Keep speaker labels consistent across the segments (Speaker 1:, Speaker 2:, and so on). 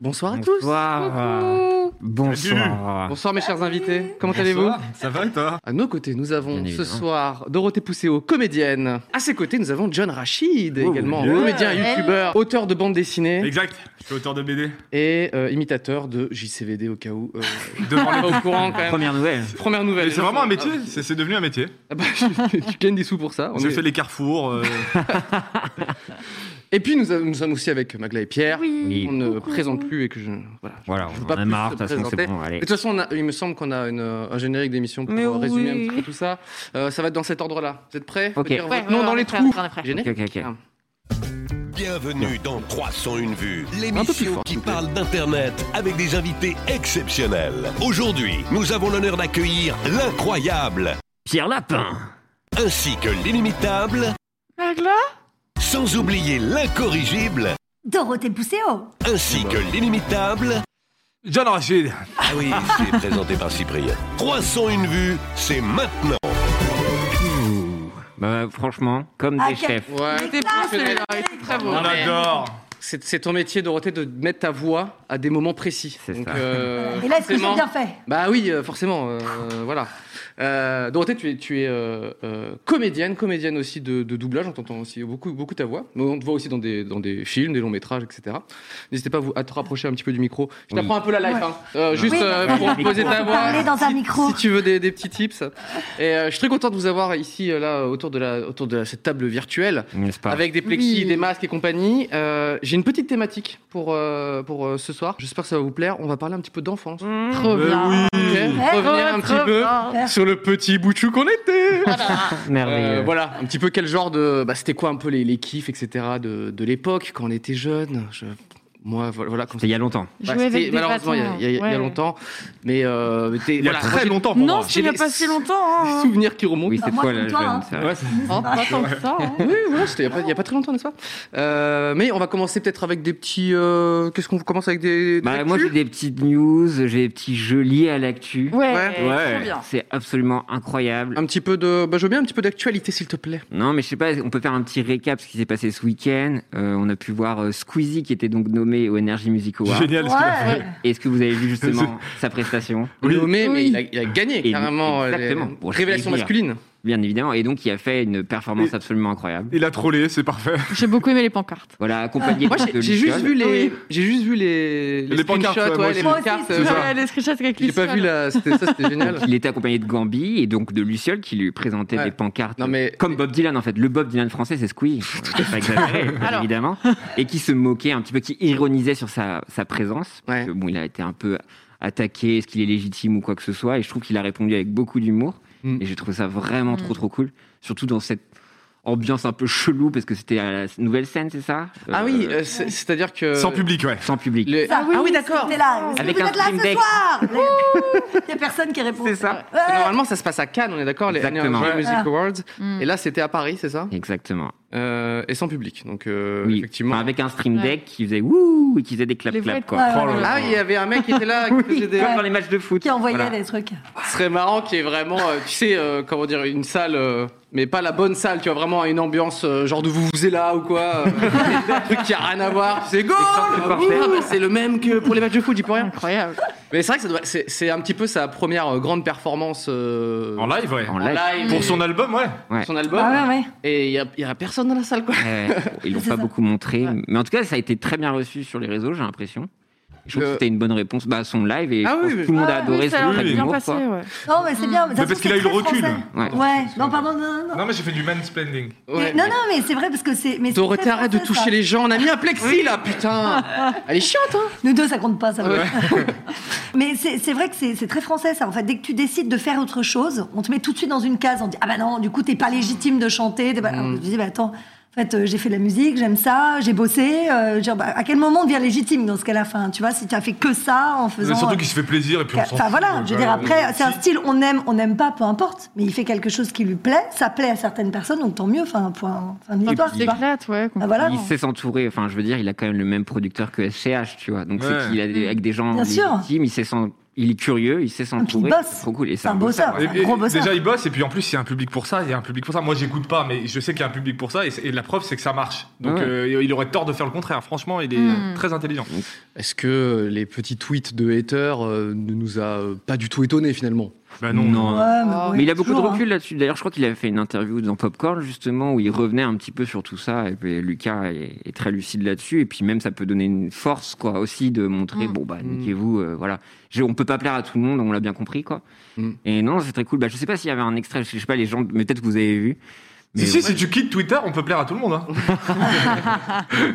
Speaker 1: Bonsoir à tous.
Speaker 2: Bonsoir.
Speaker 1: Bonsoir.
Speaker 2: Bonsoir mes chers invités. Comment allez-vous
Speaker 3: Ça va et toi
Speaker 2: À nos côtés, nous avons
Speaker 1: Bien
Speaker 2: ce
Speaker 1: évidemment.
Speaker 2: soir Dorothée Pousseau, comédienne. À ses côtés, nous avons John Rachid,
Speaker 3: Oh,
Speaker 2: également
Speaker 3: yeah.
Speaker 2: comédien, youtubeur, auteur de bande dessinée
Speaker 3: Exact, je suis auteur de BD.
Speaker 2: et euh, imitateur de JCVD au cas où. euh,
Speaker 3: Devant les-
Speaker 2: pas au courant quand même. Première,
Speaker 1: Première nouvelle.
Speaker 2: nouvelle.
Speaker 3: Mais c'est vraiment un métier, c'est c'est devenu un métier.
Speaker 2: Ah bah, tu gagnes des sous pour ça. On
Speaker 3: J'ai
Speaker 2: est-
Speaker 3: fait les carrefours. euh,
Speaker 2: Et puis nous, avons- nous sommes aussi avec Magla et Pierre.
Speaker 1: Oui.
Speaker 2: On ne présente plus et que je. Voilà.
Speaker 1: Voilà,
Speaker 2: Je veux
Speaker 1: on
Speaker 2: pas
Speaker 1: en a
Speaker 2: plus
Speaker 1: marre, de
Speaker 2: te
Speaker 1: toute façon, c'est
Speaker 2: présenter.
Speaker 1: bon, allez.
Speaker 2: Mais De toute façon, on a- il me semble qu'on a une, euh, un générique d'émission pour
Speaker 1: Mais
Speaker 2: euh, résumer un
Speaker 1: oui.
Speaker 2: petit peu tout ça. Euh, ça va être dans cet ordre-là. Vous êtes prêts
Speaker 1: Ok.
Speaker 2: Faut dire
Speaker 4: Ouais, ouais,
Speaker 2: votre nom
Speaker 4: ouais,
Speaker 2: dans
Speaker 4: on
Speaker 2: les
Speaker 4: est prêt,
Speaker 2: trous.
Speaker 4: on est prêt, on est prêt.
Speaker 2: Générique.
Speaker 1: Ok, ok, ok.
Speaker 2: Ah.
Speaker 5: Bienvenue dans 301 vues,
Speaker 2: peu plus
Speaker 5: l'émission
Speaker 2: fort,
Speaker 5: qui
Speaker 2: s'il vous plaît.
Speaker 5: parle d'Internet avec des invités exceptionnels. Aujourd'hui, nous avons l'honneur d'accueillir l'incroyable
Speaker 1: Pierre Lapin.
Speaker 5: ainsi que l'inimitable,
Speaker 4: Magla
Speaker 5: sans oublier l'incorrigible
Speaker 6: Dorothée Pousséo
Speaker 5: ainsi que l'inimitable.
Speaker 3: John Rachid.
Speaker 5: Ah oui, c'est présenté par Cyprien. 301 vues, c'est maintenant.
Speaker 1: Bah, franchement, comme
Speaker 6: Ah,
Speaker 1: des
Speaker 6: quel-
Speaker 1: chefs.
Speaker 2: Ouais, t'es
Speaker 6: classe,
Speaker 2: professionnel,
Speaker 6: le
Speaker 2: arrête,
Speaker 6: mec.
Speaker 2: c'est très beau.
Speaker 3: On adore.
Speaker 2: C'est c'est ton métier, Dorothée, de mettre ta voix à des moments précis.
Speaker 1: C'est
Speaker 2: Donc,
Speaker 1: ça.
Speaker 2: euh,
Speaker 6: Et là, est-ce que j'ai
Speaker 2: forcément-
Speaker 6: bien fait
Speaker 2: Bah oui, euh, forcément. euh, voilà. Euh, Dorothée, tu es, tu es euh, euh, comédienne, comédienne aussi de, de doublage. On t'entend aussi beaucoup, beaucoup ta voix. Mais on te voit aussi dans des, dans des films, des longs métrages, etc. N'hésitez pas à, vous, à te rapprocher un petit peu du micro. Je t'apprends un peu la live.
Speaker 6: Ouais.
Speaker 2: hein. Euh, juste
Speaker 6: Oui.
Speaker 2: euh, pour poser ta voix.
Speaker 6: Parler dans un
Speaker 2: si-
Speaker 6: micro.
Speaker 2: Si tu veux des, des petits tips. Et euh, je suis très content de vous avoir ici, euh, là, autour de, la, autour de la- cette table virtuelle.
Speaker 1: N'est-ce Mmh, pas
Speaker 2: Avec des plexis, des masques et compagnie. Euh, J'ai une petite thématique pour, euh, pour euh, ce soir. J'espère que ça va vous plaire. On va parler un petit peu d'enfance.
Speaker 6: Oh,
Speaker 2: Trop
Speaker 3: Euh,
Speaker 2: bien.
Speaker 3: oui.
Speaker 2: Ok, Revenir un petit peu
Speaker 3: Ah,
Speaker 2: sur le petit boutchou qu'on était.
Speaker 1: Merveilleux.
Speaker 2: Euh, voilà, un petit peu quel genre de. Bah, C'était quoi un peu les, les kiffs, etc. de, de l'époque, quand on était jeune je... Moi, voilà, voilà, comme
Speaker 1: C'était il y a longtemps.
Speaker 2: Bah,
Speaker 4: Jouer avec
Speaker 2: c'était-
Speaker 4: des
Speaker 2: malheureusement, il y a-
Speaker 4: bâtons,
Speaker 2: il y, a- il y a
Speaker 4: ouais.
Speaker 2: longtemps. Mais. euh, mais t'es-
Speaker 3: Il y a
Speaker 2: voilà, moi,
Speaker 3: très
Speaker 2: j'ai
Speaker 3: longtemps pour
Speaker 4: Non,
Speaker 3: moi.
Speaker 4: c'est il n'y a
Speaker 2: des-
Speaker 4: pas si longtemps.
Speaker 2: des
Speaker 4: hein.
Speaker 2: souvenirs qui remontent.
Speaker 1: Oui,
Speaker 6: Bah,
Speaker 1: c'est
Speaker 6: moi,
Speaker 1: toi
Speaker 6: comme
Speaker 1: la
Speaker 6: toi, hein.
Speaker 1: jeune. ça.
Speaker 3: Ouais, c'est-
Speaker 4: Oh, pas tant que ça. hein.
Speaker 2: Oui, voilà, c'était il n'y a, pas très longtemps, n'est-ce pas Euh, Mais on va commencer peut-être avec des petits. euh, Qu'est-ce qu'on commence avec des. des
Speaker 1: Bah, moi, j'ai
Speaker 2: actus
Speaker 1: des petites news, j'ai des petits jeux liés à l'actu.
Speaker 4: Ouais,
Speaker 2: Ouais.
Speaker 4: ouais. trop bien.
Speaker 1: C'est absolument incroyable.
Speaker 2: Un petit peu de. Bah, je veux bien un petit peu d'actualité, s'il te plaît.
Speaker 1: Non, mais je sais pas, on peut faire un petit récap ce qui s'est passé ce week-end. Euh, on a pu voir euh, Squeezie qui était donc nommé au Energy Music Award.
Speaker 3: Génial ce qu'il a fait.
Speaker 6: Ouais.
Speaker 1: Est-ce que vous avez vu justement sa prestation
Speaker 3: Oui.
Speaker 2: Nommé, mais
Speaker 4: Oui.
Speaker 2: il a, il a gagné
Speaker 1: Et-
Speaker 2: carrément. euh, les-
Speaker 1: exactement. Bon, je vais
Speaker 2: révélation
Speaker 1: dire.
Speaker 2: masculine.
Speaker 1: Bien évidemment. Et donc, il a fait une performance absolument incroyable.
Speaker 3: Il a trollé, c'est parfait.
Speaker 4: J'ai beaucoup aimé les pancartes.
Speaker 1: Voilà,
Speaker 6: Ah.
Speaker 1: accompagné
Speaker 2: Moi,
Speaker 1: de
Speaker 2: j'ai j'ai juste
Speaker 1: Lincoln.
Speaker 2: vu les,
Speaker 4: Oui.
Speaker 2: j'ai juste vu les,
Speaker 3: Les pancartes,
Speaker 2: screenshots,
Speaker 3: ouais, moi
Speaker 2: ouais, les
Speaker 3: aussi.
Speaker 6: Moi aussi,
Speaker 2: pancartes.
Speaker 6: c'est
Speaker 2: euh,
Speaker 3: ça.
Speaker 2: voilà.
Speaker 4: Ouais, les screenshots avec les
Speaker 2: J'ai pas vu
Speaker 4: là.
Speaker 2: la, c'était- ça, c'était génial.
Speaker 1: Il était accompagné de Gambi et donc de Luciole qui lui présentait
Speaker 2: Ouais.
Speaker 1: des pancartes. euh,
Speaker 2: Non, mais-
Speaker 1: Comme Bob Dylan en fait. Le Bob Dylan français, c'est Squeeze. C'est pas exagéré, bien
Speaker 4: Alors.
Speaker 1: évidemment. Et qui se moquait un petit peu, qui ironisait sur sa, sa présence.
Speaker 2: Ouais.
Speaker 1: Parce que, bon, il a été un peu attaqué, est-ce qu'il est légitime ou quoi que ce soit. Et je trouve qu'il a répondu avec beaucoup d'humour.
Speaker 2: Mm.
Speaker 1: Et j'ai trouvé ça vraiment
Speaker 6: Mm.
Speaker 1: trop trop cool. Surtout dans cette ambiance un peu chelou parce que c'était à la nouvelle scène, c'est ça
Speaker 2: Ah oui,
Speaker 1: Euh,
Speaker 2: euh, c'est- c'est-à-dire que.
Speaker 3: Sans public, ouais.
Speaker 1: Sans public.
Speaker 2: le-
Speaker 6: Ça,
Speaker 2: Ah oui, d'accord.
Speaker 6: C'était là. Est-ce que
Speaker 1: Avec
Speaker 6: vous
Speaker 1: un
Speaker 6: êtes là
Speaker 1: stream
Speaker 6: ce
Speaker 1: deck.
Speaker 6: soir Il n'y a personne qui répond.
Speaker 1: C'est ça.
Speaker 6: Ouais.
Speaker 2: Euh, Normalement, ça se passe à Cannes, on est d'accord, les
Speaker 1: Exactement.
Speaker 2: Energy
Speaker 1: Ouais.
Speaker 2: Music
Speaker 6: Ah.
Speaker 2: Awards.
Speaker 4: Mm.
Speaker 2: Et là, c'était à Paris, c'est ça
Speaker 1: Exactement.
Speaker 2: Euh, Et sans public, donc euh,
Speaker 1: Oui.
Speaker 2: effectivement.
Speaker 1: Enfin, avec un stream deck qui faisait wouh et qui faisait des clap
Speaker 4: Les
Speaker 1: clap
Speaker 4: voix
Speaker 1: quoi.
Speaker 6: de- Ouais,
Speaker 1: Oh
Speaker 6: ouais,
Speaker 1: là
Speaker 6: ouais.
Speaker 1: là.
Speaker 2: Ah, il y avait un mec qui était là, qui faisait des-
Speaker 1: Comme dans les matchs de foot.
Speaker 6: Qui envoyait
Speaker 2: Voilà. Oh.
Speaker 6: les trucs.
Speaker 2: Ce serait marrant qui est vraiment, euh, tu sais, euh, comment dire, une salle, euh, mais pas la bonne salle, tu vois, vraiment une ambiance euh, genre de vous vous êtes là ou quoi, euh, un truc qui a rien à voir, tu sais, goal
Speaker 1: Des
Speaker 2: Ah
Speaker 1: portes
Speaker 2: bah, C'est le même que pour les matchs de foot, j'y peux rien.
Speaker 4: Incroyable.
Speaker 2: Mais c'est vrai que ça doit- c'est, c'est un petit peu sa première euh, grande performance euh,
Speaker 3: En live, ouais.
Speaker 1: En
Speaker 2: en
Speaker 1: live.
Speaker 2: live
Speaker 3: Pour
Speaker 2: et-
Speaker 3: son album, ouais.
Speaker 1: Ouais.
Speaker 2: son album,
Speaker 6: Ah ouais, ouais.
Speaker 2: et il y a, il y a personne dans la salle, quoi.
Speaker 1: Ouais, ouais. Euh, ils l'ont
Speaker 6: C'est
Speaker 1: pas
Speaker 6: ça.
Speaker 1: beaucoup montré,
Speaker 2: Ouais.
Speaker 1: mais en tout cas ça a été très bien reçu sur les réseaux, j'ai l'impression. Je trouve
Speaker 2: Le-
Speaker 1: que c'était une bonne réponse bah, à son live et
Speaker 2: Ah
Speaker 1: je pense
Speaker 2: oui,
Speaker 1: que
Speaker 2: oui.
Speaker 1: tout le monde a
Speaker 4: Ah,
Speaker 1: adoré
Speaker 4: oui,
Speaker 1: ce
Speaker 4: ça a
Speaker 1: truc
Speaker 4: l'air bien
Speaker 1: d'humour,
Speaker 4: passé,
Speaker 1: quoi.
Speaker 4: ouais.
Speaker 6: Non,
Speaker 2: Mm.
Speaker 6: mais c'est bien. Mais ça
Speaker 3: Mais parce
Speaker 6: se trouve,
Speaker 3: qu'il a eu
Speaker 6: c'est
Speaker 3: le
Speaker 6: très
Speaker 3: recul.
Speaker 6: français.
Speaker 1: Ouais.
Speaker 6: Ouais. Non, pardon, non, non, non.
Speaker 3: Non, mais j'ai fait du mansplaining.
Speaker 2: Ouais.
Speaker 6: Et- Non, non, mais c'est vrai parce que c'est. mais c'est
Speaker 2: Dorothée,
Speaker 6: très
Speaker 2: arrête de
Speaker 6: français,
Speaker 2: toucher
Speaker 6: ça.
Speaker 2: les gens, on a mis un plexi là, putain Elle est chiante, hein
Speaker 6: Nous deux, ça compte pas, ça. va.
Speaker 2: Ouais.
Speaker 6: Mais c'est c'est vrai que c'est c'est très français, ça. En fait, dès que tu décides de faire
Speaker 3: Mm.
Speaker 6: autre chose, on te met tout de suite dans une case. On te dit Ah bah non, du coup, t'es pas légitime de chanter. t'es Pas... Alors, Je dis Bah attends, En fait, euh, j'ai fait de la musique, j'aime ça, j'ai bossé. euh, genre, bah, à quel moment on devient légitime dans ce cas-là enfin, Tu vois, si tu as fait que ça en faisant. euh,
Speaker 3: Surtout qu'il se fait plaisir et puis on s'en
Speaker 6: Enfin
Speaker 3: fout,
Speaker 6: voilà,
Speaker 3: euh,
Speaker 6: je veux dire,
Speaker 3: euh,
Speaker 6: après, c'est un
Speaker 3: si-
Speaker 6: style, on aime, on n'aime pas, peu importe, mais il fait quelque chose qui lui plaît, ça plaît à certaines personnes, donc tant mieux, enfin, point, fin de l'histoire.
Speaker 4: C'est
Speaker 6: quoi.
Speaker 4: éclate, ouais.
Speaker 6: Ah, voilà.
Speaker 1: il sait s'entourer. Enfin, je veux dire, il a quand même le même producteur que SCH, tu vois. Donc,
Speaker 3: Ouais.
Speaker 1: c'est qu'il a des- avec des gens
Speaker 6: Bien sûr.
Speaker 1: légitimes, il sait s'en- Il est curieux, il sait s'entourer.
Speaker 6: bosse.
Speaker 1: C'est trop cool. Et
Speaker 6: C'est un bosseur.
Speaker 3: Et-
Speaker 6: C'est un
Speaker 3: et-
Speaker 6: gros bosseur.
Speaker 3: déjà, il bosse et puis en plus, il y a un public pour ça. Il y a un public pour ça. Moi, j'écoute pas, mais je sais qu'il y a un public pour ça. Et, c'est- et la preuve, c'est que ça marche. Donc,
Speaker 1: Ouais.
Speaker 3: euh, il aurait tort de faire le contraire. Franchement, il est
Speaker 6: Hmm.
Speaker 3: euh, très intelligent.
Speaker 2: Est-ce que euh, les petits tweets de haters euh, ne nous a euh, pas du tout étonnés finalement
Speaker 3: Bah
Speaker 1: Non.
Speaker 6: Ouais, mais, bon,
Speaker 1: Mais il a beaucoup de
Speaker 6: toujours, hein.
Speaker 1: recul
Speaker 4: hein.
Speaker 1: là-dessus. D'ailleurs, je crois qu'il avait fait une interview dans Popcorn, justement, où il revenait un petit peu sur tout ça. Et puis, Lucas est, est très lucide là-dessus. Et puis, même, ça peut donner une force, quoi, aussi, de montrer,
Speaker 4: Mm.
Speaker 1: bon, bah,
Speaker 2: Mm.
Speaker 1: niquez-vous, euh, voilà. Je- on peut pas plaire à tout le monde, on l'a bien compris, quoi.
Speaker 2: Mm.
Speaker 1: Et non, c'est très cool. Bah, je sais pas s'il y avait un extrait, je sais pas, les gens, mais peut-être que vous avez vu. Mais
Speaker 3: Si, si,
Speaker 1: ouais,
Speaker 3: si tu quittes Twitter, on peut plaire à tout le monde. hein.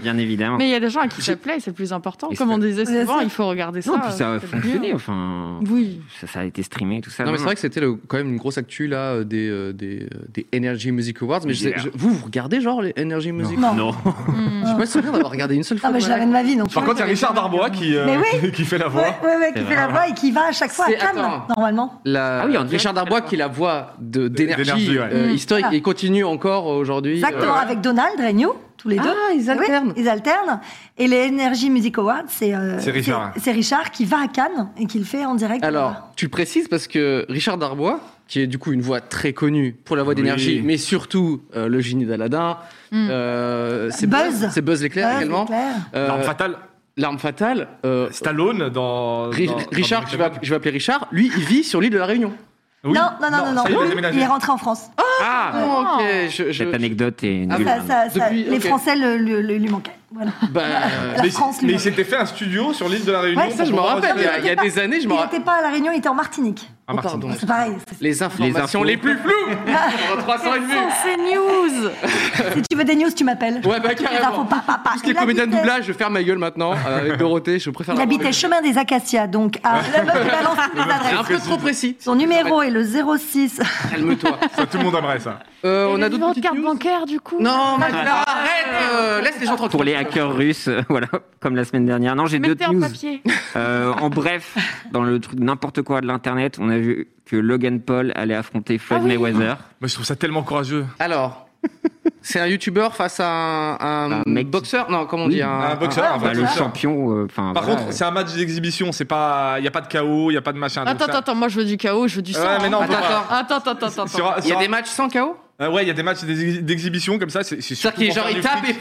Speaker 1: bien évidemment.
Speaker 4: Mais il y a des gens à qui ça plaît, c'est le plus important.
Speaker 1: Et
Speaker 4: Comme on disait
Speaker 6: Bien
Speaker 4: souvent,
Speaker 6: sûr.
Speaker 4: il faut regarder ça.
Speaker 1: non, puis ça a
Speaker 4: c'est
Speaker 1: fonctionné,
Speaker 4: bien.
Speaker 1: enfin.
Speaker 4: Oui.
Speaker 1: Ça, ça a été streamé, tout ça.
Speaker 2: Non, mais c'est vrai que c'était le- quand même une grosse actu là euh, des, euh, des, euh, des Energy Music Awards. Mais je sais-
Speaker 1: Yeah.
Speaker 2: je- vous, vous regardez genre les Energy Music
Speaker 6: Non.
Speaker 1: Non.
Speaker 2: Je me souviens d'avoir regardé une seule
Speaker 6: hein.
Speaker 2: fois.
Speaker 6: Non, mais je
Speaker 2: voilà.
Speaker 6: l'avais de ma vie, donc.
Speaker 3: Par contre, il y a Richard Darbois qui, euh,
Speaker 6: Mais oui.
Speaker 3: qui- qui fait la voix.
Speaker 6: Ouais, ouais, ouais, qui
Speaker 1: C'est
Speaker 6: fait la
Speaker 1: vrai.
Speaker 6: voix et qui va à chaque fois à
Speaker 2: C'est-
Speaker 6: Cannes,
Speaker 2: attends.
Speaker 6: normalement.
Speaker 2: La,
Speaker 1: Ah oui, en direct,
Speaker 2: Richard Darbois
Speaker 1: elle a-
Speaker 2: qui est la voix de- d'énergie
Speaker 3: d'énergie, ouais.
Speaker 2: euh,
Speaker 4: Mm.
Speaker 2: historique
Speaker 6: Ah.
Speaker 2: et continue encore aujourd'hui. euh,
Speaker 6: Exactement, avec Donald, Regnault, tous les
Speaker 2: Ah,
Speaker 6: deux.
Speaker 2: ils
Speaker 6: Oui,
Speaker 2: alternent.
Speaker 6: ils alternent. Et les Energy Music Awards, c'est euh,
Speaker 3: C'est Richard.
Speaker 6: c'est- c'est Richard qui va à Cannes et qui le fait en direct. Ah,
Speaker 2: Alors, tu le précises parce que Richard Darbois, qui est du coup une voix très connue pour la voix
Speaker 3: Oui.
Speaker 2: d'énergie, mais surtout euh, le génie d'Aladin,
Speaker 4: Mm.
Speaker 2: euh, c'est
Speaker 6: Buzz.
Speaker 2: C'est Buzz l'éclair
Speaker 6: Ouais,
Speaker 2: également.
Speaker 6: c'est clair.
Speaker 2: Euh,
Speaker 3: L'arme fatale,
Speaker 2: L'arme fatale. euh,
Speaker 3: Stallone dans.
Speaker 2: Ri-
Speaker 3: dans-
Speaker 2: Richard,
Speaker 3: dans-
Speaker 2: je, vais, je vais appeler Richard, lui, il vit sur l'île de la Réunion.
Speaker 3: Oui.
Speaker 6: non, non, non, non, non.
Speaker 3: ça y est, il a
Speaker 6: Il
Speaker 3: déménagé.
Speaker 6: est rentré en France.
Speaker 1: Ah
Speaker 2: ok. Je, je-
Speaker 1: Cette anecdote est
Speaker 2: Ah,
Speaker 1: nulle.
Speaker 6: Ça- ça- ça-
Speaker 2: Depuis-
Speaker 6: les
Speaker 2: ok.
Speaker 6: Français le, le- le- lui manquaient. Voilà.
Speaker 2: bah,
Speaker 6: La
Speaker 3: Mais,
Speaker 6: France, lui.
Speaker 3: mais il s'était fait un studio sur l'île de la Réunion.
Speaker 6: Ouais,
Speaker 2: ça, je me
Speaker 3: pour
Speaker 2: rappelle.
Speaker 3: pouvoir-
Speaker 2: Il y a, il y a des années, je
Speaker 6: Il
Speaker 2: me
Speaker 6: n'était
Speaker 2: rappelle.
Speaker 6: pas à La Réunion, il était en Martinique.
Speaker 3: Ah, Martine.
Speaker 2: pardon.
Speaker 6: C'est pareil. c'est-
Speaker 2: Les informations les,
Speaker 1: Les infos.
Speaker 2: plus floues Sur 300 et demi.
Speaker 4: Sans ces news
Speaker 6: Si tu veux des news, tu m'appelles.
Speaker 2: Ouais, bah,
Speaker 6: Toutes les
Speaker 2: carrément.
Speaker 6: infos, pa, pa, pa.
Speaker 2: Tout ce qui est
Speaker 6: Il
Speaker 2: comédien de
Speaker 6: habitait-
Speaker 2: doublage, je ferme ma gueule maintenant. euh, avec Dorothée, je préfère
Speaker 6: Il
Speaker 2: la-
Speaker 6: habitait chemin des Acacias, donc à la meuf qui balance toutes les
Speaker 2: C'est un
Speaker 6: adresses.
Speaker 2: peu trop précis.
Speaker 6: Son numéro est le 06.
Speaker 2: Calme-toi.
Speaker 3: Ça, tout le monde aimerait ça.
Speaker 2: Euh, on
Speaker 4: Et le
Speaker 2: a d'autres
Speaker 4: numéro de
Speaker 2: petites
Speaker 4: carte
Speaker 2: news
Speaker 4: bancaire, du coup
Speaker 2: Non, Magla, arrête euh, Laisse les gens tranquilles.
Speaker 1: Pour les hackers russes, euh, voilà, comme la semaine dernière. Non, j'ai deux
Speaker 4: Mettez en
Speaker 1: news.
Speaker 4: papier.
Speaker 1: Euh, en bref, dans le truc n'importe quoi de l'internet, on a vu que Logan Paul allait affronter Floyd
Speaker 4: Ah oui.
Speaker 1: Mayweather.
Speaker 3: Mais je trouve ça tellement courageux.
Speaker 2: Alors, c'est un youtubeur face à un, un
Speaker 1: Un mec qui-
Speaker 2: boxeur Non, comment on
Speaker 1: Oui.
Speaker 2: dit Ah, un,
Speaker 3: Un boxeur,
Speaker 6: ouais,
Speaker 3: un
Speaker 1: Bah,
Speaker 3: vrai
Speaker 1: le
Speaker 3: boxeur.
Speaker 1: champion, enfin.
Speaker 3: Par contre, c'est un match d'exhibition, c'est pas, il y a pas de KO, il y a pas de machin. donc
Speaker 4: Attends,
Speaker 3: ça-
Speaker 4: attends, attends, moi je veux du chaos, je veux du sang. hein.
Speaker 3: Ouais, mais non, on peut
Speaker 2: Attends,
Speaker 3: pas.
Speaker 2: attends.
Speaker 4: Attends, attends, attends, attends.
Speaker 3: Sur-
Speaker 2: Il y a
Speaker 3: sur-
Speaker 2: des matchs sans KO
Speaker 3: Euh, ouais, il y a des matchs d'ex- d'exhibition comme ça. C'est c'est
Speaker 2: C'est-à-dire
Speaker 3: surtout
Speaker 2: qu'il
Speaker 3: pour
Speaker 2: genre,
Speaker 3: faire
Speaker 2: il
Speaker 3: du
Speaker 2: tape
Speaker 3: fric.
Speaker 2: et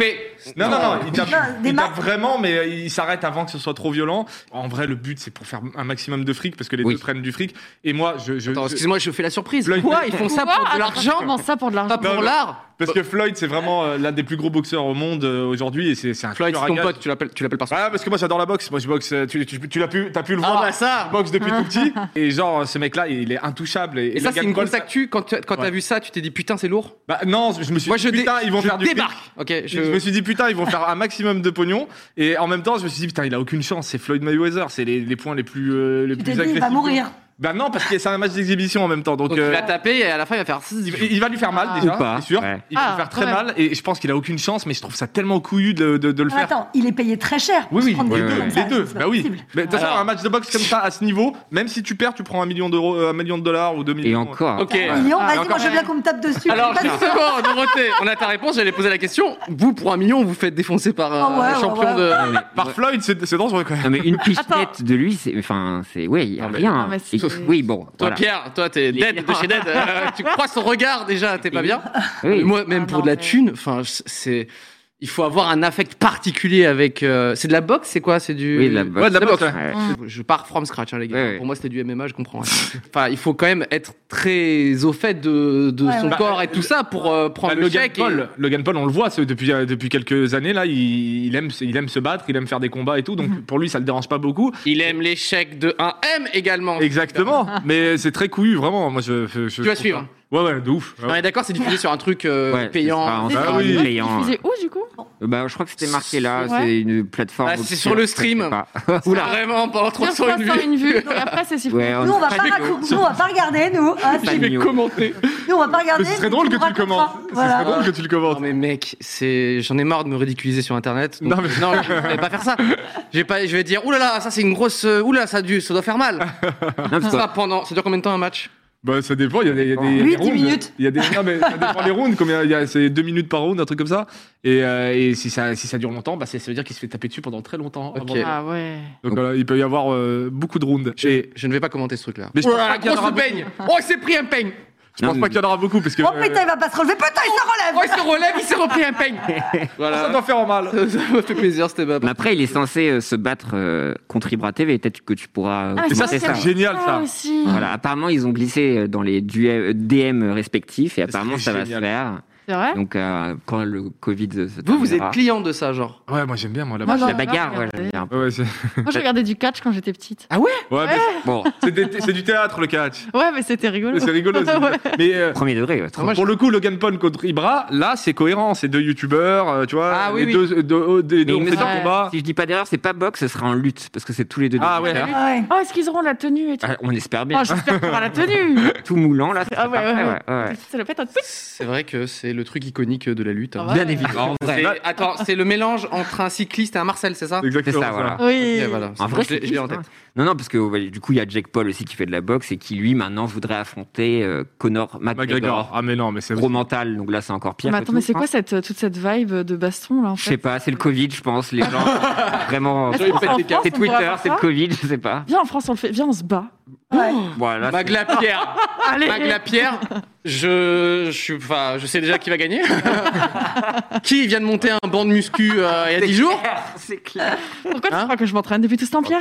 Speaker 2: fait.
Speaker 3: Non, non, non, il tape,
Speaker 6: Non, des
Speaker 3: il tape
Speaker 6: matchs.
Speaker 3: vraiment, mais euh, il s'arrête avant que ce soit trop violent. En vrai, le but, c'est pour faire un maximum de fric, parce que les
Speaker 1: Oui.
Speaker 3: deux prennent du fric. Et moi, je. je-
Speaker 2: Attends,
Speaker 3: je-
Speaker 2: excuse-moi, je fais la surprise.
Speaker 3: Floyd-
Speaker 2: Quoi Ils font ça pour de l'argent
Speaker 4: Comment ça pour de l'argent
Speaker 2: Pas pour
Speaker 3: Non,
Speaker 2: l'art
Speaker 3: Parce que Floyd, c'est vraiment euh, l'un des plus gros boxeurs au monde euh, aujourd'hui, et c'est c'est un
Speaker 2: Floyd,
Speaker 3: tueur
Speaker 2: c'est
Speaker 3: à
Speaker 2: ton
Speaker 3: gages.
Speaker 2: pote, tu l'appelles tu l'appelles par son
Speaker 3: Ouais, parce que moi, j'adore la boxe. Moi, je boxe. euh, Tu, tu, tu l'as pu, t'as pu le
Speaker 2: Ah
Speaker 3: voir.
Speaker 2: bah ça
Speaker 3: Je boxe depuis tout petit. Et genre, ce mec-là, il est intouchable. Et,
Speaker 2: Et ça,
Speaker 3: Logan
Speaker 2: c'est une
Speaker 3: Paul,
Speaker 2: grosse
Speaker 3: ça-
Speaker 2: actu. Quand tu- quand t'as
Speaker 3: Ouais.
Speaker 2: vu ça, tu t'es dit putain, c'est lourd.
Speaker 3: Bah non, je me suis
Speaker 2: Moi,
Speaker 3: dit
Speaker 2: je dé-
Speaker 3: putain, ils vont
Speaker 2: je
Speaker 3: faire du fric.
Speaker 2: débarque. Ok, je-
Speaker 3: Je... me suis dit putain, ils vont faire un maximum de pognon. Et en même temps, je me suis dit putain, il a aucune chance. C'est Floyd Mayweather, c'est les, les points les plus euh, les
Speaker 6: Tu t'es
Speaker 3: plus
Speaker 6: dit, il
Speaker 3: agressifs.
Speaker 6: va mourir.
Speaker 3: Bah non, parce que c'est un match d'exhibition en même temps. Donc,
Speaker 2: Donc tu
Speaker 3: euh,
Speaker 2: l'as tapé et à la fin, il va faire.
Speaker 3: il, il va lui faire mal
Speaker 4: Ah.
Speaker 3: déjà,
Speaker 1: Ou pas,
Speaker 3: c'est sûr.
Speaker 1: ouais.
Speaker 3: Il va
Speaker 4: Ah,
Speaker 3: lui faire très
Speaker 4: quand même.
Speaker 3: mal. Et je pense qu'il a aucune chance, mais je trouve ça tellement couillu de, de- de le faire.
Speaker 6: Alors, Ah, Attends, il est payé très cher. pour
Speaker 3: Oui,
Speaker 6: se
Speaker 3: oui,
Speaker 6: prendre des
Speaker 3: les
Speaker 6: deux
Speaker 3: deux,
Speaker 6: comme ça,
Speaker 3: les deux.
Speaker 6: c'est pas
Speaker 3: Bah oui.
Speaker 6: possible.
Speaker 3: Mais de toute façon,
Speaker 2: Alors-
Speaker 3: un match de boxe comme ça, à ce niveau, même si tu perds, tu prends un million d'euros, euh, un million de dollars ou deux millions.
Speaker 1: Et encore.
Speaker 2: Ok.
Speaker 6: Un million,
Speaker 2: Ah,
Speaker 6: vas-y,
Speaker 2: encore
Speaker 6: moi je veux
Speaker 2: un.
Speaker 6: bien qu'on me tape dessus.
Speaker 2: Alors
Speaker 6: Pas de-
Speaker 2: justement, Dorothée, on a ta réponse. J'allais poser la question. Vous, pour un million, vous faites défoncer par euh,
Speaker 6: Ah ouais,
Speaker 2: un
Speaker 6: ouais,
Speaker 2: champion
Speaker 6: ouais.
Speaker 2: de.
Speaker 3: Par Floyd, c'est c'est dangereux quand même.
Speaker 1: Non, mais une pichenette de lui, c'est. Enfin, c'est. Ouais, y a
Speaker 2: Non, mais-
Speaker 1: rien.
Speaker 4: non, mais
Speaker 1: Et-
Speaker 4: c'est-
Speaker 1: oui, bon.
Speaker 2: Toi,
Speaker 1: voilà.
Speaker 2: Pierre, toi, t'es
Speaker 1: Les-
Speaker 2: dead de chez dead. Euh, tu crois son regard déjà, t'es pas bien.
Speaker 1: Oui.
Speaker 2: Mais Euh, moi, même
Speaker 4: Ah,
Speaker 2: pour
Speaker 4: non,
Speaker 2: de la
Speaker 4: mais-
Speaker 2: thune, enfin, c'est. Il faut avoir un affect particulier avec. euh, C'est de la boxe, c'est quoi C'est du.
Speaker 1: Oui, de la boxe.
Speaker 2: Ouais, de la boxe. ouais.
Speaker 1: Ouais.
Speaker 2: Je pars from scratch, hein, les gars.
Speaker 1: Ouais, ouais.
Speaker 2: Pour moi, c'était du MMA, je comprends. hein. enfin, il faut quand même être très au fait de, de
Speaker 6: Ouais,
Speaker 2: son
Speaker 6: ouais.
Speaker 2: corps et tout ça pour euh, prendre
Speaker 3: Bah,
Speaker 2: le
Speaker 3: Logan,
Speaker 2: chèque. et-
Speaker 3: Paul, Logan Paul, on le voit c'est depuis, euh, depuis quelques années, là, il, il aime, se- il aime se battre, il aime faire des combats et tout, donc pour lui, ça le dérange pas beaucoup.
Speaker 2: Il aime l'échec de 1M également.
Speaker 3: Exactement, mais c'est très couillu, vraiment. Moi, je, je- je
Speaker 2: vas
Speaker 3: trouve
Speaker 2: suivre.
Speaker 3: ça- Ouais, ouais, de ouf.
Speaker 2: On est d'accord, c'est diffusé sur un truc euh,
Speaker 1: Ouais, ce sera
Speaker 2: payant.
Speaker 1: en-
Speaker 4: C'est
Speaker 3: Ah
Speaker 4: sur-
Speaker 3: oui.
Speaker 4: Il
Speaker 1: payant.
Speaker 4: faisait où du coup
Speaker 1: Euh, Bah, je crois que c'était marqué là,
Speaker 4: Ouais.
Speaker 1: c'est une plateforme.
Speaker 2: Ah, c'est
Speaker 1: obscure,
Speaker 2: sur le
Speaker 1: je sais
Speaker 2: stream.
Speaker 1: pas.
Speaker 2: Oula. Vraiment, pendant 301
Speaker 4: 301
Speaker 2: vues.
Speaker 4: vues. Donc après, c'est super.
Speaker 1: Ouais,
Speaker 6: Nous, on va pas,
Speaker 2: Avec-
Speaker 6: raconter- nous, on va pas regarder, nous. Ah,
Speaker 1: Pas
Speaker 2: Je
Speaker 6: si.
Speaker 2: vais
Speaker 1: mignon.
Speaker 2: commenter.
Speaker 6: Nous, on va pas regarder.
Speaker 3: Mais ce serait drôle
Speaker 6: nous,
Speaker 3: que
Speaker 6: on
Speaker 3: tu le
Speaker 6: racontera.
Speaker 3: commentes.
Speaker 6: Voilà.
Speaker 3: C'est drôle que tu
Speaker 2: Non
Speaker 3: le commentes.
Speaker 2: mais mec, c'est j'en ai marre de me ridiculiser sur internet. donc-
Speaker 3: Non,
Speaker 2: Non,
Speaker 3: mais-
Speaker 2: je vais pas faire ça. Je vais pas je vais dire oulala, là là, ça c'est une grosse oulala, ça a dû ça doit faire mal.
Speaker 1: Non, parce que-
Speaker 2: Ça pendant ça dure combien de temps un match
Speaker 3: Bah, ça dépend, il y a des, il y a des- il y a
Speaker 6: Lui,
Speaker 3: des
Speaker 6: 10
Speaker 3: rounds.
Speaker 6: minutes.
Speaker 3: Il y a des, non, mais ça dépend des rounds, combien, il y a, c'est 2 minutes par round, un truc comme ça. Et, euh, et si, ça, si ça dure longtemps, bah, c'est- ça veut dire qu'il se fait taper dessus pendant très longtemps.
Speaker 2: Ok.
Speaker 3: avant-
Speaker 4: Ah ouais.
Speaker 3: Donc voilà, il peut y avoir euh, beaucoup de rounds.
Speaker 2: je,
Speaker 3: Et-
Speaker 2: je ne vais pas commenter ce truc là.
Speaker 3: Mais je pense pas qu'il y en aura
Speaker 2: grosse
Speaker 3: beaucoup.
Speaker 2: peigne. Oh, il s'est pris un peigne.
Speaker 3: Je pense
Speaker 1: Non,
Speaker 3: pas
Speaker 1: mais-
Speaker 3: qu'il y en aura beaucoup parce que
Speaker 6: Oh
Speaker 3: euh,
Speaker 6: putain, il va pas se relever. Putain, il se
Speaker 2: Oh,
Speaker 6: relève.
Speaker 2: il se relève, il s'est repris un peigne.
Speaker 3: ça
Speaker 2: Voilà.
Speaker 3: doit faire mal.
Speaker 2: Ça m'a fait plaisir, c'était pas.
Speaker 1: Mais après, il est censé euh, se battre euh, contre Ibra TV. Peut-être que tu pourras euh,
Speaker 4: Ah, mais
Speaker 3: ça,
Speaker 1: commenter
Speaker 3: c'est
Speaker 1: ça.
Speaker 3: bien. Génial, ça.
Speaker 4: aussi.
Speaker 1: Voilà, apparemment, ils ont glissé euh, dans les du- euh, DM respectifs et apparemment, ça va
Speaker 3: génial.
Speaker 1: se faire.
Speaker 4: C'est vrai
Speaker 1: Donc, euh, quand le Covid se
Speaker 2: Vous vous
Speaker 3: Ah.
Speaker 1: terminera- Ah,
Speaker 2: êtes client de ça genre.
Speaker 3: Ouais, moi j'aime bien moi là-bas.
Speaker 4: Moi, j'en
Speaker 1: La
Speaker 4: ai marre
Speaker 1: bagarre,
Speaker 4: de
Speaker 1: ouais,
Speaker 4: regarder.
Speaker 1: j'aime bien.
Speaker 3: Ouais, ouais, c'est
Speaker 4: Moi, je regardais du catch quand j'étais petite.
Speaker 3: ouais, mais-
Speaker 1: Bon,
Speaker 3: c'est des- c'est du théâtre le catch.
Speaker 4: Ouais, mais c'était rigolo.
Speaker 3: C'est rigolo. c'est-
Speaker 4: Ouais.
Speaker 3: Mais euh,
Speaker 1: premier degré, ouais, trop.
Speaker 3: pour le coup, Logan Paul contre Ibra, là c'est cohérent, c'est deux youtubeurs, euh, tu vois,
Speaker 2: Ah, oui,
Speaker 3: les
Speaker 2: oui.
Speaker 3: deux, euh, deux- euh, des-
Speaker 1: Mais
Speaker 3: deux
Speaker 1: il me
Speaker 3: ont fait des
Speaker 4: semble-
Speaker 3: combats.
Speaker 1: Si je dis pas d'erreur, c'est pas boxe, ce sera en lutte parce que c'est tous les deux.
Speaker 3: Ah,
Speaker 1: des
Speaker 3: ouais.
Speaker 1: lutteurs.
Speaker 6: Ah ouais.
Speaker 4: Oh, est-ce qu'ils auront la tenue et tout
Speaker 1: Ah, On espère bien.
Speaker 4: Oh, j'espère qu'on aura la tenue.
Speaker 1: Tout moulant là.
Speaker 4: Ah ouais, ouais,
Speaker 1: parfait,
Speaker 4: ouais.
Speaker 1: ouais, ouais.
Speaker 4: Ça le pète un peu.
Speaker 2: C'est vrai que c'est le truc iconique de la lutte. hein.
Speaker 4: Ah ouais.
Speaker 1: Bien évidemment. En vrai.
Speaker 2: C'est- Attends, c'est le mélange entre un cycliste et un Marcel, c'est ça
Speaker 1: C'est
Speaker 3: Exactement.
Speaker 1: ça, voilà.
Speaker 4: Oui.
Speaker 2: Ok, voilà.
Speaker 1: En vrai,
Speaker 2: Je l'ai-
Speaker 1: c'est
Speaker 2: je l'ai en
Speaker 1: triste,
Speaker 2: tête.
Speaker 1: hein. Non, non, parce que ouais, du coup, il y a Jake Paul aussi qui fait de la boxe et qui, lui, maintenant, voudrait affronter euh, Conor
Speaker 3: McGregor.
Speaker 1: McGregor.
Speaker 3: Ah mais non, mais c'est
Speaker 1: Gros mental, donc là, c'est encore pire.
Speaker 4: Mais
Speaker 1: et
Speaker 4: attends,
Speaker 1: tout,
Speaker 4: mais c'est
Speaker 1: hein.
Speaker 4: quoi cette, toute cette vibe de baston là en
Speaker 1: Je sais
Speaker 4: fait
Speaker 1: pas, c'est le Covid, je pense. Les gens, vraiment.
Speaker 4: Est-ce qu'en France, on
Speaker 1: C'est
Speaker 4: pourrait
Speaker 1: Twitter,
Speaker 4: avoir
Speaker 1: c'est le
Speaker 4: ça
Speaker 1: Covid, je sais pas.
Speaker 4: Viens en France, on le fait. Viens, on se bat.
Speaker 6: Ouais.
Speaker 1: Voilà.
Speaker 2: Mague Lapierre.
Speaker 4: Allez.
Speaker 2: Mague Lapierre, je, je, suis, enfin, je sais déjà qui va gagner. qui vient de monter un banc de muscu euh, il y a 10 jours
Speaker 1: C'est clair.
Speaker 4: Pourquoi
Speaker 2: Hein
Speaker 4: tu crois que je m'entraîne depuis tout ce temps, Pierre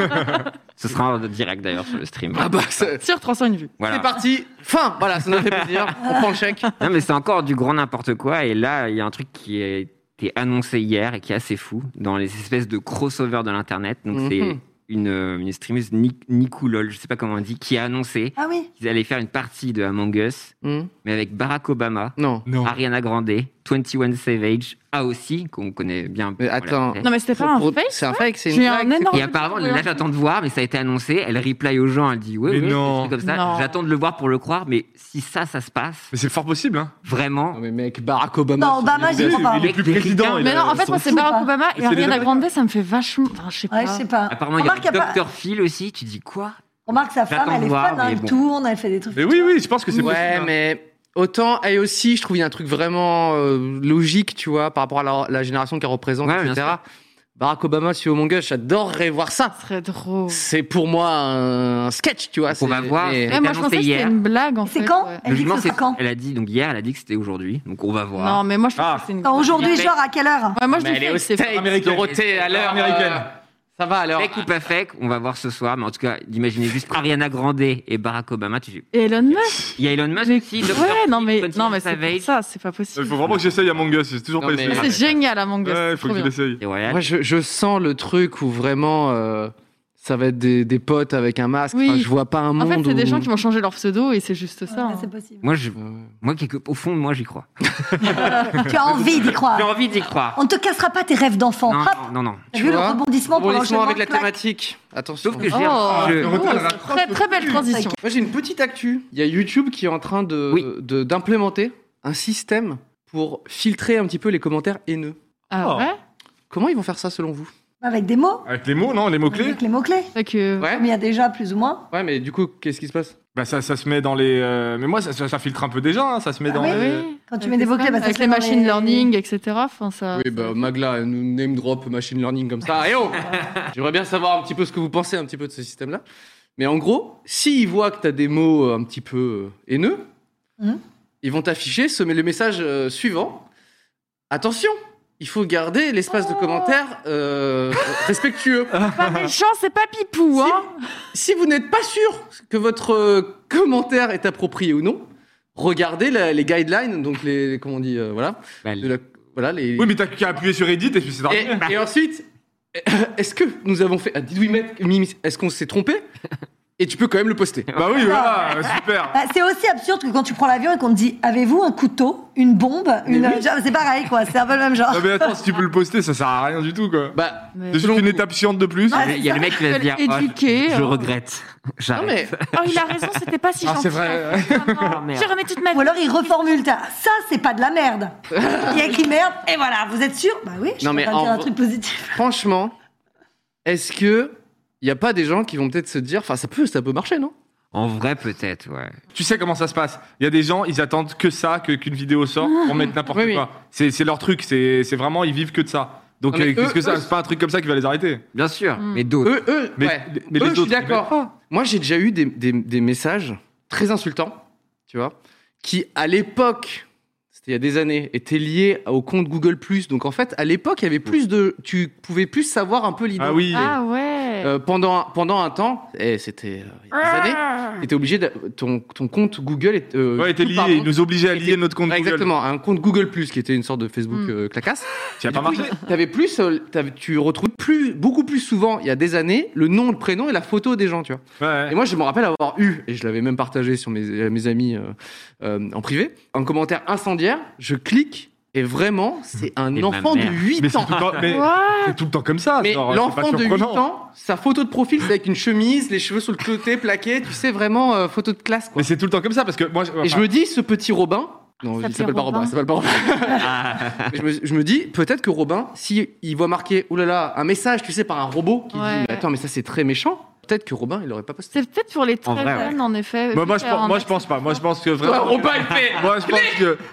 Speaker 1: Ce sera en direct d'ailleurs sur le stream.
Speaker 2: Ah bah, c'est
Speaker 4: Sur 301 vues.
Speaker 2: c'est
Speaker 1: Voilà.
Speaker 2: parti. Fin. Voilà, ça nous a fait plaisir. On prend le chèque.
Speaker 1: Non, mais c'est encore du grand n'importe quoi. Et là, il y a un truc qui a été annoncé hier et qui est assez fou dans les espèces de crossover de l'internet. Donc,
Speaker 2: Mhm.
Speaker 1: c'est une, euh, une streameuse, Ni- Nicoulol, je sais pas comment on dit, qui a annoncé
Speaker 6: Ah oui.
Speaker 1: qu'ils allaient faire une partie de Among Us,
Speaker 2: Hmm.
Speaker 1: mais avec Barack Obama,
Speaker 2: Non.
Speaker 3: Non.
Speaker 1: Ariana Grande, 21 Savage, aussi qu'on connaît bien.
Speaker 2: Mais
Speaker 1: Voilà.
Speaker 2: attends.
Speaker 4: Non, mais c'était pas un
Speaker 2: Pour-
Speaker 4: fake
Speaker 2: C'est un fake, c'est une
Speaker 4: J'ai un
Speaker 2: blague.
Speaker 4: énorme.
Speaker 1: Et apparemment, là j'attends de voir, mais ça a été annoncé. Elle reply aux gens, elle dit ouais,
Speaker 3: Mais
Speaker 1: ouais, c'est
Speaker 3: non.
Speaker 1: un truc comme ça.
Speaker 4: Non.
Speaker 1: J'attends de le voir pour le croire, mais si ça, ça se passe,
Speaker 3: Mais c'est fort possible, hein.
Speaker 2: Non
Speaker 1: vraiment.
Speaker 2: mais mec, Barack Obama.
Speaker 6: Non,
Speaker 2: c'est-
Speaker 6: Obama, Ah, j'y
Speaker 3: Il,
Speaker 6: crois pas.
Speaker 3: est plus président. il
Speaker 4: Mais
Speaker 3: a-
Speaker 4: non, en fait,
Speaker 3: son-
Speaker 4: moi, c'est
Speaker 6: fout
Speaker 4: Barack
Speaker 6: pas.
Speaker 4: Obama
Speaker 3: C'est
Speaker 4: et Ariana
Speaker 3: des-
Speaker 4: Grande, ça me fait vachement. Enfin, je sais pas.
Speaker 6: Ouais, je sais pas.
Speaker 1: Apparemment, il
Speaker 6: Ah. Remarque,
Speaker 1: y a
Speaker 6: y a pas-
Speaker 1: Dr. Phil aussi. Tu dis quoi
Speaker 6: Remarque, sa femme,
Speaker 1: J'attends
Speaker 6: elle
Speaker 1: de
Speaker 6: est
Speaker 1: voir,
Speaker 6: fan, hein,
Speaker 1: mais
Speaker 6: elle
Speaker 1: bon.
Speaker 6: tourne, elle fait des trucs.
Speaker 3: Mais oui, oui, je pense que c'est
Speaker 2: Ouais,
Speaker 3: possible. hein.
Speaker 2: mais autant elle aussi, je trouve il y a un truc vraiment euh, logique, tu vois, par rapport à la, la génération qu'elle représente,
Speaker 1: Ouais, bien
Speaker 2: etc. Barack Obama, si au mon gars, j'adorerais voir ça.
Speaker 4: Ce serait drôle.
Speaker 2: C'est pour moi un sketch, tu vois.
Speaker 1: On va
Speaker 2: c'est-
Speaker 1: voir.
Speaker 2: mais-
Speaker 1: Ouais,
Speaker 4: Ouais, moi, je
Speaker 1: annoncé
Speaker 4: pensais que c'était
Speaker 1: hier.
Speaker 4: une blague en fait.
Speaker 6: C'est quand
Speaker 4: ouais.
Speaker 6: Elle dit
Speaker 1: Logiquement,
Speaker 6: que ce
Speaker 1: c'est-
Speaker 6: sera quand
Speaker 1: Elle a dit donc hier, elle a dit que c'était aujourd'hui. Donc on va voir.
Speaker 4: Non, mais moi, je
Speaker 3: Ah.
Speaker 4: pense que c'est une.
Speaker 6: Attends, Aujourd'hui,
Speaker 1: Mais-
Speaker 6: genre, à quelle heure
Speaker 4: Ouais, moi, je
Speaker 2: Mais
Speaker 4: dis
Speaker 2: elle est
Speaker 4: fake,
Speaker 2: au
Speaker 4: c'est
Speaker 2: States,
Speaker 4: fake.
Speaker 3: Américaine. Ah,
Speaker 2: Dorothée, à l'heure.
Speaker 3: Américaine.
Speaker 2: euh, ça va alors.
Speaker 1: Fake ou
Speaker 4: euh,
Speaker 1: pas fake, on va voir ce soir. Mais en tout cas, d'imaginer juste Ariana Grande et Barack Obama. Tu...
Speaker 4: Et Elon Musk
Speaker 1: Il y a Elon Musk aussi. Dr.
Speaker 4: Ouais, non, mais,
Speaker 1: Phil,
Speaker 4: non, mais c'est
Speaker 1: Savage.
Speaker 4: pour ça, c'est pas
Speaker 3: Il
Speaker 4: possible.
Speaker 3: faut vraiment que j'essaye Among Us, j'ai toujours
Speaker 2: Non,
Speaker 3: pas
Speaker 2: mais-
Speaker 3: essayé.
Speaker 4: C'est génial, Among Us.
Speaker 3: Ouais, il faut
Speaker 4: Trop
Speaker 3: que je
Speaker 4: bien.
Speaker 3: l'essaye.
Speaker 1: Et Royal.
Speaker 2: Moi, je, je sens le truc où vraiment euh, ça va être des, des potes avec un masque.
Speaker 4: Oui.
Speaker 2: Enfin, je vois pas un
Speaker 4: En
Speaker 2: monde.
Speaker 4: fait, c'est des
Speaker 2: où-
Speaker 4: gens qui vont changer leur pseudo et c'est juste ça.
Speaker 6: Ouais,
Speaker 4: hein.
Speaker 6: C'est possible.
Speaker 1: Moi, je-
Speaker 2: Euh,
Speaker 1: moi, quelque... au fond, moi, j'y crois.
Speaker 6: Ah, Tu as envie d'y
Speaker 1: J'ai
Speaker 6: croire.
Speaker 1: envie d'y croire.
Speaker 6: On ne te cassera pas tes rêves d'enfant.
Speaker 1: Non,
Speaker 6: Hop
Speaker 1: non, non, non.
Speaker 6: T'as
Speaker 2: Tu
Speaker 6: vu le
Speaker 2: vois
Speaker 6: rebondissement pour
Speaker 2: Rebondissement
Speaker 6: l'enchaînement
Speaker 2: avec la
Speaker 6: clac.
Speaker 2: thématique. Attention.
Speaker 1: Sauf que j'ai
Speaker 4: Oh,
Speaker 2: Euh,
Speaker 1: je-
Speaker 4: oh, c'est très, très belle transition.
Speaker 2: Moi, j'ai une petite actu. Il y a YouTube qui est en train de
Speaker 1: Oui.
Speaker 2: de- d'implémenter un système pour filtrer un petit peu les commentaires haineux.
Speaker 4: Ah
Speaker 3: Oh.
Speaker 4: ouais
Speaker 2: Comment ils vont faire ça selon vous
Speaker 6: Avec des mots,
Speaker 3: Avec les mots, non Les mots-clés
Speaker 6: avec les mots-clés.
Speaker 4: Fait que-
Speaker 2: Ouais.
Speaker 6: Comme il y a déjà plus ou moins.
Speaker 2: Ouais, mais du coup, qu'est-ce qui se passe
Speaker 3: Bah ça, ça se met dans les. euh, Mais moi, ça, ça- ça filtre un peu déjà, hein, ça se met
Speaker 6: Ah
Speaker 3: dans
Speaker 6: oui,
Speaker 3: les.
Speaker 6: Quand tu
Speaker 4: Avec
Speaker 6: mets des
Speaker 4: les
Speaker 6: mots-clés,
Speaker 4: femmes,
Speaker 6: bah, ça
Speaker 4: avec
Speaker 6: se
Speaker 4: les
Speaker 6: met dans
Speaker 4: machine learning, etc. Enfin, ça.
Speaker 2: Oui, bah Magla, elle nous name drop machine learning comme ça. Eh oh J'aimerais bien savoir un petit peu ce que vous pensez un petit peu de ce système-là. Mais en gros, s'ils voient que tu as des mots euh, un petit peu euh, haineux,
Speaker 4: Hum.
Speaker 6: Mhm.
Speaker 2: ils vont t'afficher ce, le message euh, suivant. Attention, il faut garder l'espace de commentaire euh, respectueux.
Speaker 4: Oh. C'est pas méchant, c'est pas pipou,
Speaker 2: Si-
Speaker 4: hein
Speaker 2: Si vous n'êtes pas sûr que votre euh, commentaire est approprié ou non, regardez la- les guidelines, donc les, comment on dit, euh, voilà,
Speaker 1: Bah,
Speaker 2: de la- voilà les,
Speaker 3: Oui, mais t'as qu'à appuyer sur Edit et puis c'est terminé.
Speaker 2: et, bah. et ensuite, est-ce que nous avons fait. Ah, dites-oui, maître, Mimi, Est-ce qu'on s'est trompé Et tu peux quand même le poster.
Speaker 3: Bah oui, voilà, super.
Speaker 6: Bah, c'est aussi absurde que quand tu prends l'avion et qu'on te dit avez-vous un couteau, une bombe, une genre, c'est pareil quoi, c'est un peu le même genre.
Speaker 3: Non mais attends, si tu peux le poster, ça sert à rien du tout quoi.
Speaker 2: Bah,
Speaker 4: Mais-
Speaker 3: C'est juste une étape chiante de plus.
Speaker 1: Il y a le mec qui va se dire
Speaker 4: Éduquer,
Speaker 1: oh, je-
Speaker 4: euh.
Speaker 1: je regrette.
Speaker 2: non
Speaker 1: J'arrête. Oh,
Speaker 2: mais
Speaker 4: Oh, il a raison, c'était pas si
Speaker 3: Ah,
Speaker 4: gentil.
Speaker 3: c'est vrai.
Speaker 4: en fait. Vraiment.
Speaker 1: merde.
Speaker 4: J'ai remis toute ma vie.
Speaker 6: Ou alors il reformule ça. Ça c'est pas de la merde. Il y a écrit merde et voilà, vous êtes sûr Bah oui, je
Speaker 2: Non,
Speaker 6: suis
Speaker 2: mais
Speaker 6: en train de dire
Speaker 2: en
Speaker 6: un truc positif.
Speaker 2: franchement, est-ce que il y a pas des gens qui vont peut-être se dire, enfin ça peut, ça peut marcher, non
Speaker 1: En vrai, peut-être, ouais.
Speaker 3: Tu sais comment ça se passe. Il y a des gens, ils attendent que ça, que- qu'une vidéo sorte pour mettre n'importe
Speaker 2: Oui, oui.
Speaker 3: quoi. C'est c'est leur truc, c'est c'est vraiment, ils vivent que de ça. Donc
Speaker 2: Non, mais
Speaker 3: euh, qu'est-ce
Speaker 2: eux-
Speaker 3: que ça
Speaker 2: eux-
Speaker 3: C'est pas un truc comme ça qui va les arrêter.
Speaker 1: Bien sûr,
Speaker 4: Hmm.
Speaker 1: mais d'autres.
Speaker 2: Eux, eux,
Speaker 3: Mais-
Speaker 2: ouais.
Speaker 3: mais
Speaker 2: Eux,
Speaker 3: les
Speaker 2: je suis
Speaker 3: autres,
Speaker 2: d'accord. Moi, j'ai déjà eu des, des- des messages très insultants, tu vois, qui à l'époque, c'était il y a des années, étaient liés au compte Google Donc en fait, à l'époque, il y avait plus de, tu pouvais plus savoir un peu l'idée.
Speaker 3: Ah oui.
Speaker 4: Ah ouais.
Speaker 2: Euh, pendant, pendant un temps, et c'était euh, il y a des années, t'étais obligé de, ton, ton compte Google est, euh,
Speaker 3: Ouais, t'es
Speaker 2: tout
Speaker 3: lié,
Speaker 2: par
Speaker 3: ils
Speaker 2: contre-
Speaker 3: nous obligeaient à
Speaker 2: était-
Speaker 3: lier notre compte
Speaker 2: Ouais,
Speaker 3: Google.
Speaker 2: Exactement, un compte Google qui était une sorte de Facebook
Speaker 4: Mm.
Speaker 2: euh, clacasse.
Speaker 3: Ça a pas
Speaker 2: Du coup,
Speaker 3: marché.
Speaker 2: il- T'avais plus, euh, t'avais- tu retrouves plus, beaucoup plus souvent, il y a des années, le nom, le prénom et la photo des gens, tu vois.
Speaker 3: Ouais.
Speaker 2: Et moi, je me rappelle avoir eu, et je l'avais même partagé sur mes, à mes amis euh, euh, en privé, un commentaire incendiaire. Je clique et vraiment, c'est un
Speaker 1: Et ma
Speaker 2: enfant de
Speaker 1: mère.
Speaker 2: 8
Speaker 3: c'est
Speaker 2: ans.
Speaker 3: tout, le temps- mais
Speaker 4: What
Speaker 3: c'est tout le temps comme ça.
Speaker 2: Mais
Speaker 3: genre, c'est pas
Speaker 2: l'enfant de 8
Speaker 3: surprenant.
Speaker 2: ans, sa photo de profil, c'est avec une chemise, les cheveux sur le côté, plaqués, tu sais, vraiment euh, photo de classe, quoi.
Speaker 3: Mais c'est tout le temps comme ça parce que moi.
Speaker 2: Et je me dis, ce petit Robin. Non,
Speaker 4: Ça
Speaker 2: il s'appelle
Speaker 4: fait
Speaker 2: pas Robin,
Speaker 4: Robin.
Speaker 2: il s'appelle pas Robin. Mais je, me, je me dis, peut-être que Robin, si il voit marqué, oulala, un message, tu sais, par un robot, qui
Speaker 4: Ouais.
Speaker 2: dit, mais attends, mais ça c'est très méchant, peut-être que Robin, il aurait pas posté.
Speaker 4: C'est peut-être pour les
Speaker 1: En
Speaker 4: très
Speaker 1: vrai, ouais.
Speaker 4: jeunes, en effet.
Speaker 3: Moi, moi, je
Speaker 4: Peut-être
Speaker 3: pense,
Speaker 4: un
Speaker 3: moi, je
Speaker 4: accès
Speaker 3: pense pas. Moi, je pense que
Speaker 2: Ouais,
Speaker 3: vraiment.
Speaker 2: Robin, il fait
Speaker 3: Moi, je pense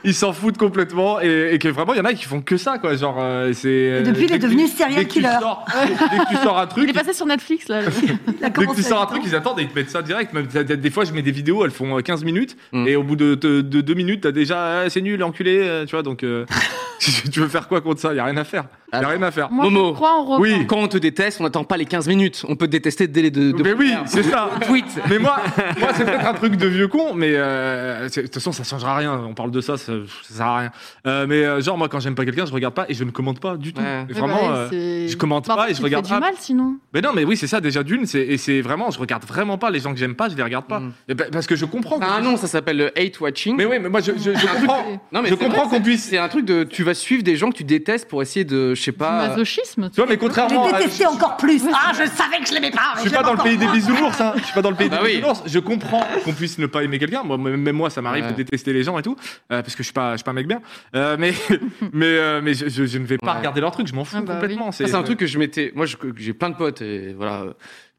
Speaker 3: qu'ils s'en foutent complètement et, et que vraiment, il y en a qui font que ça, quoi. Genre, euh, c'est. euh,
Speaker 6: Et depuis, il
Speaker 3: dès
Speaker 6: est
Speaker 3: que-
Speaker 6: devenu serial
Speaker 3: dès que tu
Speaker 6: killer.
Speaker 3: sors- Dès que tu sors un
Speaker 4: Il
Speaker 3: truc,
Speaker 4: est passé sur Netflix, là.
Speaker 6: Il a
Speaker 3: Dès que
Speaker 6: commencé
Speaker 3: tu sors un
Speaker 6: à-
Speaker 3: truc, ils attendent et ils te mettent ça direct. Même, t'as- t'as- des fois, je mets des vidéos, elles font euh, 15 minutes,
Speaker 2: Mm.
Speaker 3: et au bout de, de, 2 minutes, t'as déjà Ah, c'est nul, enculé, euh, tu vois. Donc, euh, tu veux faire quoi contre ça Y a rien à faire. Y a
Speaker 2: Alors,
Speaker 3: rien à faire.
Speaker 4: Moi,
Speaker 2: Momo.
Speaker 4: je crois en Robin.
Speaker 3: Oui.
Speaker 2: Quand on te déteste, on n'attend pas les 15 minutes. On peut te détester dès les deux. deux
Speaker 3: Mais oui,
Speaker 2: premières.
Speaker 3: c'est ça.
Speaker 2: Tweet.
Speaker 3: Mais moi, moi c'est peut-être un truc de vieux con, mais euh, c'est- de toute façon, ça changera rien. On parle de ça, ça, ça sert à rien. Euh, mais euh, genre, moi, quand j'aime pas quelqu'un, je regarde pas et je ne commente pas du tout.
Speaker 2: Ouais.
Speaker 4: Ouais,
Speaker 3: Vraiment,
Speaker 4: bah,
Speaker 3: euh,
Speaker 4: c'est-
Speaker 3: je commente
Speaker 4: Bah,
Speaker 3: pas et
Speaker 4: tu
Speaker 3: je
Speaker 4: te
Speaker 3: regarde
Speaker 4: fais du
Speaker 3: pas.
Speaker 4: mal, sinon.
Speaker 3: Mais non, mais oui, c'est ça déjà d'une. c'est- Et c'est vraiment, je regarde vraiment pas les gens que j'aime pas, je les regarde pas.
Speaker 2: Mm.
Speaker 3: Et pa- Parce que je comprends. que-
Speaker 2: Ah non, ça s'appelle le hate watching.
Speaker 3: Mais oui, mais moi, je, je,
Speaker 4: Ah,
Speaker 3: je comprends.
Speaker 2: Non, mais
Speaker 3: je
Speaker 2: c'est vrai,
Speaker 3: comprends qu'on
Speaker 2: c'est-
Speaker 3: puisse.
Speaker 2: C'est un truc de. Tu vas suivre des gens que tu détestes pour essayer de. Je sais
Speaker 4: Du
Speaker 2: pas.
Speaker 4: masochisme.
Speaker 3: Tu vois, mais
Speaker 6: Je
Speaker 3: contrairement
Speaker 6: l'ai
Speaker 3: à.
Speaker 6: détesté encore plus. Ah, je savais que je l'aimais pas. mais
Speaker 4: Ah,
Speaker 3: Je suis
Speaker 6: je
Speaker 3: pas
Speaker 6: l'aime
Speaker 3: dans le
Speaker 6: encore
Speaker 3: pays des
Speaker 6: moins.
Speaker 3: bisounours, hein. Je suis pas dans le pays des
Speaker 2: Bah oui.
Speaker 3: bisounours. Je comprends qu'on puisse ne pas aimer quelqu'un. Moi, même même moi, ça m'arrive
Speaker 2: Ouais.
Speaker 3: de détester les gens et tout, euh, parce que je suis pas, je suis pas un mec bien. Euh, mais, mais, euh, mais je, je- je ne vais pas
Speaker 2: Ouais.
Speaker 3: regarder leur truc. Je m'en fous
Speaker 4: Ah bah oui.
Speaker 3: complètement. euh,
Speaker 2: Ça, C'est un truc que je m'étais. Moi, je- que j'ai plein de potes et voilà. euh,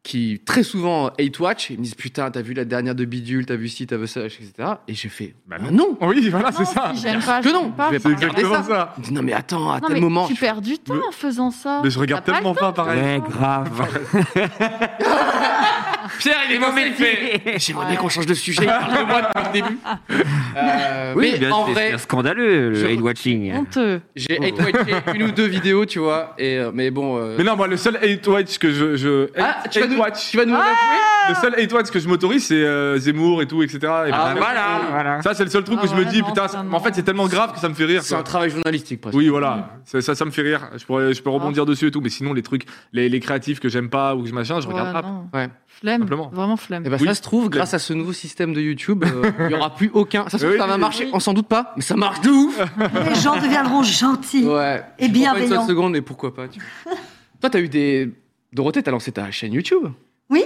Speaker 2: Qui très souvent hate watch, ils me disent putain, t'as vu la dernière de Bidule, t'as vu ci, t'as vu ça, etc. Et j'ai fait
Speaker 3: Bah
Speaker 2: non.
Speaker 3: non. Oui, voilà, c'est
Speaker 4: Non,
Speaker 3: ça.
Speaker 4: si j'aime pas,
Speaker 2: que
Speaker 4: j'aime
Speaker 2: non,
Speaker 4: pas,
Speaker 2: je vais
Speaker 4: faut
Speaker 3: C'est
Speaker 4: regarder
Speaker 3: exactement
Speaker 4: ça.
Speaker 3: ça.
Speaker 2: Ils me disent, non mais attends, à
Speaker 4: Non,
Speaker 2: tel
Speaker 4: mais
Speaker 2: moment.
Speaker 4: tu
Speaker 2: je fais,
Speaker 4: perds du temps
Speaker 3: Mais-
Speaker 4: en faisant ça.
Speaker 3: Mais je regarde
Speaker 4: T'as pas le
Speaker 3: tellement pas, pareil.
Speaker 1: Ouais, grave.
Speaker 2: Pierre, il est mauvais il fait. J'aimerais bien qu'on change de sujet. Il parle de moi depuis le début. Euh, mais
Speaker 1: bien,
Speaker 2: en
Speaker 1: c'est-
Speaker 2: vrai,
Speaker 1: c'est scandaleux,
Speaker 2: je-
Speaker 1: le hate-watching.
Speaker 4: Honteux.
Speaker 2: j'ai
Speaker 3: Oh.
Speaker 2: hate watché une ou deux vidéos, tu vois. Et euh, mais bon. euh,
Speaker 3: Mais non, moi, le seul hate watch que je, je
Speaker 2: Ah,
Speaker 3: hate-
Speaker 2: tu vas
Speaker 3: hate
Speaker 2: nous,
Speaker 3: watch.
Speaker 2: tu vas
Speaker 6: Ah
Speaker 2: nous l'avouer
Speaker 3: Le seul hate watch que je m'autorise, c'est euh, Zemmour et tout, etc. Et
Speaker 2: Ah,
Speaker 3: puis-
Speaker 2: voilà,
Speaker 1: voilà.
Speaker 3: Ça, c'est le seul truc
Speaker 4: Ah,
Speaker 3: où je me
Speaker 4: ouais,
Speaker 3: dis,
Speaker 4: non,
Speaker 3: putain,
Speaker 4: c'est un
Speaker 3: en fait, c'est tellement grave que ça me fait rire.
Speaker 2: C'est
Speaker 3: quoi.
Speaker 2: un travail journalistique presque.
Speaker 3: Oui, voilà, ça, ça, ça me fait rire. Je, pourrais, je
Speaker 2: Ah.
Speaker 3: peux rebondir dessus et tout, mais sinon, les trucs, les, les créatifs que j'aime pas ou que je machin, je regarde
Speaker 4: Ouais,
Speaker 3: pas.
Speaker 4: non.
Speaker 2: Ouais.
Speaker 4: Flemme.
Speaker 3: Simplement.
Speaker 4: Vraiment flemme.
Speaker 2: Et ben ça se trouve, grâce à ce nouveau système de YouTube, euh, il y aura plus aucun. Ça se trouve,
Speaker 3: Oui,
Speaker 2: ça va
Speaker 3: oui,
Speaker 2: marcher,
Speaker 4: oui.
Speaker 2: on s'en doute pas, mais ça marche de ouf.
Speaker 6: Les gens deviendront gentils.
Speaker 2: Ouais.
Speaker 6: Et
Speaker 2: Je comprends pas Une
Speaker 6: bienveillant.
Speaker 2: seule seconde, mais pourquoi pas tu vois. Toi, t'as eu des. Dorothée, t'as lancé ta chaîne YouTube.
Speaker 6: Oui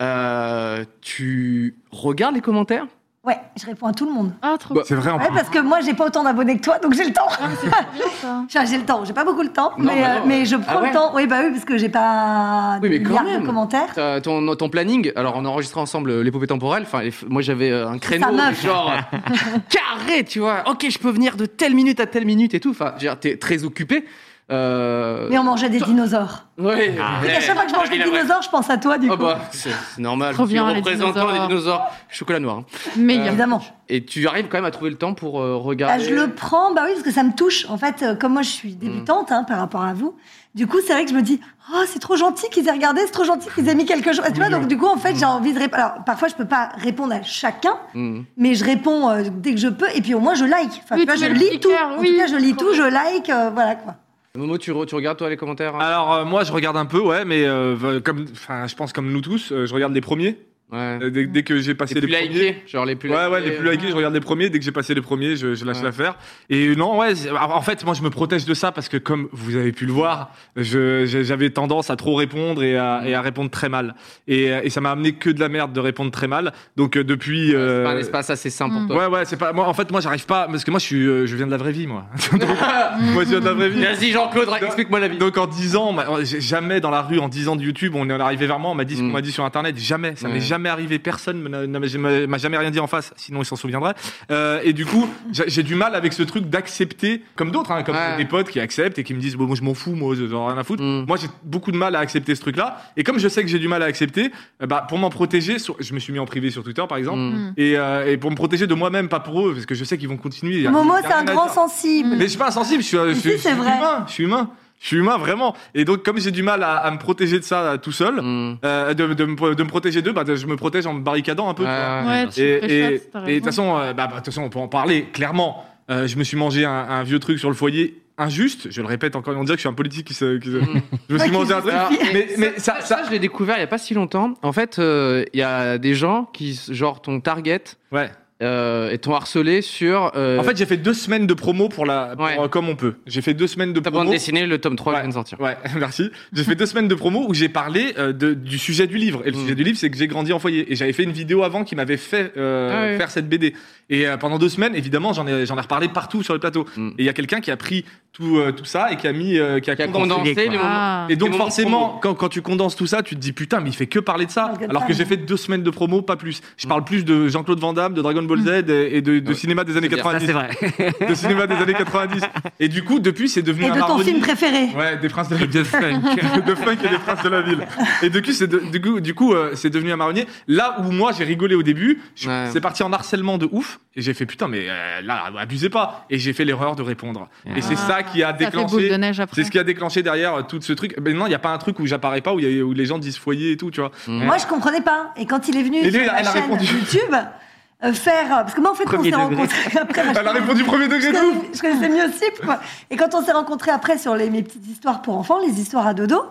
Speaker 2: Euh, tu regardes les commentaires
Speaker 6: Ouais, je réponds à tout le monde.
Speaker 4: Ah, trop Ah,
Speaker 2: Bah,
Speaker 3: C'est vrai, en
Speaker 6: Ouais,
Speaker 3: plus.
Speaker 6: parce que moi, j'ai pas autant d'abonnés que toi, donc j'ai le temps.
Speaker 4: bien ça.
Speaker 6: Enfin, j'ai le temps, j'ai pas beaucoup le temps,
Speaker 2: Non,
Speaker 6: mais,
Speaker 2: bah
Speaker 6: euh,
Speaker 2: non,
Speaker 6: mais
Speaker 2: ouais.
Speaker 6: je prends
Speaker 2: Ah ouais.
Speaker 6: le temps. Oui, bah oui, parce que j'ai pas
Speaker 2: Oui, mais
Speaker 6: des
Speaker 2: quand
Speaker 6: milliards
Speaker 2: même.
Speaker 6: de commentaires.
Speaker 2: Euh, ton, ton planning, alors on a enregistré ensemble euh, l'épopée temporelle. Enfin, les- moi j'avais euh, un créneau
Speaker 6: sa meuf.
Speaker 2: genre euh, carré, tu vois. Ok, je peux venir de telle minute à telle minute et tout. Enfin, je veux dire, t'es très occupé. Euh...
Speaker 6: Mais on mangeait des dinosaures.
Speaker 2: Ouais.
Speaker 6: Et à chaque fois que
Speaker 3: Ah,
Speaker 6: je mange des dinosaures, je pense à toi, du
Speaker 2: Ah
Speaker 6: coup.
Speaker 2: bah, c'est c'est normal.
Speaker 4: Trop
Speaker 2: tu es
Speaker 4: bien, les
Speaker 2: représentant des
Speaker 4: dinosaures.
Speaker 2: dinosaures. Chocolat noir. hein.
Speaker 4: Mais il y a-
Speaker 6: Évidemment.
Speaker 2: Et tu arrives quand même à trouver le temps pour euh,
Speaker 3: Ah,
Speaker 6: Bah,
Speaker 2: regarder.
Speaker 6: je le prends, bah oui, parce que ça me touche. En fait, euh, comme moi, je
Speaker 3: Mm.
Speaker 6: suis débutante hein, par rapport à vous. Du coup, c'est vrai que je me dis, oh, c'est trop gentil qu'ils aient regardé, c'est trop gentil qu'ils aient mis quelque chose. Tu vois, donc du coup, en
Speaker 3: Mm.
Speaker 6: fait, j'ai envie de répondre. Alors, parfois, je peux pas répondre à chacun,
Speaker 2: Mm.
Speaker 6: mais je réponds euh, dès que je peux. Et puis, au moins, je like. Enfin,
Speaker 4: Oui,
Speaker 6: tu vois,
Speaker 4: tu
Speaker 6: je
Speaker 4: mets le
Speaker 6: lis
Speaker 4: petit
Speaker 6: tout.
Speaker 4: cœur,
Speaker 6: en
Speaker 4: oui.
Speaker 6: tout cas, je lis tout, je like, euh, voilà quoi.
Speaker 2: Momo, tu, re- tu regardes toi les commentaires hein
Speaker 3: Alors, euh, moi, je regarde un peu, ouais, mais euh, comme, enfin, je pense comme nous tous, euh, je regarde les premiers.
Speaker 2: Ouais.
Speaker 3: Euh, Dès, dès que j'ai passé
Speaker 2: Les plus
Speaker 3: les premiers.
Speaker 2: likés, genre les plus
Speaker 3: Ouais, ouais,
Speaker 2: likés.
Speaker 3: les plus likés, je regarde les premiers. Dès que j'ai passé les premiers, je, je lâche
Speaker 2: Ouais.
Speaker 3: l'affaire. Et non, ouais, c'est- en fait, moi, je me protège de ça parce que, comme vous avez pu le voir, je- je- j'avais tendance à trop répondre et à, et à répondre très mal. Et, et ça m'a amené que de la merde de répondre très mal. Donc, euh, depuis.
Speaker 2: Euh, C'est pas un
Speaker 3: euh,
Speaker 2: espace assez sain pour
Speaker 4: Mm.
Speaker 2: toi.
Speaker 3: Ouais, ouais, c'est pas. Moi, en fait, moi, j'arrive pas. Parce que moi, je, suis, euh, je viens de la vraie vie, moi. Donc, moi, je viens de la vraie vie.
Speaker 2: Vas-y, Jean-Claude,
Speaker 3: Non.
Speaker 2: explique-moi la vie.
Speaker 3: Donc en 10 ans, bah, j'ai- jamais dans la rue, en 10 ans de YouTube, on est arrivé vers moi, on m'a dit ce qu'on
Speaker 2: Mm.
Speaker 3: m'a dit sur Internet, jamais, ça
Speaker 2: Ouais.
Speaker 3: m'est jamais arrivé, personne n'a- n'a- m'a m'a jamais rien dit en face, sinon il s'en souviendrait. Euh, et du coup, j'ai j'ai du mal avec ce truc d'accepter, comme d'autres, hein, comme
Speaker 2: Ouais.
Speaker 3: des potes qui acceptent et qui me disent, bon, moi, je m'en fous, moi, j'en ai rien à foutre.
Speaker 2: Mm.
Speaker 3: Moi, j'ai beaucoup de mal à accepter ce truc-là, et comme je sais que j'ai du mal à accepter, euh, bah, pour m'en protéger, sur- je me suis mis en privé sur Twitter, par exemple,
Speaker 2: Mm.
Speaker 3: et, euh, et pour me protéger de moi-même, pas pour eux, parce que je sais qu'ils vont continuer. y a-
Speaker 6: Momo,
Speaker 3: y a
Speaker 6: c'est
Speaker 3: rien
Speaker 6: un
Speaker 3: à
Speaker 6: grand
Speaker 3: dire.
Speaker 6: sensible.
Speaker 3: Mais je suis pas insensible, je suis, je,
Speaker 6: Mm. si,
Speaker 3: suis- je
Speaker 6: c'est
Speaker 3: suis
Speaker 6: vrai.
Speaker 3: humain, je suis humain, je suis humain vraiment. Et donc comme j'ai du mal à, à me protéger de ça euh, tout seul,
Speaker 2: Mm.
Speaker 3: euh, de, de me, de me protéger d'eux, bah, je me protège en me barricadant un peu. tu vois.
Speaker 2: Ouais,
Speaker 4: Ouais,
Speaker 2: ouais.
Speaker 4: tu
Speaker 3: Et-
Speaker 4: fais
Speaker 3: Et et-
Speaker 4: chouette, t'as
Speaker 3: et de
Speaker 4: raison.
Speaker 3: toute façon, euh, bah, bah, de toute façon, on peut en parler clairement. Euh, je me suis mangé un, un vieux truc sur le foyer injuste. Je le répète encore, on dirait que je suis un politique qui se. qui se-
Speaker 2: Mm.
Speaker 3: Je me suis
Speaker 6: Ah, qui
Speaker 3: mangé un truc.
Speaker 2: Alors,
Speaker 3: Mais, mais
Speaker 2: ça,
Speaker 3: ça, ça-
Speaker 2: Ah, je l'ai découvert il y a pas si longtemps. En fait, euh, il y a des gens qui, genre, ton target
Speaker 3: Ouais.
Speaker 2: euh, et t'ont harcelé sur. euh,
Speaker 3: En fait, j'ai fait deux semaines de promo pour la. pour,
Speaker 2: Ouais.
Speaker 3: euh, comme on peut. J'ai fait deux semaines de
Speaker 2: ta
Speaker 3: promo.
Speaker 2: bande dessinée, le tome 3 vient de sortir.
Speaker 3: Ouais, merci. J'ai fait deux semaines de promo où j'ai parlé euh, de- du sujet du livre. Et le
Speaker 2: Mm.
Speaker 3: sujet du livre, c'est que j'ai grandi en foyer. Et j'avais fait une vidéo avant qui m'avait fait euh,
Speaker 2: Ah ouais.
Speaker 3: faire cette BD. Et euh, pendant deux semaines, évidemment, j'en ai, j'en ai reparlé partout sur les plateaux.
Speaker 2: Mm.
Speaker 3: Et il y a quelqu'un qui a pris tout, euh, tout ça et qui a mis. euh, qui a
Speaker 2: Qui a
Speaker 3: condensé.
Speaker 2: condensé les
Speaker 1: quoi.
Speaker 2: moments.
Speaker 4: Ah.
Speaker 3: Et donc
Speaker 2: Les moments
Speaker 3: forcément,
Speaker 2: promo.
Speaker 3: quand, quand tu condenses tout ça, tu te dis putain, mais il fait que parler de ça.
Speaker 6: Parle que de
Speaker 3: Alors
Speaker 6: ça,
Speaker 3: que j'ai
Speaker 6: oui.
Speaker 3: fait deux semaines de promo, pas plus. Je parle plus de Jean-Claude Van Damme, de Dragon
Speaker 6: Mm.
Speaker 3: Ball Z et de, de
Speaker 2: Mm. Ouais.
Speaker 3: cinéma des années
Speaker 1: C'est bien, ça,
Speaker 3: 90.
Speaker 1: c'est vrai.
Speaker 3: De cinéma des années 90. Et du coup, depuis, c'est devenu
Speaker 6: Et
Speaker 3: un
Speaker 6: de ton
Speaker 3: harmonie.
Speaker 6: film préféré.
Speaker 3: Ouais, des princes de la
Speaker 1: De funk.
Speaker 3: de funk et des princes de la ville. Et du coup, c'est de- du coup, du coup, euh, c'est devenu un marronnier. Là où moi j'ai rigolé au début, je-
Speaker 2: Ouais.
Speaker 3: c'est parti en harcèlement de ouf. Et j'ai fait putain, mais euh, là, abusez pas. Et j'ai fait l'erreur de répondre. Et c'est ça qui a
Speaker 4: Ah, Ça fait boule de
Speaker 3: déclenché.
Speaker 4: neige après.
Speaker 3: C'est ce qui a déclenché derrière euh, tout ce truc. Maintenant, il n'y a pas un truc où j'apparais pas, où, il y a- où les gens disent foyer et tout, tu vois.
Speaker 6: Moi, je comprenais pas. Et quand il est venu
Speaker 3: Et lui,
Speaker 6: sur
Speaker 3: elle a
Speaker 6: ma chaîne
Speaker 3: répondu.
Speaker 6: YouTube euh, faire, parce que moi, en fait,
Speaker 1: Premier
Speaker 6: on s'est
Speaker 1: degré.
Speaker 6: rencontrés après. ma
Speaker 3: Elle a
Speaker 6: chaîne-
Speaker 3: répondu premier degré
Speaker 6: je,
Speaker 3: de ouf.
Speaker 6: connais- je connaissais mieux Cypre, quoi. Et quand on s'est rencontrés après sur les, mes petites histoires pour enfants, les histoires à dodo,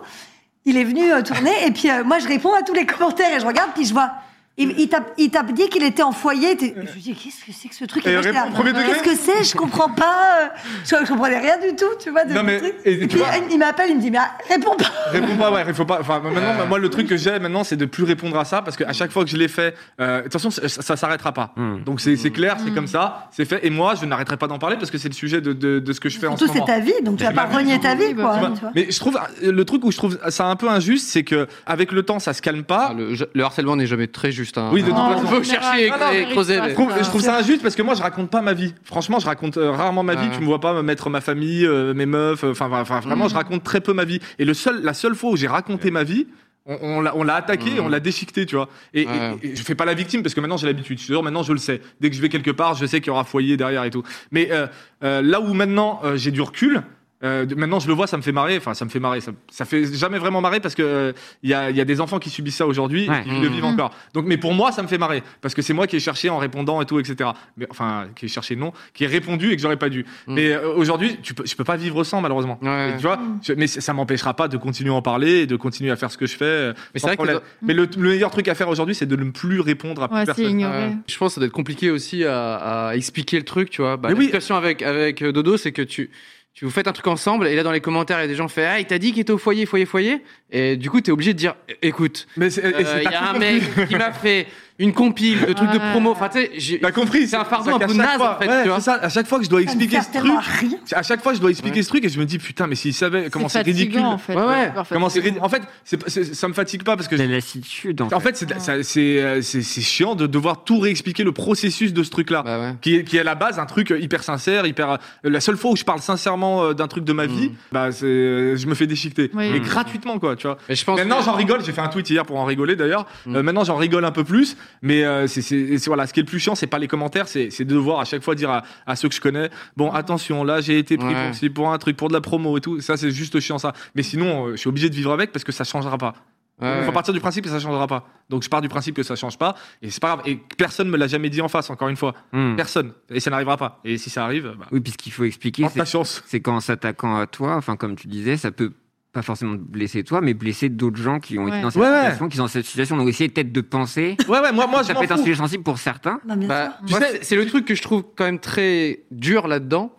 Speaker 6: il est venu euh, tourner. Et puis, euh, moi, je réponds à tous les commentaires et je regarde, puis je vois. Il, il t'a- il t'a dit qu'il était en foyer. t'es- Je me dis, qu'est-ce que c'est que ce truc
Speaker 3: Euh. Et
Speaker 6: moi, j'étais
Speaker 3: réponds
Speaker 6: là,
Speaker 3: premier degré.
Speaker 6: Qu'est-ce que c'est Je comprends pas. euh, Je, je comprenais rien du tout, tu vois. De
Speaker 3: Non,
Speaker 6: ce
Speaker 3: mais-
Speaker 6: truc.
Speaker 3: et tu
Speaker 6: puis,
Speaker 3: vois-
Speaker 6: il m'appelle, il me dit, mais ah, réponds pas.
Speaker 3: Réponds pas, ouais, il faut pas. Enfin, maintenant, moi, le truc que j'ai maintenant, c'est de plus répondre à ça parce qu'à chaque fois que je l'ai fait, euh, de toute façon, ça, ça s'arrêtera pas.
Speaker 1: Mm.
Speaker 3: Donc c'est c'est clair,
Speaker 6: Hmm.
Speaker 3: c'est comme ça, c'est fait. Et moi, je n'arrêterai pas d'en parler parce que c'est le sujet de, de, de ce que je fais en ce
Speaker 6: Surtout, c'est
Speaker 3: moment.
Speaker 6: ta vie, donc tu vas pas renier ta vie, quoi.
Speaker 4: bah,
Speaker 6: hein,
Speaker 4: oui.
Speaker 6: tu vois.
Speaker 3: Mais je trouve euh, le truc où je trouve ça un peu injuste, c'est que avec le temps, ça se calme pas.
Speaker 2: Ah, le, le harcèlement n'est jamais très juste. hein.
Speaker 3: Oui, de toute
Speaker 2: On
Speaker 3: façon.
Speaker 2: peut chercher et,
Speaker 3: Ah, non,
Speaker 2: et
Speaker 3: mais-
Speaker 2: creuser.
Speaker 3: Je
Speaker 2: mais-
Speaker 3: trouve, je trouve ça injuste parce que moi je raconte pas ma vie. Franchement, je raconte euh, rarement ma vie.
Speaker 2: Ouais.
Speaker 3: Tu me vois pas mettre ma famille, euh, mes meufs. euh, Enfin, voilà, enfin, vraiment, je raconte très peu ma vie. Et le seul, la seule fois où j'ai raconté ma vie. On, on l'a- on l'a attaqué,
Speaker 2: Mhm.
Speaker 3: et on l'a déchiqueté, tu vois. Et, et-
Speaker 2: Ouais.
Speaker 3: et je fais pas la victime parce que maintenant j'ai l'habitude. Je suis sûr, maintenant je le sais. Dès que je vais quelque part, je sais qu'il y aura foyer derrière et tout. Mais euh, euh, là où maintenant euh, j'ai du recul, euh, de- maintenant je le vois, ça me fait marrer. Enfin, ça me fait marrer. Ça, ça fait jamais vraiment marrer parce que euh, il y, a, il y a des enfants qui subissent ça aujourd'hui
Speaker 1: Ouais.
Speaker 3: et qui le
Speaker 2: Mhm.
Speaker 3: vivent encore. Donc, mais pour moi, ça me fait marrer parce que c'est moi qui ai cherché en répondant et tout, etc. Mais, enfin, qui ai cherché non, qui ai répondu et que j'aurais pas dû.
Speaker 2: Mhm.
Speaker 3: Mais euh, aujourd'hui, tu peux, je peux pas vivre sans malheureusement.
Speaker 2: Ouais.
Speaker 3: Et tu vois, je- mais ça ça m'empêchera pas de continuer à en parler et de continuer à faire ce que je fais. euh,
Speaker 2: Mais c'est
Speaker 3: sans
Speaker 2: vrai que
Speaker 3: problème.
Speaker 2: dans-
Speaker 3: Mais le, le meilleur truc à faire aujourd'hui, c'est de ne plus répondre à plus
Speaker 4: Ouais, c'est
Speaker 3: personne.
Speaker 4: ignoré.
Speaker 2: Ouais. euh, Je pense que ça doit être compliqué aussi à, à expliquer le truc, tu vois. Bah,
Speaker 3: Mais oui.
Speaker 2: l'explication avec, avec euh, Dodo, c'est que tu, tu vous faites un truc ensemble, et là, dans les commentaires, il y a des gens qui font Ah, il t'a dit qu'il était au foyer, foyer, foyer. Et du coup, t'es obligé de dire Écoute,
Speaker 3: Mais c'est- et
Speaker 2: il
Speaker 3: c'est-
Speaker 2: Euh, y
Speaker 3: t'as
Speaker 2: a un
Speaker 3: compris.
Speaker 2: mec qui m'a fait une compile de trucs de
Speaker 4: Ouais.
Speaker 2: promo. Enfin, tu sais, j'ai-
Speaker 3: T'as compris
Speaker 2: C'est un fardeau
Speaker 3: ça
Speaker 2: un
Speaker 3: qu'à
Speaker 2: peu
Speaker 3: chaque
Speaker 2: naze,
Speaker 3: fois-
Speaker 2: en fait,
Speaker 3: ouais,
Speaker 2: tu vois.
Speaker 3: c'est ça. À chaque fois que je dois
Speaker 6: Ça ne
Speaker 3: expliquer
Speaker 6: sert
Speaker 3: ce truc,
Speaker 6: tellement à rien.
Speaker 3: à chaque fois je dois expliquer ce truc et je me dis putain, mais s'il savait comment c'est ridicule.
Speaker 4: fatigant, en fait.
Speaker 2: Ouais, ouais.
Speaker 4: En fait,
Speaker 3: Comment c'est
Speaker 4: c'est-
Speaker 3: ridicule. En fait, c'est- c'est- ça me fatigue pas parce que
Speaker 1: La lassitude, en
Speaker 3: En
Speaker 1: fait.
Speaker 3: fait, c'est ça- c'est, euh, c'est- c'est chiant de devoir tout réexpliquer le processus de ce truc-là.
Speaker 2: Bah ouais.
Speaker 3: Qui est, qui est à la base un truc hyper sincère, hyper. euh, La seule fois où je parle sincèrement euh, d'un truc de ma
Speaker 2: Mm.
Speaker 3: vie, bah c'est, euh, je me fais déchiqueter.
Speaker 4: Oui.
Speaker 3: Mais
Speaker 4: Mm.
Speaker 3: gratuitement quoi, tu vois.
Speaker 2: Mais je pense
Speaker 3: Maintenant
Speaker 2: que-
Speaker 3: j'en rigole, j'ai fait un tweet hier pour en rigoler d'ailleurs.
Speaker 2: Mm.
Speaker 3: Euh, maintenant j'en rigole un peu plus, mais euh, c'est c'est- c'est- voilà, ce qui est le plus chiant, c'est pas les commentaires, c'est c'est de devoir à chaque fois dire à, à ceux que je connais, bon attention, là j'ai été pris
Speaker 2: Ouais.
Speaker 3: pour, c'est pour un truc, pour de la promo et tout. Ça c'est juste chiant ça. Mais sinon, euh, je suis obligé de vivre avec parce que ça changera pas. Il
Speaker 2: Ouais.
Speaker 3: faut partir du principe que ça changera pas. Donc je pars du principe que ça change pas et c'est pas grave. Et personne me l'a jamais dit en face, encore une fois.
Speaker 1: Mm.
Speaker 3: Personne. Et ça n'arrivera pas. Et si ça arrive, bah,
Speaker 1: Oui, puis ce qu'il faut expliquer,
Speaker 3: prends
Speaker 1: c'est
Speaker 3: ta chance.
Speaker 1: c'est qu'en s'attaquant à toi, enfin comme tu disais, ça peut pas forcément de blesser toi, mais blesser d'autres gens qui ont été
Speaker 4: Ouais.
Speaker 1: dans cette
Speaker 3: Ouais, ouais.
Speaker 1: situation, qui sont dans cette situation. Donc essayez peut-être de penser.
Speaker 3: Ouais, ouais, moi, moi je
Speaker 1: ça
Speaker 3: m'en
Speaker 1: peut être un
Speaker 3: fous.
Speaker 1: sujet sensible pour certains.
Speaker 6: Non, bien
Speaker 2: Bah,
Speaker 6: sûr.
Speaker 2: moi, c'est- c'est le truc que je trouve quand même très dur là-dedans.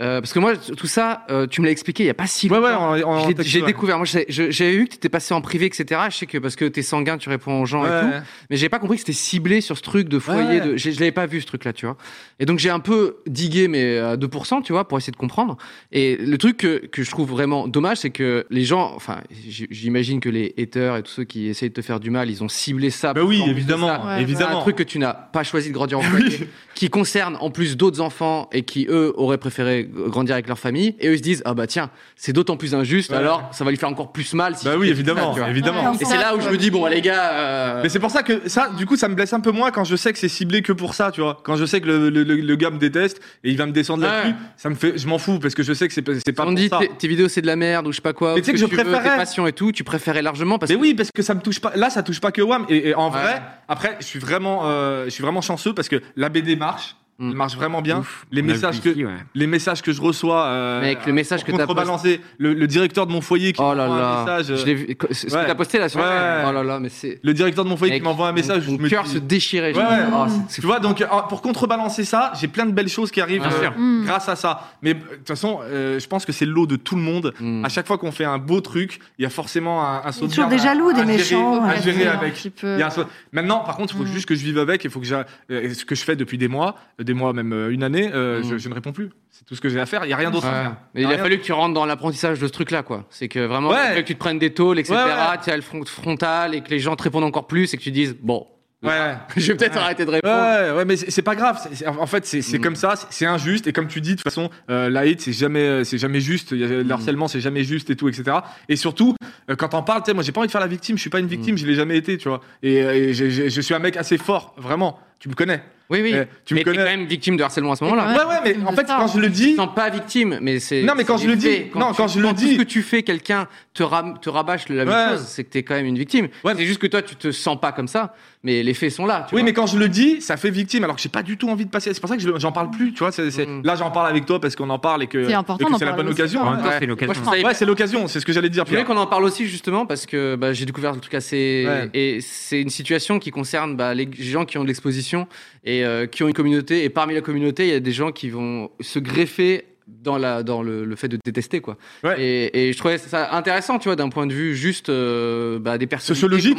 Speaker 2: Euh, parce que moi, tout ça, euh, tu me l'as expliqué il n'y a pas si
Speaker 3: Ouais,
Speaker 2: longtemps.
Speaker 3: ouais, en- en-
Speaker 2: Je l'ai-
Speaker 3: en texte,
Speaker 2: J'ai
Speaker 3: ouais.
Speaker 2: découvert. Moi, je sais- je- j'avais vu que tu étais passé en privé, etc. Je sais que parce que t'es sanguin, tu réponds aux gens et
Speaker 3: Ouais,
Speaker 2: tout.
Speaker 3: ouais.
Speaker 2: Mais j'ai pas compris que c'était ciblé sur ce truc de foyer.
Speaker 3: Ouais.
Speaker 2: De, j'ai- je l'avais pas vu ce truc-là, tu vois. Et donc j'ai un peu digué, mais à 2%, tu vois, pour essayer de comprendre. Et le truc que, que je trouve vraiment dommage, c'est que les gens, enfin, j- j'imagine que les haters et tous ceux qui essayent de te faire du mal, ils ont ciblé ça.
Speaker 3: Bah
Speaker 2: pour
Speaker 3: oui,
Speaker 2: qu'en plus de ça,
Speaker 3: évidemment,
Speaker 4: Ouais,
Speaker 2: c'est
Speaker 3: évidemment.
Speaker 2: un truc que tu n'as pas choisi de grandir en foyer, qui concerne en plus d'autres enfants et qui eux auraient préféré grandir avec leur famille. Et eux ils se disent ah bah tiens c'est d'autant plus injuste.
Speaker 3: Ouais.
Speaker 2: Alors ça va lui faire encore plus mal. Si
Speaker 3: Bah
Speaker 2: tu
Speaker 3: oui,
Speaker 2: fais tout ça,
Speaker 3: évidemment,
Speaker 2: tu vois.
Speaker 3: évidemment.
Speaker 2: Et c'est là où je me dis bon les gars. euh,
Speaker 3: Mais c'est pour ça que ça, du coup, ça me blesse un peu moins quand je sais que c'est ciblé que pour ça, tu vois. Quand je sais que le, le, le- le gars me déteste et il va me descendre
Speaker 2: Ouais.
Speaker 3: là-dessus, ça me fait, je m'en fous parce que je sais que c'est pas, c'est pas
Speaker 2: on
Speaker 3: pour
Speaker 2: dit
Speaker 3: ça.
Speaker 2: tes, tes vidéos c'est de la merde ou je sais pas quoi. ou
Speaker 3: Mais tu sais que
Speaker 2: ce
Speaker 3: je
Speaker 2: veux, tes
Speaker 3: préférais.
Speaker 2: passions et tout, tu préférais largement parce
Speaker 3: Mais
Speaker 2: que
Speaker 3: oui, parce que ça me touche pas. Là, ça touche pas que Wham. Et, et en
Speaker 2: Ouais.
Speaker 3: vrai, après, je suis vraiment, euh, je suis vraiment chanceux parce que la BD marche,
Speaker 2: Mm.
Speaker 3: elle marche vraiment bien.
Speaker 1: Ouf,
Speaker 3: les
Speaker 1: on a vu
Speaker 3: messages que,
Speaker 1: ici, ouais.
Speaker 3: les messages que je reçois, euh,
Speaker 2: Mec, le message
Speaker 3: pour
Speaker 2: que t'as
Speaker 3: contrebalancer, le, le directeur de mon foyer qui
Speaker 2: oh là
Speaker 3: m'envoie
Speaker 2: là.
Speaker 3: un message, euh,
Speaker 2: Je l'ai vu. Ce ce
Speaker 3: Ouais.
Speaker 2: que t'as posté là sur.
Speaker 3: Ouais.
Speaker 2: Oh là là mais c'est.
Speaker 3: le directeur de mon foyer
Speaker 2: Mec,
Speaker 3: qui m'envoie un message,
Speaker 2: Mon
Speaker 3: je me
Speaker 2: cœur
Speaker 3: dis-
Speaker 2: se déchirait. je
Speaker 3: Ouais,
Speaker 2: me dis,
Speaker 3: ouais.
Speaker 2: oh, c'est-
Speaker 3: Tu vois, donc euh, pour contrebalancer ça, j'ai plein de belles choses qui arrivent
Speaker 2: Bien
Speaker 3: euh,
Speaker 2: sûr.
Speaker 4: Mm.
Speaker 3: grâce à ça. Mais euh, de toute façon, euh, je pense que c'est l'eau de tout le monde.
Speaker 2: Mm.
Speaker 3: À chaque fois qu'on fait un beau truc, il y a forcément un, un
Speaker 6: Il y a
Speaker 3: sauvegarde
Speaker 6: toujours des
Speaker 3: à-
Speaker 6: jaloux, des
Speaker 3: à gérer-
Speaker 6: méchants.
Speaker 3: à
Speaker 6: ouais.
Speaker 3: gérer
Speaker 4: Un
Speaker 3: avec.
Speaker 4: petit peu.
Speaker 3: Il y a un sau- Maintenant, par contre, il faut
Speaker 4: Mm.
Speaker 3: juste que je vive avec. Il faut que j'a- euh, ce que je fais depuis des mois, euh, des mois même euh, une année, euh,
Speaker 2: Mm.
Speaker 3: je, je ne réponds plus. C'est tout ce que j'ai à faire. Il n'y a rien d'autre. à
Speaker 2: Ouais.
Speaker 3: faire.
Speaker 2: Mais il
Speaker 3: Y a
Speaker 2: a
Speaker 3: rien.
Speaker 2: fallu que tu rentres dans l'apprentissage de ce truc-là, quoi. C'est que vraiment,
Speaker 3: Ouais.
Speaker 2: il faut que tu te prennes des tôles, etc.
Speaker 3: Ouais, ouais.
Speaker 2: Tu as le front frontal et que les gens te répondent encore plus et que tu dises, bon,
Speaker 3: Ouais.
Speaker 2: je vais peut-être arrêter de
Speaker 3: Ouais,
Speaker 2: répondre.
Speaker 3: ouais, ouais, mais c'est c'est pas grave. C'est- c'est- en fait, c'est c'est
Speaker 2: Mm.
Speaker 3: comme ça, c'est- c'est injuste. Et comme tu dis, de toute façon, euh, la hate, c'est jamais, euh, c'est jamais juste. Il y a- Le
Speaker 2: Mm.
Speaker 3: harcèlement, c'est jamais juste et tout, etc. Et surtout, euh, quand t'en parles, tu sais, moi, j'ai pas envie de faire la victime. Je suis pas une victime,
Speaker 2: Mm.
Speaker 3: je l'ai jamais été, tu vois. Et, euh, et j'ai- j'ai- je suis un mec assez fort, vraiment. Tu me connais.
Speaker 2: Oui, oui.
Speaker 3: Eh, tu me
Speaker 2: mais t'es
Speaker 3: connais.
Speaker 2: quand même victime de harcèlement à ce
Speaker 3: Ouais,
Speaker 2: moment-là.
Speaker 4: Ouais,
Speaker 3: ouais, mais
Speaker 4: victime
Speaker 3: en
Speaker 4: de
Speaker 3: fait,
Speaker 4: ça.
Speaker 3: quand je le
Speaker 2: Tu
Speaker 3: dis,
Speaker 2: te sens pas victime, mais c'est.
Speaker 3: Non, mais quand
Speaker 2: c'est
Speaker 3: je le
Speaker 2: des
Speaker 3: dis-
Speaker 2: faits.
Speaker 3: non,
Speaker 2: tu-
Speaker 3: quand je le
Speaker 2: tout
Speaker 3: dis-
Speaker 2: ce que tu fais, quelqu'un te, ram- te rabâche la même
Speaker 3: Ouais.
Speaker 2: chose, c'est que t'es quand même une victime.
Speaker 3: Ouais.
Speaker 2: C'est juste que toi, tu te sens pas comme ça, mais les faits sont là. tu
Speaker 3: oui,
Speaker 2: vois.
Speaker 3: mais quand je le dis, ça fait victime, alors que j'ai pas du tout envie de passer. C'est pour ça que je- j'en parle plus, tu vois. c'est c'est-
Speaker 2: Mm.
Speaker 3: Là, j'en parle avec toi parce qu'on en parle et que
Speaker 4: C'est important
Speaker 3: et que
Speaker 4: d'en
Speaker 3: c'est la
Speaker 4: parler
Speaker 3: bonne
Speaker 4: aussi.
Speaker 3: occasion.
Speaker 1: En même temps,
Speaker 3: Ouais.
Speaker 1: c'est l'occasion.
Speaker 2: Moi, je pensais-
Speaker 3: Ouais, c'est l'occasion, c'est ce que j'allais dire.
Speaker 2: Je voulais
Speaker 3: Pierre.
Speaker 2: qu'on en parle aussi justement parce que bah, j'ai découvert le truc assez
Speaker 3: Ouais.
Speaker 2: et c'est une situation qui concerne bah, les gens qui ont de l'exposition et euh, qui ont une communauté et parmi la communauté il y a des gens qui vont se greffer dans la dans le, le fait de détester quoi
Speaker 3: Ouais.
Speaker 2: et, et je trouvais ça intéressant tu vois d'un point de vue juste euh, bah, des personnes
Speaker 3: Sociologique.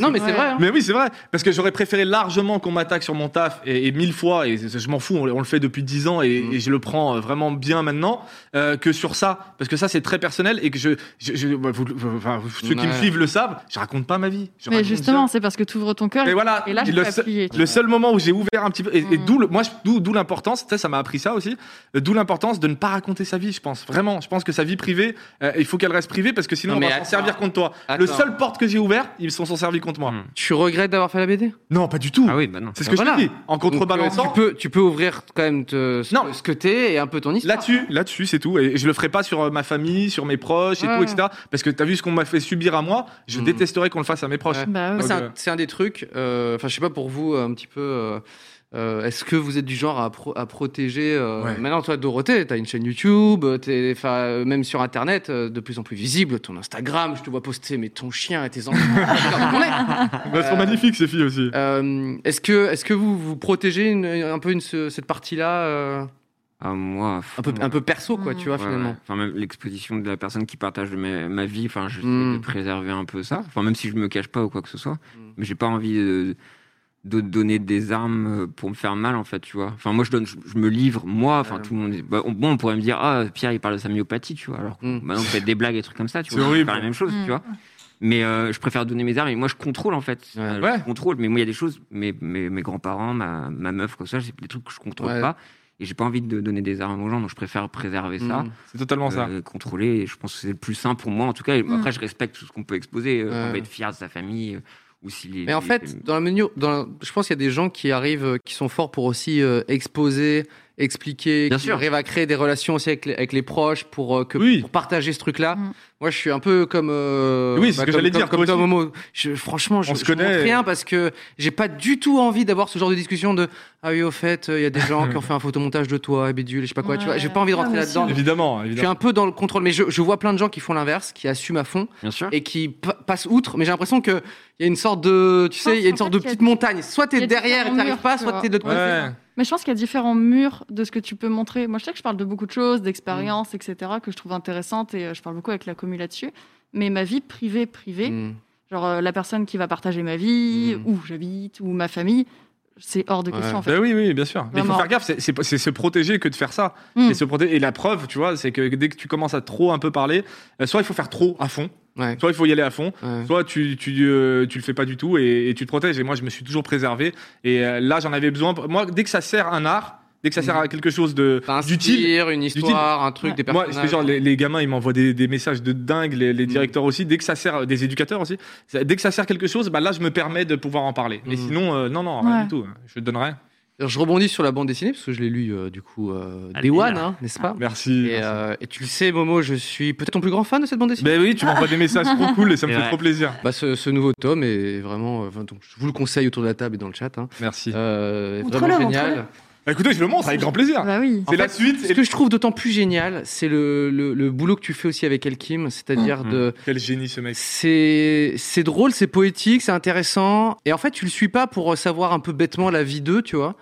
Speaker 2: non mais c'est
Speaker 4: Ouais.
Speaker 2: vrai hein.
Speaker 3: Mais oui, c'est vrai, parce que j'aurais préféré largement qu'on m'attaque sur mon taf et, et mille fois, et je je m'en fous, on, le- on le fait depuis dix ans et,
Speaker 2: Mm.
Speaker 3: et je le prends euh, vraiment bien maintenant, euh, que sur ça, parce que ça c'est très personnel et que je, je, je- bah, vous- vous- enfin, vous- ceux qui me
Speaker 2: Ouais.
Speaker 3: suivent le savent, je raconte pas ma vie. Je
Speaker 4: Mais
Speaker 3: raconte
Speaker 4: justement,
Speaker 3: ça.
Speaker 4: c'est parce que tu ouvres ton cœur
Speaker 3: Et
Speaker 4: et,
Speaker 3: voilà,
Speaker 4: là, tu
Speaker 3: le,
Speaker 4: peux
Speaker 3: seul,
Speaker 4: appuyer.
Speaker 3: le seul moment où j'ai ouvert un petit peu, et, et
Speaker 4: Mm.
Speaker 3: d'où le- moi, je- d'où d'où l'importance, ça, ça m'a appris ça aussi, euh, d'où l'importance de ne pas raconter sa vie, je pense. Vraiment, je pense que sa vie privée, euh, il faut qu'elle reste privée parce que sinon
Speaker 2: Non,
Speaker 3: on
Speaker 2: mais
Speaker 3: va s'en
Speaker 2: attends.
Speaker 3: servir contre toi. Le
Speaker 2: Attends.
Speaker 3: seul porte que j'ai ouvert, ils s'en sont servis contre moi.
Speaker 1: Mm.
Speaker 2: tu regrettes d'avoir fait la BD
Speaker 3: Non, pas du tout.
Speaker 1: Ah oui, bah non.
Speaker 3: C'est ce
Speaker 2: Ben
Speaker 3: que
Speaker 2: voilà.
Speaker 3: je te dis. En
Speaker 2: Donc, euh,
Speaker 3: contrebalançant.
Speaker 2: tu peux tu peux ouvrir quand même te- ce,
Speaker 3: Non.
Speaker 2: ce que t'es et un peu ton histoire
Speaker 3: Là-dessus, là-dessus, c'est tout. Et je le ferai pas sur euh, ma famille, sur mes proches et
Speaker 2: Ouais.
Speaker 3: tout, etc. Parce que t'as vu ce qu'on m'a fait subir à moi. Je
Speaker 2: Mm.
Speaker 3: détesterais qu'on le fasse à mes proches.
Speaker 2: Ouais.
Speaker 4: Bah ouais.
Speaker 2: Moi, c'est
Speaker 3: Donc,
Speaker 2: un-
Speaker 3: euh,
Speaker 2: c'est un, des trucs. euh, Enfin, je sais pas pour vous euh, un petit peu. euh, euh, Est-ce que vous êtes du genre à, pro- à protéger euh,
Speaker 3: Ouais.
Speaker 2: Maintenant, toi, Dorothée, t'as une chaîne YouTube, euh, t'es- enfin, euh, même sur Internet, euh, de plus en plus visible. Ton Instagram, je te vois poster, mais ton chien et tes enfants. Comme on est.
Speaker 3: Elles sont
Speaker 2: Euh,
Speaker 3: magnifiques ces filles aussi.
Speaker 2: Euh, Est-ce que, est que vous vous protégez une- un peu une- ce- cette partie-là, euh,
Speaker 1: Ah, moi, pff,
Speaker 2: un, peu, un peu perso, quoi,
Speaker 4: Mm.
Speaker 2: tu vois,
Speaker 1: ouais,
Speaker 2: finalement
Speaker 1: ouais. Enfin, même l'exposition de la personne qui partage ma, ma vie, enfin, j'essaie
Speaker 2: Mm.
Speaker 1: de préserver un peu ça. Enfin, même si je me cache pas ou quoi que ce soit,
Speaker 2: Mm.
Speaker 1: mais j'ai pas envie de, de donner des armes euh, pour me faire mal, en fait, tu vois. Enfin, moi, je donne, je, je me livre, moi, enfin,
Speaker 2: Ouais.
Speaker 1: tout le monde. est- bah, on, bon, on pourrait me dire, ah, Pierre, il parle de sa myopathie, tu vois. Alors,
Speaker 2: Mm.
Speaker 1: bah non, vous faites des blagues et trucs comme ça, tu
Speaker 3: C'est
Speaker 1: vois.
Speaker 3: horrible.
Speaker 1: C'est la même chose,
Speaker 4: Mm.
Speaker 1: tu vois. Mais euh, je préfère donner mes armes et moi je contrôle en fait.
Speaker 2: Ouais.
Speaker 1: Euh,
Speaker 3: Ouais.
Speaker 1: Je contrôle, mais moi il y a des choses, mes, mes, mes grands-parents, ma, ma meuf, quoi, ça, c'est des trucs que je contrôle
Speaker 2: Ouais.
Speaker 1: pas. Et j'ai pas envie de donner des armes aux gens, donc je préfère préserver ça.
Speaker 2: Mm.
Speaker 3: C'est totalement Mmh. ça. Mmh.
Speaker 1: Euh, contrôler. et Je pense que c'est le plus simple pour moi, en tout cas. Et
Speaker 4: Mm.
Speaker 1: Après, je respecte tout ce qu'on peut exposer. euh,
Speaker 2: Ouais.
Speaker 1: On peut être fier de sa famille. euh, Ou si les,
Speaker 2: Mais en
Speaker 1: les-
Speaker 2: fait, dans la menu, dans la- je pense qu'il y a des gens qui arrivent, euh, qui sont forts pour aussi euh, exposer expliquer,
Speaker 1: Bien
Speaker 2: qui
Speaker 1: sûr.
Speaker 2: arrive à créer des relations aussi avec les, avec les proches pour, euh, que,
Speaker 3: Oui.
Speaker 2: pour partager ce truc-là.
Speaker 4: Mm.
Speaker 2: Moi, je suis un peu comme. euh,
Speaker 3: Oui, c'est ce que
Speaker 2: comme-
Speaker 3: j'allais
Speaker 2: comme-
Speaker 3: dire,
Speaker 2: Comme
Speaker 3: toi
Speaker 2: Tom
Speaker 3: aussi.
Speaker 2: Homo. Je- franchement, je,
Speaker 3: On se
Speaker 2: je montre
Speaker 3: connaît.
Speaker 2: rien parce que j'ai pas du tout envie d'avoir ce genre de discussion de ah oui, au fait, euh, il y a des gens qui ont fait un photomontage de toi, et bidule, et je sais pas quoi. Tu vois,
Speaker 4: Ouais.
Speaker 2: j'ai pas envie de rentrer
Speaker 6: Ah,
Speaker 2: là-dedans.
Speaker 6: aussi.
Speaker 3: Évidemment,
Speaker 2: Je suis
Speaker 3: évidemment.
Speaker 2: un peu dans le contrôle, mais je, je vois plein de gens qui font l'inverse, qui assument à fond
Speaker 1: Bien sûr.
Speaker 2: et qui pa- passent outre. Mais j'ai l'impression que il y a une sorte de, tu
Speaker 4: Je
Speaker 2: sais, il y
Speaker 4: pense
Speaker 2: a une
Speaker 4: qu'en
Speaker 2: sorte
Speaker 4: fait,
Speaker 2: de
Speaker 4: il y a-
Speaker 2: petite montagne. Soit
Speaker 4: il y
Speaker 2: t'es
Speaker 4: a
Speaker 2: derrière et
Speaker 4: différents
Speaker 2: t'arrives
Speaker 4: murs,
Speaker 2: pas,
Speaker 4: tu
Speaker 2: soit
Speaker 4: vois.
Speaker 2: t'es de l'autre côté.
Speaker 3: Ouais.
Speaker 4: Mais je pense qu'il y a différents murs de ce que tu peux montrer. Moi, je sais que je parle de beaucoup de choses, d'expériences, etc., que je trouve intéressantes et euh, je parle beaucoup avec la commu là-dessus. Mais ma vie privée, privée,
Speaker 2: Mm.
Speaker 4: genre euh, la personne qui va partager ma vie,
Speaker 2: Mm.
Speaker 4: où j'habite, ou ma famille, c'est hors de question
Speaker 2: Ouais.
Speaker 4: en fait.
Speaker 3: Ben oui, oui, bien sûr. Mais il faut
Speaker 4: Vraiment.
Speaker 3: faire gaffe, c'est- c'est c'est se protéger que de faire ça.
Speaker 4: Mm.
Speaker 3: Et, se proté- et la preuve, tu vois, c'est que dès que tu commences à trop un peu parler, euh, soit il faut faire trop à fond,
Speaker 2: Ouais.
Speaker 3: soit il faut y aller à fond,
Speaker 2: Ouais.
Speaker 3: soit tu, tu, euh, tu le fais pas du tout et, et tu te protèges. Et moi, je me suis toujours préservé. Et euh, là, j'en avais besoin. Moi, dès que ça sert un art, dès que ça sert à quelque chose de
Speaker 2: T'as un
Speaker 3: d'utile,
Speaker 2: style, une histoire, un truc,
Speaker 4: Ouais.
Speaker 2: des
Speaker 3: moi,
Speaker 2: personnages.
Speaker 3: je fais genre, les, les gamins, ils m'envoient des, des messages de dingue, les, les directeurs aussi. Dès que ça sert, des éducateurs aussi. Ça- Dès que ça sert quelque chose, bah là, je me permets de pouvoir en parler. Mais
Speaker 2: Mm.
Speaker 3: sinon, euh, non, non, rien
Speaker 4: Ouais.
Speaker 3: du tout. Je donnerai.
Speaker 2: Alors, je rebondis sur la bande dessinée parce que je l'ai lu euh, du coup euh, Day One, hein, n'est-ce pas
Speaker 3: Merci.
Speaker 2: et, euh, et tu le sais, Momo, je suis peut-être ton plus grand fan de cette bande dessinée.
Speaker 3: Ben oui, tu m'envoies des messages trop cool et ça me
Speaker 1: C'est
Speaker 3: fait
Speaker 1: vrai.
Speaker 3: trop plaisir.
Speaker 2: Bah, ce, ce nouveau tome est vraiment, euh, enfin, donc, je vous le conseille autour de la table et dans le chat. Hein.
Speaker 3: Merci.
Speaker 2: Euh,
Speaker 6: Montre-le,
Speaker 2: vraiment
Speaker 6: montre-le.
Speaker 2: génial.
Speaker 3: Bah, écoutez, je le montre avec grand plaisir.
Speaker 4: Bah oui.
Speaker 2: En
Speaker 3: C'est la
Speaker 2: fait,
Speaker 3: suite.
Speaker 2: Ce
Speaker 3: Et...
Speaker 2: que je trouve d'autant plus génial, c'est le, le, le boulot que tu fais aussi avec Elkim, c'est-à-dire
Speaker 3: Mmh,
Speaker 1: Mhm.
Speaker 2: de
Speaker 3: Quel génie ce mec.
Speaker 2: c'est c'est drôle, c'est poétique, c'est intéressant, et en fait tu le suis pas pour euh, savoir un peu bêtement la vie d'eux, tu vois,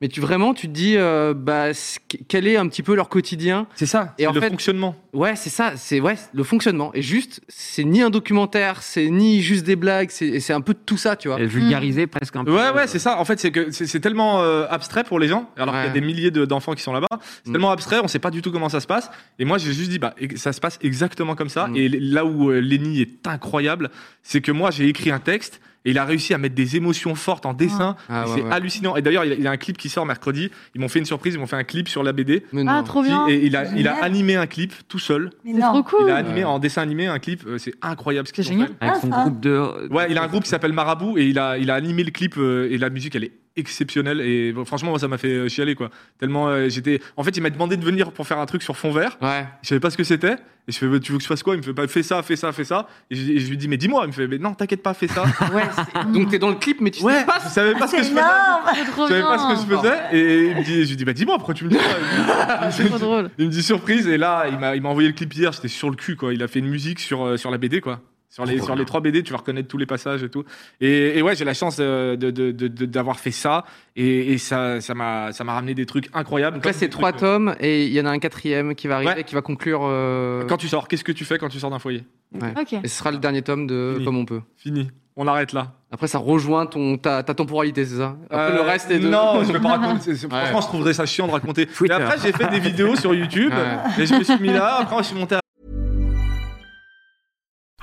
Speaker 2: mais tu vraiment tu te dis euh, bah c- quel est un petit peu leur quotidien,
Speaker 3: C'est ça.
Speaker 2: Et
Speaker 3: Et
Speaker 2: en
Speaker 3: le
Speaker 2: fait-
Speaker 3: fonctionnement.
Speaker 2: ouais c'est ça, c'est ouais le fonctionnement, et juste c'est ni un documentaire, c'est ni juste des blagues, c'est et c'est un peu de tout ça, tu vois.
Speaker 1: Et Vulgariser presque un peu.
Speaker 3: Mmh.
Speaker 1: euh,
Speaker 3: Ouais, ouais, c'est ça. En fait, c'est que c'est c'est tellement euh, abstrait pour les gens, alors qu'il y
Speaker 2: Ouais.
Speaker 3: a des milliers de- d'enfants qui sont là-bas. C'est
Speaker 2: Mm.
Speaker 3: tellement abstrait, on sait pas du tout comment ça se passe. Et moi, j'ai juste dit, bah, ex- ça se passe exactement comme ça.
Speaker 2: Mm.
Speaker 3: Et l- là où euh, Lenny est incroyable, c'est que moi, j'ai écrit un texte et il a réussi à mettre des émotions fortes en dessin.
Speaker 2: Ah,
Speaker 3: Et
Speaker 2: ouais,
Speaker 3: c'est
Speaker 2: ouais.
Speaker 3: hallucinant. Et d'ailleurs, il, a- il a un clip qui sort mercredi. Ils m'ont fait une surprise, ils m'ont fait un clip sur la BD.
Speaker 2: Mais
Speaker 4: Ah,
Speaker 2: non.
Speaker 4: trop bien.
Speaker 3: Et il a, il a
Speaker 6: Génial.
Speaker 3: animé un clip tout seul.
Speaker 6: Mais
Speaker 4: C'est
Speaker 6: non.
Speaker 4: trop cool.
Speaker 3: Il a animé
Speaker 2: Ouais.
Speaker 3: en dessin animé un clip, euh, c'est incroyable ce qu'ils
Speaker 4: C'est
Speaker 3: ont
Speaker 4: génial.
Speaker 3: fait.
Speaker 1: Avec son
Speaker 6: Ah, ça.
Speaker 1: groupe de. euh,
Speaker 3: Ouais, il a un groupe qui s'appelle Marabout et il a, il a animé le clip euh, et la musique elle est exceptionnelle et bon, franchement moi ça m'a fait euh, chialer quoi. Tellement euh, j'étais en fait il m'a demandé de venir pour faire un truc sur fond vert.
Speaker 2: Ouais.
Speaker 3: Je savais pas ce que c'était et je fais bah, tu veux que je fasse quoi Il me fait bah, fais ça, fais ça, fais ça et je, et je lui dis mais dis-moi, il me fait mais non, t'inquiète pas, fais ça.
Speaker 2: Ouais, c'est- donc t'es dans le clip, mais tu sais pas.
Speaker 3: je savais pas ce que
Speaker 6: C'est
Speaker 3: je faisais.
Speaker 6: énorme.
Speaker 4: C'est trop
Speaker 3: Je savais pas ce que je
Speaker 4: bien.
Speaker 3: faisais et il me dit, je lui dis bah dis-moi pourquoi tu me dis ça
Speaker 4: C'est trop drôle.
Speaker 3: Il me dit surprise et là il m'a il m'a envoyé le clip hier, j'étais sur le cul quoi. Il a fait une musique sur euh, sur la BD quoi. Sur les,
Speaker 2: Oh,
Speaker 1: Trop
Speaker 3: sur
Speaker 1: bien.
Speaker 3: les trois BD, tu vas reconnaître tous les passages et tout. Et, et ouais, j'ai la chance euh, de- de- de- de- d'avoir fait ça. Et, et ça ça m'a ça m'a ramené des trucs incroyables.
Speaker 2: Donc là,
Speaker 3: Comme
Speaker 2: c'est
Speaker 3: des
Speaker 2: trois
Speaker 3: trucs, euh,
Speaker 2: tomes et il y en a un quatrième qui va arriver,
Speaker 3: Ouais.
Speaker 2: qui va conclure. euh,
Speaker 3: Quand tu sors, qu'est-ce que tu fais quand tu sors d'un foyer
Speaker 2: ouais.
Speaker 4: Ok.
Speaker 2: Et ce sera le dernier tome de
Speaker 3: Fini.
Speaker 2: Comme on peut.
Speaker 3: Fini. On arrête là.
Speaker 2: Après, ça rejoint ton, ta, ta temporalité, c'est ça Après, le
Speaker 3: Euh,
Speaker 2: reste est de.
Speaker 3: Non, je peux pas raconter. c'est- c'est-
Speaker 2: Ouais.
Speaker 3: Franchement, je trouverais ça chiant de raconter. Et
Speaker 1: Twitter.
Speaker 3: après, j'ai fait des vidéos sur YouTube.
Speaker 2: Ouais.
Speaker 3: Et je me suis mis là. Après, je suis monté à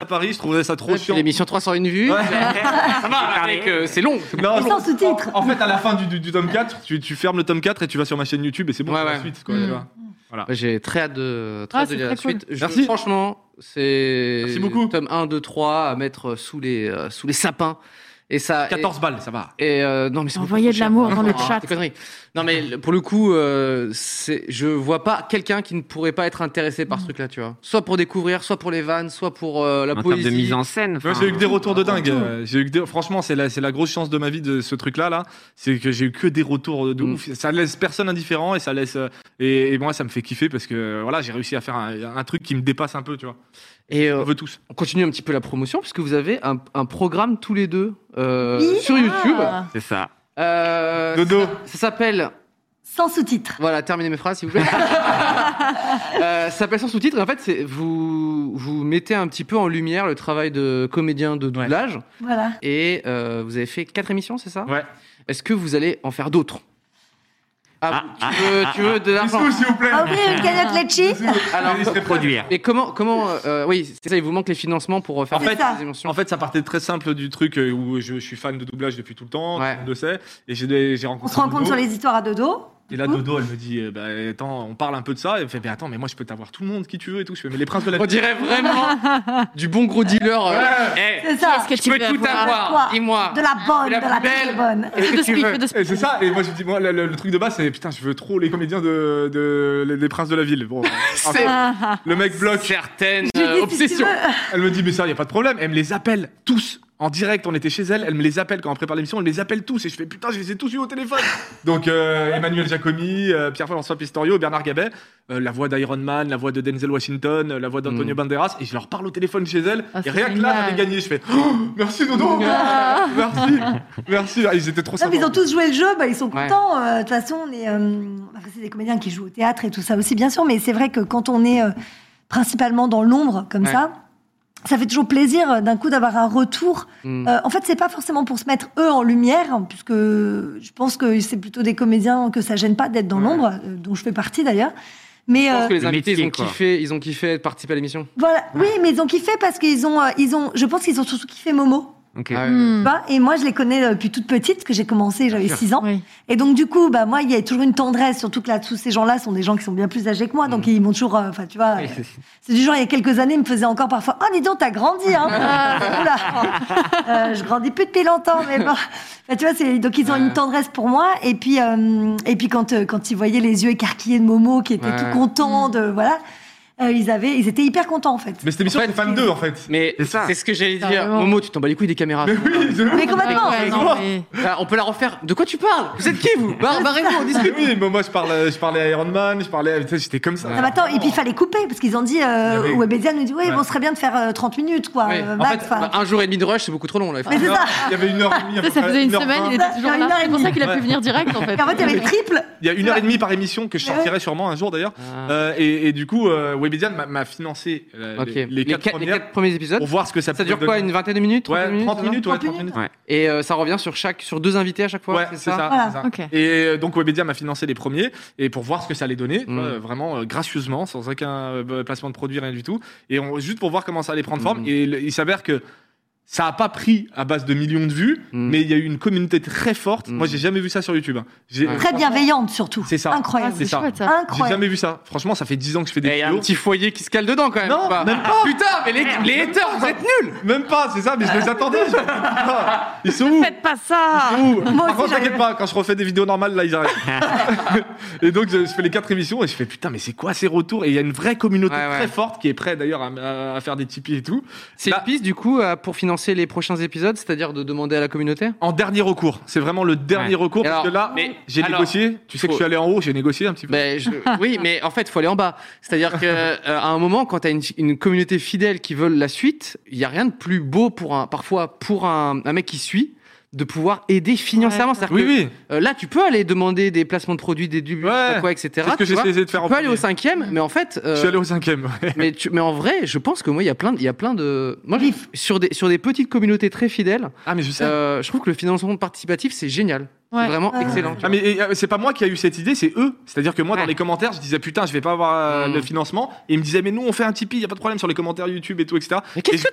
Speaker 3: à Paris, je trouverais ça trop
Speaker 2: Puis
Speaker 3: chiant.
Speaker 2: l'émission 301 vues.
Speaker 3: Ouais. Ah,
Speaker 2: Ça va, mec, euh, c'est long.
Speaker 3: Non,
Speaker 6: Et sans sous-titres.
Speaker 3: En, en fait, à la fin du, du- du tome 4, tu, tu fermes le tome 4 et tu vas sur ma chaîne YouTube et c'est bon
Speaker 2: Ouais,
Speaker 3: pour
Speaker 2: ouais.
Speaker 3: la suite. Quoi,
Speaker 4: Mm.
Speaker 3: tu vois.
Speaker 2: Ouais, J'ai très hâte de, très
Speaker 4: Ah,
Speaker 2: hâte de
Speaker 4: c'est
Speaker 2: lire la
Speaker 4: très cool.
Speaker 2: suite. Je-
Speaker 3: Merci.
Speaker 2: Franchement, c'est.
Speaker 3: Merci beaucoup.
Speaker 2: Tome 1, 2, 3 à mettre sous les, euh, sous les sapins. Et ça. et-
Speaker 3: 14 balles, ça va.
Speaker 2: Et euh, non, mais c'est
Speaker 4: Envoyez
Speaker 2: beaucoup
Speaker 4: de
Speaker 2: cher.
Speaker 4: l'amour dans le
Speaker 2: Ah,
Speaker 4: chat.
Speaker 2: c'est connerie. Non, mais le- pour le coup, euh, c'est- je vois pas quelqu'un qui ne pourrait pas être intéressé par ce truc-là, tu vois. Soit pour découvrir, soit pour les vannes, soit pour euh, la
Speaker 1: En termes
Speaker 2: poésie.
Speaker 1: de mise en scène.
Speaker 3: Ouais,
Speaker 1: enfin,
Speaker 3: j'ai eu que
Speaker 6: Ah,
Speaker 3: des retours de dingue. Euh, J'ai eu que des- Franchement, c'est la, c'est la grosse chance de ma vie de ce truc-là. Là. C'est que j'ai eu que des retours de
Speaker 2: Mm.
Speaker 3: ouf. Ça laisse personne indifférent et ça laisse. euh, Et, et moi, ça me fait kiffer parce que euh, voilà, j'ai réussi à faire un, un truc qui me dépasse un peu, tu vois.
Speaker 2: Et euh,
Speaker 3: On veut tous.
Speaker 2: On continue un petit peu la promotion puisque vous avez un, un programme tous les deux euh,
Speaker 6: Oui.
Speaker 2: sur YouTube.
Speaker 4: Ah.
Speaker 1: C'est ça.
Speaker 2: Euh,
Speaker 3: Dodo.
Speaker 2: Ça, ça s'appelle.
Speaker 6: Sans sous-titres.
Speaker 2: Voilà, terminez mes phrases s'il vous plaît. Euh, ça s'appelle sans sous-titres. et En fait, c'est vous vous mettez un petit peu en lumière le travail de comédien de doublage
Speaker 6: Voilà.
Speaker 2: et euh, vous avez fait quatre émissions, c'est ça
Speaker 3: Ouais.
Speaker 2: Est-ce que vous allez en faire d'autres ah, tu, veux, tu veux de l'argent
Speaker 3: Discours, s'il vous plaît.
Speaker 6: Ah, Ouvrir une cagnotte Litchi
Speaker 2: Alors,
Speaker 3: Allez, c'est
Speaker 1: Produire.
Speaker 2: et comment, comment euh, euh, oui, c'est ça, il vous manque les financements pour euh, faire
Speaker 3: En
Speaker 2: des
Speaker 3: fait,
Speaker 2: petites émotions.
Speaker 3: En fait, ça partait très simple du truc euh, où je, je suis fan de doublage depuis tout le temps,
Speaker 2: Ouais.
Speaker 3: tout le monde le sait, et j'ai des- j'ai
Speaker 6: On
Speaker 3: rencontré.
Speaker 6: se rend compte
Speaker 3: Dodo,
Speaker 6: sur les histoires à dodo.
Speaker 3: Et là, Dodo, elle me dit, euh, bah, attends, on parle un peu de ça. Elle me fait, mais attends, mais moi, je peux t'avoir tout le monde, qui tu veux et tout. Je fais, mais les princes de la.
Speaker 2: On dirait vraiment du bon gros dealer. euh, Eh,
Speaker 6: C'est ça.
Speaker 2: je peux tout
Speaker 6: Quoi
Speaker 2: avoir, dis-moi.
Speaker 6: De la bonne, de
Speaker 2: Ah. la
Speaker 6: la,
Speaker 2: plus
Speaker 6: très
Speaker 2: belle. euh,
Speaker 6: bonne.
Speaker 2: Est-ce que
Speaker 4: de
Speaker 2: tu
Speaker 4: speak,
Speaker 2: veux
Speaker 4: de
Speaker 3: Et
Speaker 4: speak.
Speaker 3: Eh, c'est ça, et moi je me dis, moi le, le- le truc de base c'est putain, je veux trop les comédiens de, de- les, les princes de la ville. Bon,
Speaker 2: C'est-
Speaker 3: après, le mec bloque,
Speaker 2: certaines
Speaker 6: Je lui
Speaker 2: euh,
Speaker 6: dis, si tu
Speaker 2: obsessions
Speaker 6: veux.
Speaker 3: elle me dit, mais ça y a pas de problème. Elle me les appelle tous en direct. On était chez elle, elle me les appelle quand on prépare l'émission, elle me les appelle tous et je fais putain, je les ai tous eu au téléphone. Donc euh, Emmanuel Giacomi, euh, Pierre-François Pistorio, Bernard Gabet, euh, la voix d'Iron Man, la voix de Denzel Washington, euh, la voix
Speaker 2: Mm.
Speaker 3: d'Antonio Banderas, et je leur parle au téléphone chez elle.
Speaker 4: Ah,
Speaker 3: et
Speaker 4: c'est
Speaker 3: rien que là,
Speaker 4: génial.
Speaker 3: j'avais gagné. Je fais oh, merci Dodo, merci, merci. Ah, Ils étaient trop
Speaker 6: Non, Ah, mais ils
Speaker 3: sympas.
Speaker 6: ont tous joué le jeu, bah, ils sont
Speaker 2: Ouais.
Speaker 6: contents. Euh, De toute façon, on est, euh, après, c'est des comédiens qui jouent au théâtre et tout ça aussi, bien sûr. Mais c'est vrai que quand on est euh, principalement dans l'ombre comme
Speaker 2: Ouais.
Speaker 6: ça, ça fait toujours plaisir euh, d'un coup d'avoir un retour.
Speaker 2: Mm.
Speaker 6: Euh, en fait, c'est pas forcément pour se mettre eux en lumière, hein, puisque je pense que c'est plutôt des comédiens que ça gêne pas d'être dans
Speaker 2: Ouais.
Speaker 6: l'ombre, euh, dont je fais partie d'ailleurs. Mais
Speaker 2: Je pense
Speaker 6: euh,
Speaker 2: que les
Speaker 1: Le
Speaker 2: invités,
Speaker 1: métier,
Speaker 2: ils, ont
Speaker 1: quoi.
Speaker 2: kiffé, ils ont kiffé participer à l'émission.
Speaker 6: voilà, oui, mais ils ont kiffé parce qu'ils ont, euh, ils ont, je pense qu'ils ont surtout kiffé Momo.
Speaker 1: Ok.
Speaker 2: Ah,
Speaker 6: tu
Speaker 4: Hmm.
Speaker 6: vois. et moi, je les connais euh, depuis toute petite, parce que j'ai commencé, j'avais 6 ans.
Speaker 4: Oui.
Speaker 6: Et donc, du coup, bah, moi, il y a toujours une tendresse, surtout que là, tous ces gens-là sont des gens qui sont bien plus âgés que moi, donc ils m'ont toujours. euh, Enfin, tu vois, euh, c'est du genre, il y a quelques années, ils me faisaient encore parfois Oh, dis donc, t'as grandi, hein
Speaker 3: Ah.
Speaker 6: Oula. Euh, Je grandis plus depuis longtemps, mais bon. Enfin, tu vois, c'est- donc ils ont une tendresse pour moi. Et puis, euh, et puis quand, euh, quand ils voyaient les yeux écarquillés de Momo, qui était
Speaker 2: Ouais.
Speaker 6: tout content, de, voilà, euh, ils, avaient, ils étaient hyper contents, en fait.
Speaker 3: Mm. Mais cette émission
Speaker 2: En
Speaker 3: c'est
Speaker 2: fait,
Speaker 3: fan 2 en fait.
Speaker 2: Mais
Speaker 1: C'est ça.
Speaker 2: c'est ce que j'allais dire.
Speaker 4: Carrément.
Speaker 2: Momo, tu t'en bats les couilles des caméras.
Speaker 3: Mais oui, de ouf.
Speaker 6: Mais complètement
Speaker 4: Ouais, non,
Speaker 3: Dis-moi.
Speaker 4: mais-
Speaker 2: Ah, on peut la refaire. De quoi tu parles Vous êtes qui, vous Bar- Barrez-vous, on discute.
Speaker 3: Oui, mais moi je parlais, je parlais à Iron Man, je parlais, tu sais, j'étais comme ça.
Speaker 6: Ah bah attends, et puis il fallait couper, parce qu'ils ont dit, euh,
Speaker 3: Il y avait-
Speaker 6: Webedia nous dit, oui,
Speaker 3: Ouais.
Speaker 6: bon, ce serait bien de faire euh, 30 minutes, quoi,
Speaker 2: Oui.
Speaker 6: euh,
Speaker 2: En
Speaker 6: max.
Speaker 2: fait, bah,
Speaker 3: bah,
Speaker 6: enfin.
Speaker 2: un jour et demi de rush, c'est beaucoup trop long. Là.
Speaker 6: mais c'est ça,
Speaker 3: Il y avait une heure et demie. à peu
Speaker 4: Ça, ça
Speaker 3: près,
Speaker 4: faisait une
Speaker 3: heure
Speaker 4: semaine,
Speaker 3: vingt.
Speaker 4: il était toujours
Speaker 6: Une heure
Speaker 4: là.
Speaker 6: et
Speaker 4: C'est pour ça qu'il a
Speaker 3: demie.
Speaker 4: pu venir direct, en fait.
Speaker 6: Et en fait, il y avait le triple.
Speaker 3: Il y a une heure et demie par émission que je sortirai sûrement un jour d'ailleurs.
Speaker 2: Ah.
Speaker 3: Euh, et, et du coup, euh, Webedian m'a- m'a financé euh,
Speaker 2: Ok.
Speaker 3: les, les quatre premières
Speaker 2: premiers épisodes.
Speaker 3: pour voir ce que ça
Speaker 2: Ça dure
Speaker 3: pouvait
Speaker 2: quoi
Speaker 3: donner.
Speaker 2: Une vingtaine de minutes trentaine de
Speaker 3: Ouais,
Speaker 2: minutes,
Speaker 3: 30
Speaker 2: ça va
Speaker 3: minutes, ouais,
Speaker 6: 30
Speaker 3: 30 minutes.
Speaker 2: Et euh, ça revient sur chaque, sur deux invités à chaque fois.
Speaker 3: Ouais, c'est ça.
Speaker 6: Voilà.
Speaker 3: c'est ça.
Speaker 4: Ok.
Speaker 3: Et euh, donc Webedia m'a financé les premiers et pour voir ce que ça allait donner, tu
Speaker 2: Mm.
Speaker 3: vois, euh, vraiment euh, gracieusement, sans aucun euh, placement de produit, rien du tout. Et on, juste pour voir comment ça allait prendre forme.
Speaker 2: Mm.
Speaker 3: Et le- il s'avère que ça a pas pris à base de millions de vues,
Speaker 2: Mm.
Speaker 3: mais il y a eu une communauté très forte.
Speaker 2: Mm.
Speaker 3: Moi, j'ai jamais vu ça sur YouTube. hein. J'ai-
Speaker 2: Ouais.
Speaker 6: Très bienveillante, surtout.
Speaker 3: C'est ça.
Speaker 4: Ah,
Speaker 6: Incroyable.
Speaker 3: C'est
Speaker 4: c'est
Speaker 3: ça.
Speaker 4: chouette, ça.
Speaker 3: J'ai
Speaker 6: Incroyable.
Speaker 3: jamais vu ça. Franchement, ça fait 10 ans que je fais
Speaker 2: Et
Speaker 3: des
Speaker 2: Il y a un
Speaker 3: vidéos.
Speaker 2: petit foyer qui se cale dedans quand même.
Speaker 3: Non,
Speaker 2: ou
Speaker 3: même pas.
Speaker 2: Putain, mais les, les haters, vous êtes nuls.
Speaker 3: Même pas, c'est ça, mais je les attendais. Ah, ils sont où
Speaker 4: Faites pas ça
Speaker 3: Ouh.
Speaker 6: Moi
Speaker 3: Par
Speaker 6: aussi,
Speaker 3: contre,
Speaker 6: j'avais-
Speaker 3: t'inquiète pas, quand je refais des vidéos normales, là, ils arrêtent. et donc, je, je fais les quatre émissions et je fais putain, mais c'est quoi ces retours Et il y a une vraie communauté
Speaker 2: Ouais, ouais.
Speaker 3: très forte qui est prête d'ailleurs à, à- à faire des Tipeee et tout.
Speaker 2: C'est
Speaker 3: Là-
Speaker 2: une piste du coup à- pour financer les prochains épisodes, c'est-à-dire de demander à la communauté.
Speaker 3: En dernier recours, c'est vraiment le dernier
Speaker 1: Ouais.
Speaker 3: recours
Speaker 2: Et
Speaker 3: parce que
Speaker 2: alors-
Speaker 3: là,
Speaker 2: mais-
Speaker 3: j'ai
Speaker 2: alors,
Speaker 3: négocié. Tu sais que
Speaker 2: faut-
Speaker 3: je suis allé en haut, j'ai négocié un petit peu.
Speaker 2: Ben, je- oui, mais en fait, il faut aller en bas. C'est-à-dire que euh, à un moment, quand tu as une, une communauté fidèle qui veut la suite, il y a rien de plus beau pour un, parfois pour un, un mec qui suit de pouvoir aider financièrement.
Speaker 4: Ouais.
Speaker 2: C'est-à-dire
Speaker 3: oui,
Speaker 2: que,
Speaker 3: oui,
Speaker 2: euh, là, tu peux aller demander des placements de produits, des dubs, je sais
Speaker 3: Ouais.
Speaker 2: pas quoi, etc.
Speaker 3: c'est ce que
Speaker 2: tu vois.
Speaker 3: j'ai essayé de faire
Speaker 2: Tu
Speaker 3: en
Speaker 2: peux aller
Speaker 3: premier.
Speaker 2: au cinquième, mais en fait, euh,
Speaker 3: Je suis allé au cinquième.
Speaker 2: mais, tu- mais en vrai, je pense que moi, il y a plein, de- il y a plein de, moi, je- sur des sur des petites communautés très fidèles,
Speaker 3: ah, mais je sais.
Speaker 2: euh, je trouve que le financement participatif, c'est génial,
Speaker 4: Ouais.
Speaker 2: c'est vraiment
Speaker 6: Ouais.
Speaker 2: excellent. tu
Speaker 3: Ah mais et, euh, c'est pas moi qui a eu cette idée, c'est eux. C'est-à-dire que moi dans
Speaker 2: Ouais.
Speaker 3: les commentaires, je disais putain, je vais pas avoir euh,
Speaker 2: Mm.
Speaker 3: le financement. Et ils me disaient mais nous on fait un Tipeee, y a pas de problème sur les commentaires YouTube et tout etc.
Speaker 2: Mais qu'est-ce
Speaker 3: Et je-
Speaker 2: que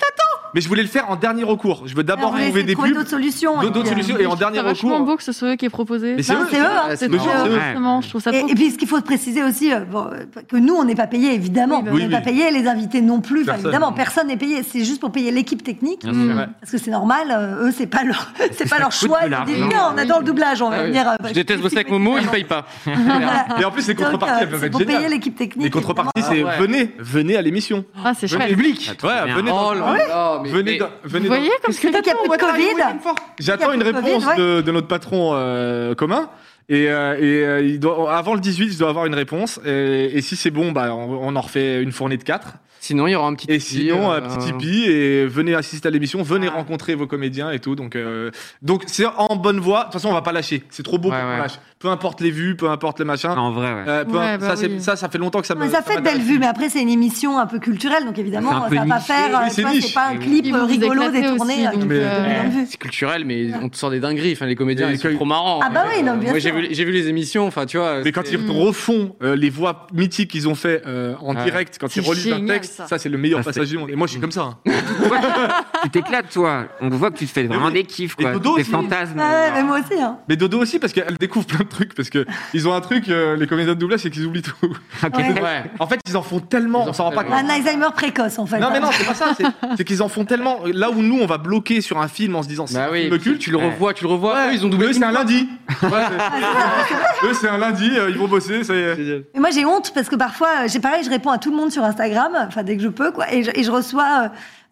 Speaker 3: Mais je voulais le faire en dernier recours. Je veux
Speaker 6: Alors,
Speaker 3: d'abord
Speaker 6: on va
Speaker 3: trouver
Speaker 6: essayer de
Speaker 3: des
Speaker 6: trouver
Speaker 3: pubs,
Speaker 6: d'autres solutions.
Speaker 3: d'autres
Speaker 6: hein.
Speaker 3: solutions et en
Speaker 4: C'est
Speaker 3: dernier
Speaker 4: vachement
Speaker 3: recours.
Speaker 4: beau que ce soit eux qui aient proposé.
Speaker 3: Mais c'est
Speaker 6: Non,
Speaker 3: eux.
Speaker 6: c'est eux, hein.
Speaker 2: Ah,
Speaker 6: C'est
Speaker 2: c'est
Speaker 6: eux.
Speaker 3: marrant. C'est eux.
Speaker 4: Exactement, je trouve ça
Speaker 6: Et,
Speaker 4: beau.
Speaker 6: et puis, ce qu'il faut préciser aussi, euh, bon, euh, que nous, on n'est pas payés, évidemment.
Speaker 4: Oui,
Speaker 6: on
Speaker 3: oui,
Speaker 6: n'est
Speaker 3: oui.
Speaker 6: pas payés, les invités non plus. Enfin,
Speaker 3: Personne.
Speaker 6: évidemment, personne n'est payé. C'est juste pour payer l'équipe technique. Mm.
Speaker 1: Bien sûr.
Speaker 3: Ouais.
Speaker 6: Parce que c'est normal, euh, eux, c'est pas leur, c'est pas leur
Speaker 1: coûte
Speaker 6: choix.
Speaker 1: de
Speaker 6: Ils disent,
Speaker 1: l'argent.
Speaker 6: Viens, on adore le doublage, on va
Speaker 2: Ah oui.
Speaker 6: venir. euh,
Speaker 2: Je déteste bosser avec Momo, il ne paye pas.
Speaker 3: Et en plus les
Speaker 6: Donc,
Speaker 3: contreparties,
Speaker 6: euh,
Speaker 3: elles peuvent
Speaker 6: c'est
Speaker 3: être
Speaker 6: pour payer
Speaker 3: géniales.
Speaker 6: l'équipe technique.
Speaker 3: Les contreparties, c'est
Speaker 2: Ah ouais.
Speaker 3: venez, venez à l'émission.
Speaker 4: Ah, c'est
Speaker 3: Venez
Speaker 4: chouette.
Speaker 3: public.
Speaker 1: Ah, trop
Speaker 3: Ouais,
Speaker 1: bien.
Speaker 3: venez. dans-
Speaker 2: Oh là là, mais-
Speaker 3: Venez,
Speaker 2: mais-
Speaker 3: dans-
Speaker 4: Vous
Speaker 3: venez dans-
Speaker 4: voyez comme c'est
Speaker 6: évidemment. Depuis qu'il n'y a plus de Covid,
Speaker 3: J'attends
Speaker 6: Il y a
Speaker 3: une
Speaker 6: plus de
Speaker 3: réponse
Speaker 6: Covid,
Speaker 3: de, de notre patron euh, commun. Et, euh, et, euh, il doit, avant le 18, je dois avoir une réponse. Et, et si c'est bon, bah, on, on en refait une fournée de 4.
Speaker 2: Sinon, il y aura un petit
Speaker 3: Et
Speaker 2: Tipeee,
Speaker 3: sinon,
Speaker 2: euh,
Speaker 3: un petit Tipeee. Et venez assister à l'émission, venez
Speaker 6: Ah.
Speaker 3: rencontrer vos comédiens et tout. Donc, euh, donc c'est en bonne voie. De toute façon, on va pas lâcher. C'est trop beau
Speaker 2: Ouais,
Speaker 3: qu'on
Speaker 2: ouais.
Speaker 3: lâche. peu importe les vues, peu importe les machins.
Speaker 1: En vrai, ouais.
Speaker 3: Euh, peu
Speaker 4: Ouais,
Speaker 3: im-
Speaker 4: bah
Speaker 3: ça, c'est-
Speaker 4: oui.
Speaker 3: ça, ça fait longtemps que ça me.
Speaker 6: Mais ça fait de belles
Speaker 3: m'intéresse.
Speaker 6: vues, mais après, c'est une émission un peu culturelle, donc
Speaker 1: C'est
Speaker 6: évidemment,
Speaker 1: un
Speaker 6: ça
Speaker 1: peu
Speaker 6: va pas
Speaker 1: niche.
Speaker 6: faire.
Speaker 3: Oui,
Speaker 6: euh,
Speaker 3: c'est
Speaker 6: tu vois,
Speaker 3: niche.
Speaker 6: C'est pas un
Speaker 1: Ils
Speaker 6: clip
Speaker 4: vont vous
Speaker 6: rigolo
Speaker 4: éclater
Speaker 6: détourné
Speaker 4: aussi,
Speaker 6: avec
Speaker 4: donc,
Speaker 6: euh,
Speaker 3: euh,
Speaker 6: des belles vues.
Speaker 2: C'est culturel, mais on te sort des dingueries. Enfin, les comédiens,
Speaker 3: Et
Speaker 2: ils sont
Speaker 3: que-
Speaker 2: trop marrants.
Speaker 6: Ah bah oui, non, bien
Speaker 2: Moi, j'ai
Speaker 6: sûr.
Speaker 2: vu, j'ai vu les émissions. Enfin, tu vois.
Speaker 3: Mais quand
Speaker 2: c'est-
Speaker 3: ils refont euh, les voix mythiques qu'ils ont fait euh, en
Speaker 2: Ouais.
Speaker 3: direct, quand ils
Speaker 4: C'est
Speaker 3: relisent un
Speaker 4: génial,
Speaker 3: texte, ça,
Speaker 4: ça.
Speaker 3: c'est le meilleur
Speaker 2: Ah,
Speaker 1: Ça,
Speaker 3: passage
Speaker 1: c'est-
Speaker 3: du monde. Et moi,
Speaker 2: Mm.
Speaker 3: je suis comme ça. hein.
Speaker 1: Tu t'éclates, toi. On voit que tu te fais vraiment
Speaker 3: Mais-
Speaker 1: des kiffs,
Speaker 3: mais
Speaker 1: quoi.
Speaker 3: Dodo
Speaker 1: Des
Speaker 3: aussi.
Speaker 1: fantasmes.
Speaker 6: Ah ouais, mais moi aussi. Hein.
Speaker 3: Mais Dodo aussi, parce qu'elle découvre plein de trucs, parce que ils ont un truc, euh, les comédiens de doublage, c'est qu'ils oublient tout.
Speaker 1: Ok.
Speaker 6: Ouais.
Speaker 2: Ouais.
Speaker 3: En fait, ils en font tellement,
Speaker 2: Ils en
Speaker 3: on s'en rend
Speaker 2: font
Speaker 3: pas
Speaker 2: tellement.
Speaker 3: compte.
Speaker 6: Un Alzheimer précoce, en fait. hein.
Speaker 3: Non mais non, c'est pas ça. c'est- C'est qu'ils en font tellement. Là où nous, on va bloquer sur un film en se disant, c'est
Speaker 2: Bah
Speaker 3: un
Speaker 2: oui.
Speaker 3: film
Speaker 2: puis
Speaker 3: culte,
Speaker 2: Tu le revois, tu le revois.
Speaker 3: Ouais,
Speaker 2: Eux, ils ont doublé.
Speaker 3: eux,
Speaker 2: une
Speaker 3: c'est un
Speaker 2: fois.
Speaker 3: lundi. Ouais, c'est- eux, c'est un lundi, euh, ils vont bosser. Ça y est.
Speaker 6: Mais moi, j'ai honte parce que parfois, euh, j'ai pareil, je réponds à tout le monde sur Instagram, enfin, dès que je peux, quoi, et je, et je reçois. euh,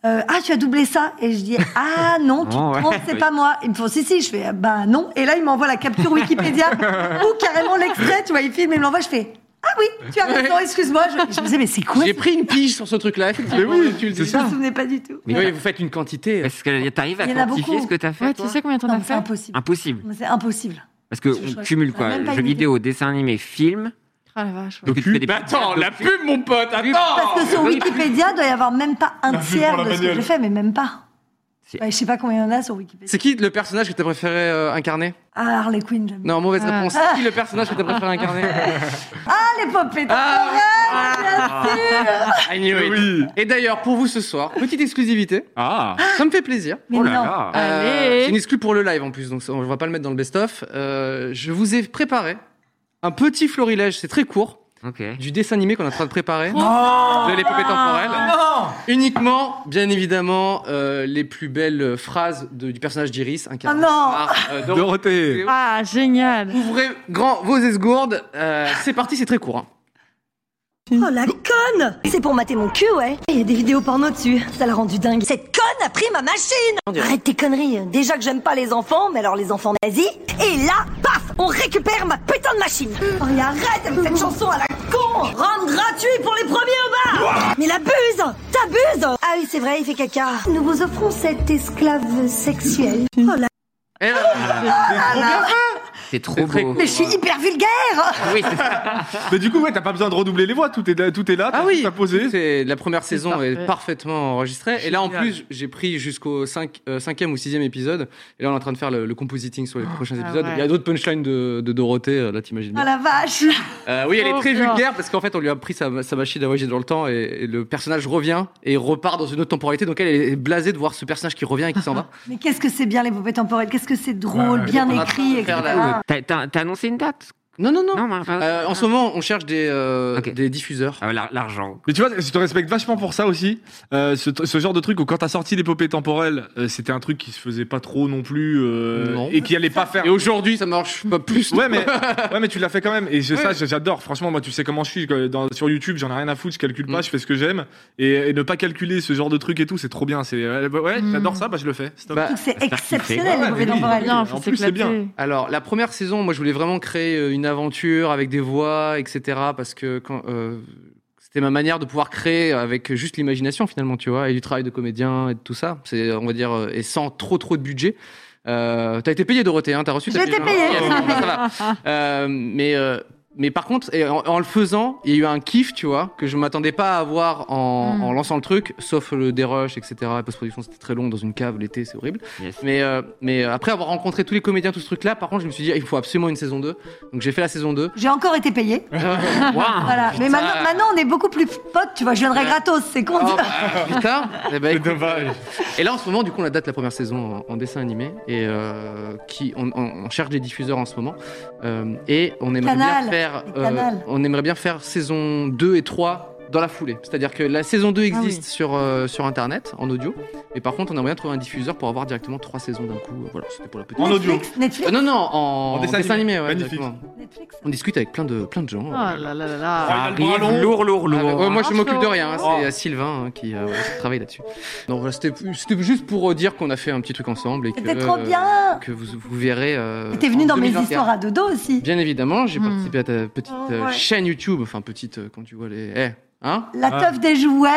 Speaker 6: euh, ah, tu as doublé ça Et je dis Ah non, tu te
Speaker 1: Non, ouais.
Speaker 6: trompes, c'est pas moi. Ils me font Si, si, je fais Ah, Bah non. Et là, ils m'envoient la capture Wikipédia ou carrément l'extrait, tu vois, ils filment et me l'envoient. Je fais Ah oui, tu as raison, excuse-moi. Je, je me disais Mais c'est quoi
Speaker 2: J'ai
Speaker 6: ça
Speaker 2: pris une pige sur ce truc-là.
Speaker 3: Mais
Speaker 2: effectivement.
Speaker 3: oui,
Speaker 2: Tu le
Speaker 3: c'est
Speaker 2: dis.
Speaker 6: Je me
Speaker 3: ça.
Speaker 6: souvenais pas du tout.
Speaker 2: Mais oui, vous faites une quantité.
Speaker 1: Est-ce que t'arrives à
Speaker 6: Il y en a
Speaker 1: quantifier
Speaker 6: beaucoup.
Speaker 1: ce que t'as fait
Speaker 4: Ouais,
Speaker 1: toi
Speaker 4: tu sais combien t'en
Speaker 6: Non,
Speaker 4: as
Speaker 6: mais c'est
Speaker 4: fait
Speaker 6: impossible.
Speaker 1: Impossible.
Speaker 6: Mais C'est impossible.
Speaker 1: Parce
Speaker 6: Je- je-
Speaker 1: qu'on cumule,
Speaker 6: je- je-
Speaker 1: quoi.
Speaker 6: même pas
Speaker 1: Jeux
Speaker 6: une
Speaker 1: vidéo, dessin animé, film.
Speaker 4: Ah la vache. ouais.
Speaker 1: Donc, tu te fais des
Speaker 2: Mais attends,
Speaker 1: petits-
Speaker 2: la pub, mon pote. Attends.
Speaker 6: Parce que sur Wikipédia, doit y avoir même pas un
Speaker 3: Un film
Speaker 6: tiers
Speaker 3: pour la
Speaker 6: de ce que
Speaker 3: bagnole.
Speaker 6: j'ai fait, mais même pas.
Speaker 1: C'est-
Speaker 6: Ouais, je sais pas combien il y en a sur Wikipédia.
Speaker 2: C'est qui le personnage que t'as préféré euh, incarner
Speaker 6: Ah, Harley Quinn, j'aime bien.
Speaker 2: Non, mauvaise
Speaker 4: Ah.
Speaker 2: réponse. C'est qui le personnage que t'as préféré incarner
Speaker 6: Ah, les popées
Speaker 2: Ah. I knew it.
Speaker 3: Oui.
Speaker 2: Et d'ailleurs, pour vous ce soir, petite exclusivité.
Speaker 3: Ah.
Speaker 2: Ça me fait plaisir.
Speaker 6: Mais
Speaker 1: Oh là
Speaker 6: non.
Speaker 1: là.
Speaker 2: Euh,
Speaker 4: Allez.
Speaker 2: C'est une exclue pour le live en plus, donc ça, on va pas le mettre dans le best-of. Euh, je vous ai préparé un petit florilège, c'est très court,
Speaker 1: Ok.
Speaker 2: du dessin animé qu'on est en train de préparer.
Speaker 3: Oh.
Speaker 2: de
Speaker 6: Ah,
Speaker 2: l'épopée temporelle.
Speaker 3: Non.
Speaker 2: Uniquement, bien évidemment, euh, les plus belles euh, phrases de- du personnage d'Iris, incarné
Speaker 6: Oh non.
Speaker 2: par euh, Dorothée.
Speaker 3: Dorothée.
Speaker 4: Ah génial.
Speaker 2: Ouvrez grand vos esgourdes. euh, c'est parti, c'est très court. hein.
Speaker 6: Oh la conne C'est pour mater mon cul, ouais. Il y a des vidéos porno dessus. Ça l'a rendu dingue. Cette conne a pris ma machine Arrête tes conneries. Déjà que j'aime pas les enfants, mais alors les enfants nazis. Et là, paf On récupère ma putain de machine Oh et arrête avec cette chanson à la con Rendre gratuit pour les premiers au bar Mais la buse T'abuses Ah oui, c'est vrai, il fait caca. Nous vous offrons cet esclave sexuel.
Speaker 1: Mm.
Speaker 6: Oh la...
Speaker 2: Et, euh,
Speaker 4: Ah
Speaker 1: C'est trop
Speaker 2: très
Speaker 1: beau.
Speaker 2: cool.
Speaker 6: Mais je suis hyper vulgaire
Speaker 1: Oui, c'est ça.
Speaker 3: Mais du coup, ouais, t'as pas besoin de redoubler les voix. Tout est là, tout est là.
Speaker 2: ah
Speaker 3: t'as-
Speaker 2: oui,
Speaker 3: T'as posé.
Speaker 2: c'est- la première saison est
Speaker 4: parfait.
Speaker 2: parfaitement enregistrée. Et là, en
Speaker 1: Génial.
Speaker 2: plus, j'ai pris jusqu'au 5, e ou 6e épisode. Et là, on est en train de faire le, le compositing sur les prochains
Speaker 4: Ah
Speaker 2: épisodes.
Speaker 4: ouais.
Speaker 2: Il y a d'autres punchlines de, de Dorothée, euh, là, t'imagines bien.
Speaker 6: Oh la vache
Speaker 2: Euh, oui, elle est
Speaker 4: Oh,
Speaker 2: très
Speaker 4: bien.
Speaker 2: vulgaire parce qu'en fait, on lui a pris sa, sa machine à voyager dans le temps et, et le personnage revient et repart dans une autre temporalité. Donc, elle est blasée de voir ce personnage qui revient et qui s'en va.
Speaker 6: Mais qu'est-ce que c'est bien l'épopée temporelle Qu'est-ce que c'est drôle, bien
Speaker 2: on a
Speaker 6: écrit,
Speaker 2: fait
Speaker 6: etc.
Speaker 2: la-
Speaker 1: Euh, T'as- T'as t'as annoncé une date
Speaker 2: Non, non, non.
Speaker 1: Non, mais enfin-
Speaker 2: Euh, en ce moment, on cherche des, euh,
Speaker 1: Ok.
Speaker 2: des diffuseurs.
Speaker 1: Ah, l'ar- L'argent.
Speaker 3: Mais tu vois, je te respecte vachement pour ça aussi. Euh, ce, tr- ce genre de truc où quand t'as sorti l'épopée temporelle, euh, c'était un truc qui se faisait pas trop non plus euh,
Speaker 2: Non.
Speaker 3: et qui allait pas faire.
Speaker 2: Et aujourd'hui, ça marche pas plus.
Speaker 3: Ouais mais, ouais, mais tu l'as fait quand même. Et je- ça,
Speaker 2: Ouais.
Speaker 3: je- j'adore. Franchement, moi, tu sais comment je suis. quoi. Dans- sur YouTube, j'en ai rien à foutre. Je calcule pas,
Speaker 2: Mm.
Speaker 3: je fais ce que j'aime. Et, et ne pas calculer ce genre de truc et tout, c'est trop bien. C'est, ouais, ouais,
Speaker 4: Mm.
Speaker 3: j'adore ça, bah, je le fais. Stop.
Speaker 2: Bah,
Speaker 6: Donc c'est
Speaker 3: Ouais,
Speaker 6: exceptionnel
Speaker 3: mais
Speaker 2: Ah,
Speaker 6: l'épopée
Speaker 3: oui.
Speaker 6: temporelle.
Speaker 4: Bien, faut
Speaker 3: En plus, c'est bien.
Speaker 4: s'éclater.
Speaker 2: Alors, la première saison, moi, je voulais vraiment créer euh, une aventure avec des voix, etc. Parce que quand, euh, c'était ma manière de pouvoir créer avec juste l'imagination, finalement, tu vois, et du travail de comédien et de tout ça. C'est, on va dire, euh, et sans trop, trop de budget. Euh, t'as été payé, Dorothée, hein, t'as reçu ta
Speaker 6: J'ai
Speaker 2: pièce,
Speaker 6: été
Speaker 2: hein
Speaker 6: payée.
Speaker 2: Yes, bon, bah, ça va. Euh, mais, euh, mais par contre, et en, en le faisant, il y a eu un kiff, tu vois, que je m'attendais pas à avoir en,
Speaker 6: Hmm.
Speaker 4: Mm.
Speaker 2: en lançant le truc, sauf le dérush, etc. La post-production, c'était très long dans une cave l'été, c'est horrible.
Speaker 1: Yes.
Speaker 2: Mais, euh, mais euh, après avoir rencontré tous les comédiens, tout ce truc-là, par contre, je me suis dit, ah, il faut absolument une saison 2. Donc j'ai fait la saison 2.
Speaker 6: J'ai encore été payé.
Speaker 2: Ah,
Speaker 6: Ah,
Speaker 1: Waouh.
Speaker 6: Voilà. Mais maintenant, maintenant, on est beaucoup plus potes, tu vois. Je viendrai gratos, c'est con.
Speaker 2: Oh, bah, putain Eh ben, écoute,
Speaker 3: dommage.
Speaker 2: Et là, en ce moment, du coup, on la date la première saison en, en dessin animé. Et euh, qui, on, on- on cherche des diffuseurs en ce moment. Euh, et on aimerait, bien
Speaker 6: Canal,
Speaker 2: faire, euh,
Speaker 6: les canals.
Speaker 2: on aimerait bien faire saison 2 et 3 dans la foulée. C'est-à-dire que la saison 2 existe
Speaker 4: oui.
Speaker 2: sur, euh, sur Internet, en audio. Mais par contre, on aimerait bien trouver un diffuseur pour avoir directement 3 saisons d'un coup. Voilà, c'était pour la petite.
Speaker 3: En audio.
Speaker 6: Netflix, Netflix,
Speaker 2: Euh, non, non, en,
Speaker 3: En dessin
Speaker 2: dessin
Speaker 3: animé.
Speaker 2: animé. ouais,
Speaker 3: Magnifique.
Speaker 2: exactement.
Speaker 6: Netflix.
Speaker 2: On discute avec plein de, plein de gens.
Speaker 4: Oh
Speaker 2: voilà.
Speaker 4: là là là là.
Speaker 1: Ça
Speaker 3: Ah, il a le bras
Speaker 1: arrive
Speaker 3: long.
Speaker 1: lourd, lourd,
Speaker 2: Ah, bah,
Speaker 1: lourd.
Speaker 2: ouais, moi je
Speaker 4: Ah,
Speaker 2: m'occupe de
Speaker 4: chaud.
Speaker 2: rien, hein,
Speaker 3: Oh.
Speaker 2: c'est euh, Sylvain hein, qui, euh, voilà, qui travaille là-dessus. Non, voilà, c'était c'était juste pour euh, dire qu'on a fait un petit truc ensemble et que,
Speaker 6: C'était trop
Speaker 2: euh,
Speaker 6: bien.
Speaker 2: que vous, vous verrez. euh,
Speaker 6: T'es venu
Speaker 2: en
Speaker 6: dans mes
Speaker 2: 2021.
Speaker 6: histoires à dodo aussi.
Speaker 2: Bien évidemment, j'ai
Speaker 4: Hmm.
Speaker 2: participé à ta petite euh,
Speaker 6: Oh, ouais.
Speaker 2: chaîne YouTube, enfin petite euh, quand tu vois les. Eh, hein
Speaker 6: La
Speaker 3: Ah.
Speaker 6: teuf des jouets.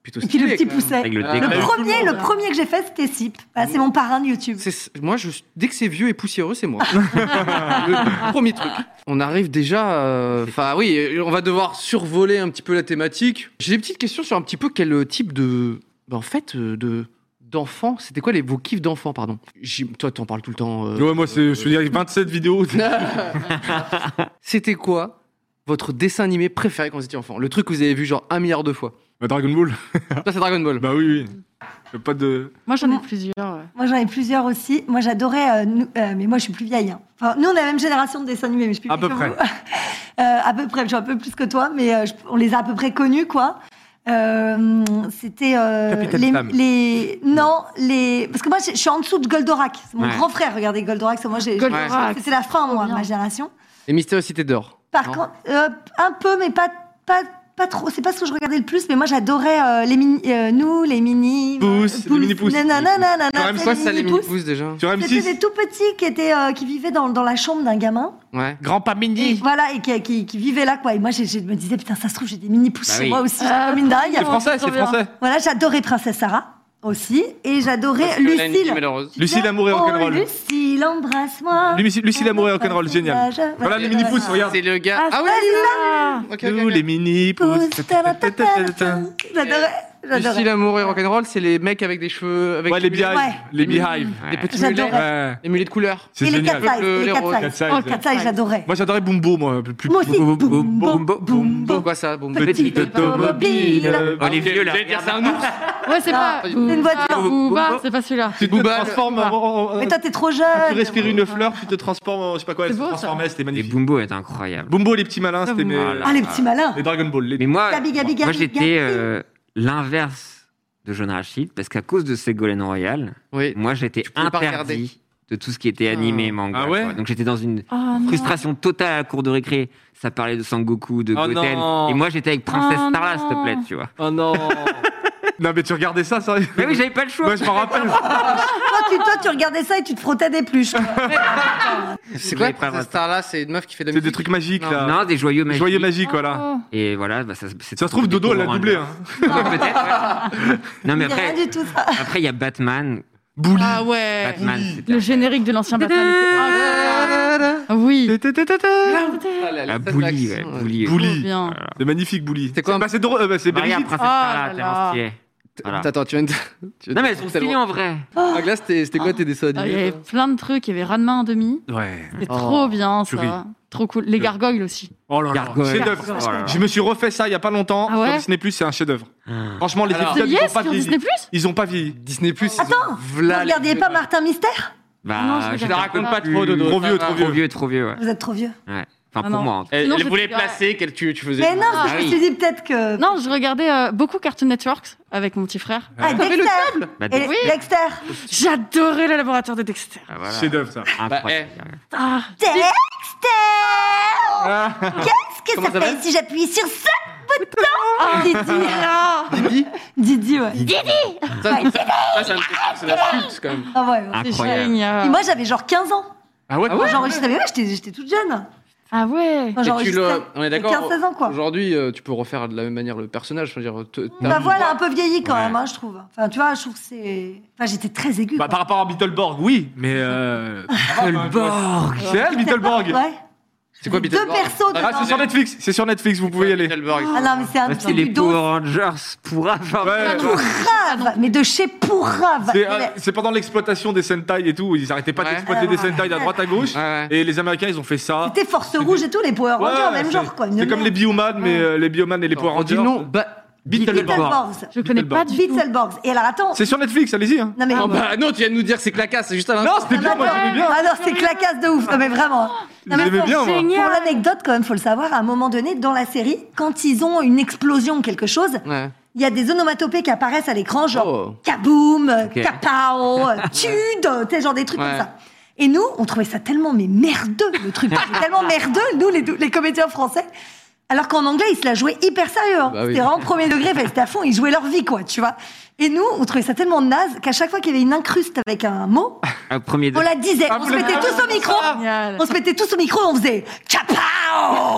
Speaker 2: plutôt
Speaker 6: Et puis
Speaker 2: stylé.
Speaker 6: le petit
Speaker 2: quand même.
Speaker 6: pousset.
Speaker 7: Avec le
Speaker 2: Ah,
Speaker 6: Le
Speaker 7: déclin.
Speaker 2: bah, tout le
Speaker 6: premier,
Speaker 2: monde.
Speaker 6: le premier que j'ai fait, c'était Sip. Voilà, c'est mon parrain de YouTube.
Speaker 2: C'est- Moi, je, dès que c'est vieux et poussiéreux, c'est moi. le premier truc. On arrive déjà. euh, Enfin, oui, on va devoir survoler un petit peu la thématique. J'ai des petites questions sur un petit peu quel euh, type de. bah, en fait, euh, de d'enfants. C'était quoi les, vos kiffs d'enfants, pardon J'im- Toi, t'en parles tout le temps. euh,
Speaker 3: Ouais, moi, c'est- je veux dire, 27 vidéos.
Speaker 2: C'était quoi votre dessin animé préféré quand vous étiez enfant Le truc que vous avez vu genre un milliard de fois.
Speaker 3: Bah, Dragon Ball.
Speaker 2: Toi, c'est Dragon Ball.
Speaker 3: Bah oui, oui. Pas de.
Speaker 4: Moi, j'en ai plusieurs. ouais.
Speaker 6: Moi, j'en ai plusieurs aussi. Moi, j'adorais. euh, nous- euh, mais moi, je suis plus vieille. hein. Enfin, nous, on est la même génération de dessins animés, mais je suis plus
Speaker 3: À
Speaker 6: vieille
Speaker 3: peu
Speaker 6: que
Speaker 3: près.
Speaker 6: vous. Euh, à peu près. Je suis un peu plus que toi, mais euh, je- on les a à peu près connus, quoi. Euh, c'était euh,
Speaker 3: Capitaine
Speaker 6: les,
Speaker 3: Flamme.
Speaker 6: les- non les parce que moi je je suis en dessous de Goldorak c'est mon
Speaker 1: Ouais.
Speaker 6: grand frère regardez Goldorak c'est moi j'ai
Speaker 4: Goldorak.
Speaker 6: c'était la fin moi
Speaker 4: Trop bien.
Speaker 6: ma génération
Speaker 2: Les Mystérieuses Cités d'Or.
Speaker 6: par
Speaker 2: Non
Speaker 6: contre euh, un peu mais pas pas pas trop c'est pas ce que je regardais le plus mais moi j'adorais euh, les mini euh, nous les mini euh,
Speaker 3: Pouces, les mini-pouces.
Speaker 6: nanana,
Speaker 3: Quand même,
Speaker 6: c'est
Speaker 2: Quoi, ça, les
Speaker 6: mini-pouces.
Speaker 2: mini-pouces déjà
Speaker 3: Sur
Speaker 6: C'était
Speaker 3: M6,
Speaker 6: des tout petits qui, étaient, euh, qui vivaient dans, dans la chambre d'un gamin.
Speaker 2: Ouais.
Speaker 3: Grand pas
Speaker 6: Et
Speaker 3: mini.
Speaker 6: voilà, et qui, qui, qui vivaient là, quoi. Et moi, j'ai- je me disais, putain, ça se trouve, j'ai des mini pouces
Speaker 1: Bah
Speaker 6: chez
Speaker 1: oui.
Speaker 6: moi aussi,
Speaker 4: Ah,
Speaker 6: comme une dingue.
Speaker 3: C'est français, c'est français.
Speaker 6: Voilà, j'adorais Princesse Sarah aussi. Et j'adorais Lucille.
Speaker 2: Malheureuse.
Speaker 3: Lucille, amour et rock'n'roll.
Speaker 6: Oh, Lucille, embrasse-moi.
Speaker 3: Lucie- Lucille Amour et rock'n'roll, génial.
Speaker 6: Voilà,
Speaker 3: Voilà les mini-pouces, regarde.
Speaker 2: C'est le gars. Ah ouais, ok, ok,
Speaker 3: Nous,
Speaker 2: ok.
Speaker 3: les mini-pouces.
Speaker 6: J'adorais,
Speaker 2: Lucille,
Speaker 6: j'adorais.
Speaker 2: l'amour et rock'n'roll, c'est les mecs avec des cheveux. Avec
Speaker 3: Ouais, les
Speaker 2: des mulets-
Speaker 3: beehives.
Speaker 6: Ouais.
Speaker 3: Les beehives.
Speaker 2: Des petits
Speaker 6: J'adorais.
Speaker 2: mulets.
Speaker 3: Ouais.
Speaker 2: Les mulets de couleur.
Speaker 3: C'est
Speaker 6: Et les
Speaker 3: génial.
Speaker 6: cat size,
Speaker 2: Le-
Speaker 6: les
Speaker 2: les
Speaker 6: cat
Speaker 2: roses.
Speaker 6: size.
Speaker 3: Cat
Speaker 6: Oh,
Speaker 3: size.
Speaker 6: cat size, j'adorais.
Speaker 3: Moi, j'adorais Bumbo, moi. Plus, plus-
Speaker 6: Moi aussi,
Speaker 3: Bumbo,
Speaker 6: Bumbo,
Speaker 3: Bumbo, Bumbo.
Speaker 2: Quoi ça Bon,
Speaker 3: Petite automobile.
Speaker 1: Oh, les vieux, là. Ah,
Speaker 2: J'allais dire, c'est un ours.
Speaker 4: Ouais, c'est pas.
Speaker 2: c'est
Speaker 6: une voiture.
Speaker 4: Ou pas, c'est pas celui-là.
Speaker 3: Tu te
Speaker 2: Booba,
Speaker 3: transformes en- en- en-
Speaker 6: Mais toi, t'es trop
Speaker 3: Tu
Speaker 6: jeune.
Speaker 3: respires une fleur, tu te transformes en. Je sais pas quoi, elle
Speaker 4: C'est
Speaker 3: se
Speaker 4: beau, ça.
Speaker 3: transformait, c'était
Speaker 1: Et
Speaker 3: magnifique.
Speaker 1: Bumbo est incroyable.
Speaker 3: Bumbo, les petits malins, c'était mes.
Speaker 1: Voilà.
Speaker 6: Ah, les petits malins.
Speaker 3: Les Dragon Ball. les-
Speaker 1: Mais moi,
Speaker 6: Gabi, Gabi,
Speaker 1: moi
Speaker 6: Gabi,
Speaker 1: j'étais
Speaker 6: Gabi.
Speaker 1: euh, l'inverse de John Rachid parce qu'à cause de Ségolène Royal,
Speaker 2: Oui.
Speaker 1: moi j'étais
Speaker 2: Tu pouvais pas regarder.
Speaker 1: interdit de tout ce qui était animé, manga.
Speaker 3: Ah ouais
Speaker 1: quoi. Donc j'étais dans une
Speaker 4: Ah, non.
Speaker 1: frustration totale à la cour de récré. Ça parlait de Sangoku, de
Speaker 3: Oh
Speaker 1: Goten.
Speaker 3: non.
Speaker 1: Et moi j'étais avec Princesse
Speaker 4: Oh
Speaker 1: Sarah,
Speaker 4: non.
Speaker 1: s'il te plaît, tu vois.
Speaker 3: Oh non Non, mais tu regardais ça, sérieux
Speaker 1: Mais oui, j'avais pas le choix.
Speaker 3: Moi, je m'en rappelle.
Speaker 6: Toi, tu, toi, tu regardais ça et tu te frottais des pluches.
Speaker 2: C'est
Speaker 1: Je
Speaker 2: quoi
Speaker 1: l'ai pas
Speaker 2: cette
Speaker 1: raté.
Speaker 2: star là C'est une meuf qui fait de la
Speaker 3: C'est des
Speaker 2: musique.
Speaker 3: trucs magiques,
Speaker 2: Non.
Speaker 3: là.
Speaker 1: Non, des joyeux magiques.
Speaker 3: Joyeux magique, voilà.
Speaker 4: Oh.
Speaker 1: Et voilà, bah, ça, c'est-
Speaker 3: Ça se trouve,
Speaker 1: des
Speaker 3: Dodo, elle l'a
Speaker 1: Power
Speaker 3: doublé.
Speaker 1: Rangers.
Speaker 3: hein.
Speaker 1: Peut-être, ouais. Non, mais
Speaker 6: Il y a
Speaker 1: après,
Speaker 6: rien du tout, ça.
Speaker 1: après, il y a Batman.
Speaker 3: Bouli.
Speaker 4: Ah ouais.
Speaker 1: Batman, c'était
Speaker 4: Le générique de l'ancien Batman. était- Ah oui.
Speaker 2: Ah là là,
Speaker 1: la
Speaker 2: ça, c'est
Speaker 1: Bouli, ouais,
Speaker 2: l'action, ouais.
Speaker 1: Bouli.
Speaker 4: Trop
Speaker 3: Bouli.
Speaker 4: bien.
Speaker 3: C'est magnifique, Bouli.
Speaker 2: C'est quoi
Speaker 3: bah, Oh, C'est drôle, euh, bah, c'est
Speaker 1: Regarde,
Speaker 3: Brigitte.
Speaker 1: Princesse
Speaker 4: Ah
Speaker 1: Sarah,
Speaker 4: là
Speaker 1: tellement
Speaker 4: là.
Speaker 1: stylé. Voilà.
Speaker 2: Attends, tu viens de. tu viens de-
Speaker 1: Non, mais elles sont
Speaker 2: tellement-
Speaker 1: stylées en vrai.
Speaker 2: Ah, Glace, c'était c'était quoi tes dessins
Speaker 4: Ah, Il y
Speaker 2: animés
Speaker 4: avait plein de trucs. Il y avait Ranma en demi.
Speaker 3: Ouais.
Speaker 4: C'était
Speaker 2: Oh,
Speaker 4: trop bien ça.
Speaker 3: purée.
Speaker 4: Trop cool. Les gargoyles aussi.
Speaker 3: Oh là là.
Speaker 1: Gargoyle.
Speaker 3: Chef
Speaker 1: Gargoyle. Oh là là.
Speaker 3: d'œuvre. Je me suis refait ça il y a pas longtemps.
Speaker 4: Ah ouais
Speaker 3: Sur Disney Plus, c'est un chef d'œuvre. Franchement, les
Speaker 2: Alors-
Speaker 4: C'est
Speaker 3: épisodes, ils ont
Speaker 4: yes
Speaker 3: pas
Speaker 4: sur Disney
Speaker 3: vieilli.
Speaker 4: Plus.
Speaker 3: Ils ont pas vieilli.
Speaker 2: Disney Plus.
Speaker 6: Attends, Vous regardiez pas Martin Mystère
Speaker 1: Bah,
Speaker 4: Ah Non, je
Speaker 1: je
Speaker 4: regarde
Speaker 1: te
Speaker 4: pas.
Speaker 1: raconte pas
Speaker 2: Plus-
Speaker 1: trop, Dodo.
Speaker 3: Trop vieux, trop
Speaker 1: Trop
Speaker 3: vieux.
Speaker 1: vieux, trop vieux, ouais.
Speaker 6: Vous êtes trop vieux.
Speaker 1: Ouais. Enfin,
Speaker 4: Ah
Speaker 1: pour
Speaker 4: non.
Speaker 1: moi. en tout cas.
Speaker 4: Sinon,
Speaker 2: Elle
Speaker 4: je
Speaker 2: voulait
Speaker 4: dirais-
Speaker 2: placer, quelle tu, tu faisais
Speaker 6: Mais non, parce
Speaker 1: Ah
Speaker 6: que je
Speaker 1: oui.
Speaker 6: me suis dit peut-être que.
Speaker 4: Non, je regardais euh, beaucoup Cartoon Network avec mon petit frère.
Speaker 6: Ah,
Speaker 2: T'avais
Speaker 6: Dexter
Speaker 2: le câble
Speaker 1: Bah,
Speaker 6: Et
Speaker 1: donc,
Speaker 4: Oui.
Speaker 6: Dexter
Speaker 4: J'adorais le laboratoire de Dexter.
Speaker 1: bah, voilà.
Speaker 3: Chef d'œuvre, ça.
Speaker 1: Incroyable.
Speaker 4: Ah,
Speaker 6: Dexter
Speaker 3: Ah.
Speaker 6: Qu'est-ce que
Speaker 2: Comment
Speaker 6: ça
Speaker 2: ça
Speaker 6: fait
Speaker 2: s'appelle
Speaker 6: si j'appuie sur ce bouton
Speaker 4: Ah.
Speaker 6: Didi
Speaker 2: Didi
Speaker 6: Didi, ouais.
Speaker 2: Ça, ça, ça me fait peur, c'est la culte quand même.
Speaker 6: Ah ouais, ouais.
Speaker 4: c'est hein.
Speaker 1: Incroyable.
Speaker 6: Et
Speaker 4: génial.
Speaker 6: moi, j'avais genre 15 ans.
Speaker 3: Ah ouais
Speaker 6: Quand j'enregistrais, mais ouais, j'étais j'étais toute jeune.
Speaker 4: Ah ouais.
Speaker 6: Quand
Speaker 2: Et tu
Speaker 6: j'enregistrais,
Speaker 2: le- on est
Speaker 6: j'avais
Speaker 2: d'accord
Speaker 6: 15-16 ans, quoi.
Speaker 2: Aujourd'hui, euh, tu peux refaire de la même manière le personnage. je veux dire, te- t'as-
Speaker 6: Bah voilà, un peu vieilli quand
Speaker 1: Ouais.
Speaker 6: même, hein, je trouve. Enfin, tu vois, je trouve que c'est... Enfin, j'étais très aiguë,
Speaker 3: Bah,
Speaker 6: quoi.
Speaker 3: par rapport à Beetleborg, oui, mais. Euh...
Speaker 1: Borg.
Speaker 3: C'est elle, Beetleborg
Speaker 6: Ouais.
Speaker 2: C'est quoi
Speaker 6: Deux
Speaker 2: Beetleborg
Speaker 6: persos
Speaker 2: Ah,
Speaker 3: Ah, c'est sur
Speaker 6: dedans.
Speaker 3: Netflix, c'est sur Netflix, vous pouvez y aller.
Speaker 2: Beetleborg.
Speaker 6: Ah non, mais c'est
Speaker 3: Bah,
Speaker 6: un
Speaker 1: Ah, C'est
Speaker 6: petit
Speaker 1: les Power
Speaker 6: dos
Speaker 1: Rangers pour avoir.
Speaker 3: Ouais.
Speaker 6: pourrave Mais de chez pourrave
Speaker 3: C'est,
Speaker 6: Non,
Speaker 3: euh,
Speaker 6: mais-
Speaker 3: c'est pendant l'exploitation des Sentai et tout, ils arrêtaient pas
Speaker 2: Ouais.
Speaker 3: d'exploiter des Sentai à droite à gauche,
Speaker 2: Ouais, ouais.
Speaker 3: et les Américains ils ont fait ça.
Speaker 6: C'était Force Rouge et tout, les Power Rangers,
Speaker 3: Ouais,
Speaker 6: même
Speaker 3: c'est-
Speaker 6: genre, quoi. une
Speaker 3: C'est comme
Speaker 6: merde.
Speaker 3: les Bioman, mais euh, les Bioman et les Power
Speaker 2: On dit
Speaker 3: Rangers.
Speaker 2: non, bah.
Speaker 3: Beetleborg.
Speaker 6: Beetleborgs.
Speaker 4: Je connais pas du tout. Ah,
Speaker 6: Beetleborgs. Et alors, attends...
Speaker 3: C'est sur Netflix, allez-y. hein.
Speaker 6: Non, mais...
Speaker 2: Oh, bah non, tu viens de nous dire que c'est clacasse, c'est juste à l'instant.
Speaker 3: Non, c'était bien, moi j'aimais bien.
Speaker 6: Ah non, c'est clacasse de ouf. Non, mais vraiment. hein. Non, mais
Speaker 3: J'aimais
Speaker 6: pour-
Speaker 3: bien, moi.
Speaker 6: Pour l'anecdote, quand même, faut le savoir, à un moment donné, dans la série, quand ils ont une explosion, quelque chose,
Speaker 2: Ouais.
Speaker 6: il y a des onomatopées qui apparaissent à l'écran, genre
Speaker 2: Oh.
Speaker 6: kaboom, kapao, tude, tu sais, genre des trucs
Speaker 2: Ouais.
Speaker 6: comme ça. Et nous, on trouvait ça tellement mais merdeux, le truc. C'était tellement merdeux, nous, les, les comédiens français. Alors qu'en anglais, ils se la jouaient hyper sérieux. hein.
Speaker 2: Bah oui.
Speaker 6: C'était vraiment premier degré, enfin, c'était à fond, ils jouaient leur vie, quoi, tu vois. Et nous, on trouvait ça tellement naze qu'à chaque fois qu'il y avait une incruste avec un mot,
Speaker 1: Un premier
Speaker 4: Oh,
Speaker 6: on la disait, on
Speaker 3: vous
Speaker 6: se
Speaker 3: l'avez
Speaker 6: mettait
Speaker 3: fait
Speaker 6: tous au micro.
Speaker 4: Génial.
Speaker 6: On se mettait tous au micro et on faisait Kapao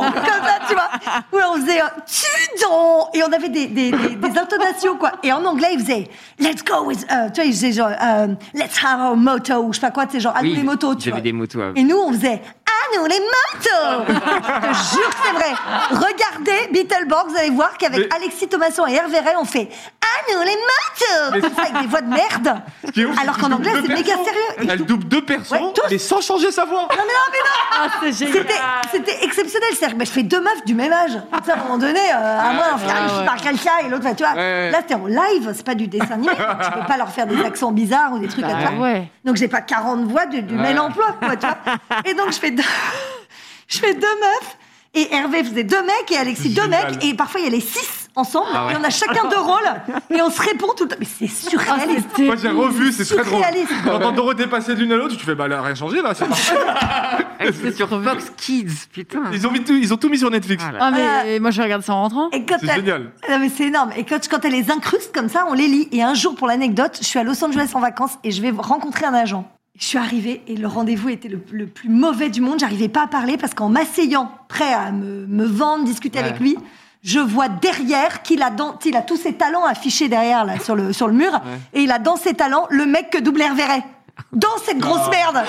Speaker 6: Waouh Comme ça, tu vois. Ou alors, on faisait euh, tu donc Et on avait des, des, des- des intonations, quoi. Et en anglais, ils faisaient Let's go with. euh, tu vois, ils faisaient genre euh, Let's have a moto, ou je sais pas quoi, tu sais, genre, à nous
Speaker 1: Oui,
Speaker 6: les motos, tu vois.
Speaker 1: J'avais des motos. à-
Speaker 6: Et nous, on faisait Ah, nous, les motos Je te jure que c'est vrai. Regardez Beetleborg, vous allez voir qu'avec
Speaker 3: Mais-
Speaker 6: Alexis Thomasson et Hervé Ray, on fait Ah, nous, les motos Comme ça, avec des voix de merde.
Speaker 3: qui est ouf,
Speaker 6: Alors
Speaker 3: c'est
Speaker 6: qu'en
Speaker 3: qu'il
Speaker 6: anglais,
Speaker 3: double
Speaker 6: c'est
Speaker 3: deux
Speaker 6: méga
Speaker 3: persos.
Speaker 6: sérieux.
Speaker 3: Elle double deux persos,
Speaker 6: Ouais, tous.
Speaker 3: mais sans changer sa voix.
Speaker 6: Non, mais non, mais non
Speaker 4: c'est
Speaker 6: c'était, c'était exceptionnel. C'est-à-dire que bah, je fais deux meufs du même âge. Tu sais, à un moment donné, euh, à moi, on fait
Speaker 2: ouais,
Speaker 6: ah, je suis
Speaker 2: ouais.
Speaker 6: par quelqu'un et l'autre, tu vois.
Speaker 2: Ouais.
Speaker 6: Là, c'était en live, c'est pas du dessin animé. donc tu peux pas leur faire des accents bizarres ou des trucs comme ça.
Speaker 4: ouais.
Speaker 6: Donc, j'ai pas 40 voix du, du mail emploi, quoi, tu vois. Et donc, je fais deux, je fais deux meufs. Et Hervé faisait deux mecs et Alexis deux
Speaker 3: Génial.
Speaker 6: mecs. Et parfois, il y a les six ensemble.
Speaker 1: ouais.
Speaker 6: Et on a chacun deux rôles. Et on se répond tout le temps. Mais c'est surréaliste.
Speaker 3: Moi j'ai revu, c'est très drôle.
Speaker 6: Surréaliste.
Speaker 3: Quand Dorothée passait de l'une à l'autre, tu fais bah elle a rien changé là. c'est parfait.
Speaker 1: Ah, C'était sur Vox Kids, putain.
Speaker 3: Ils ont, mis tout, ils ont tout mis sur Netflix.
Speaker 1: Ah là.
Speaker 4: Ah, mais moi, je regarde ça en rentrant.
Speaker 6: Et quand
Speaker 3: C'est
Speaker 6: elle-
Speaker 3: génial.
Speaker 6: Non, mais c'est énorme. Et quand, quand elle les incruste comme ça, on les lit. Et un jour, pour l'anecdote, je suis à Los Angeles en vacances et je vais rencontrer un agent. Je suis arrivée et le rendez-vous était le, le plus mauvais du monde. J'arrivais pas à parler parce qu'en m'asseyant, prêt à me, me vendre, discuter
Speaker 2: Ouais.
Speaker 6: avec lui, je vois derrière qu'il a, dans- il a tous ses talents affichés derrière là, sur, le, sur le mur. Et il a dans ses talents le mec que double verrait. Dans cette grosse
Speaker 2: Ah.
Speaker 6: merde.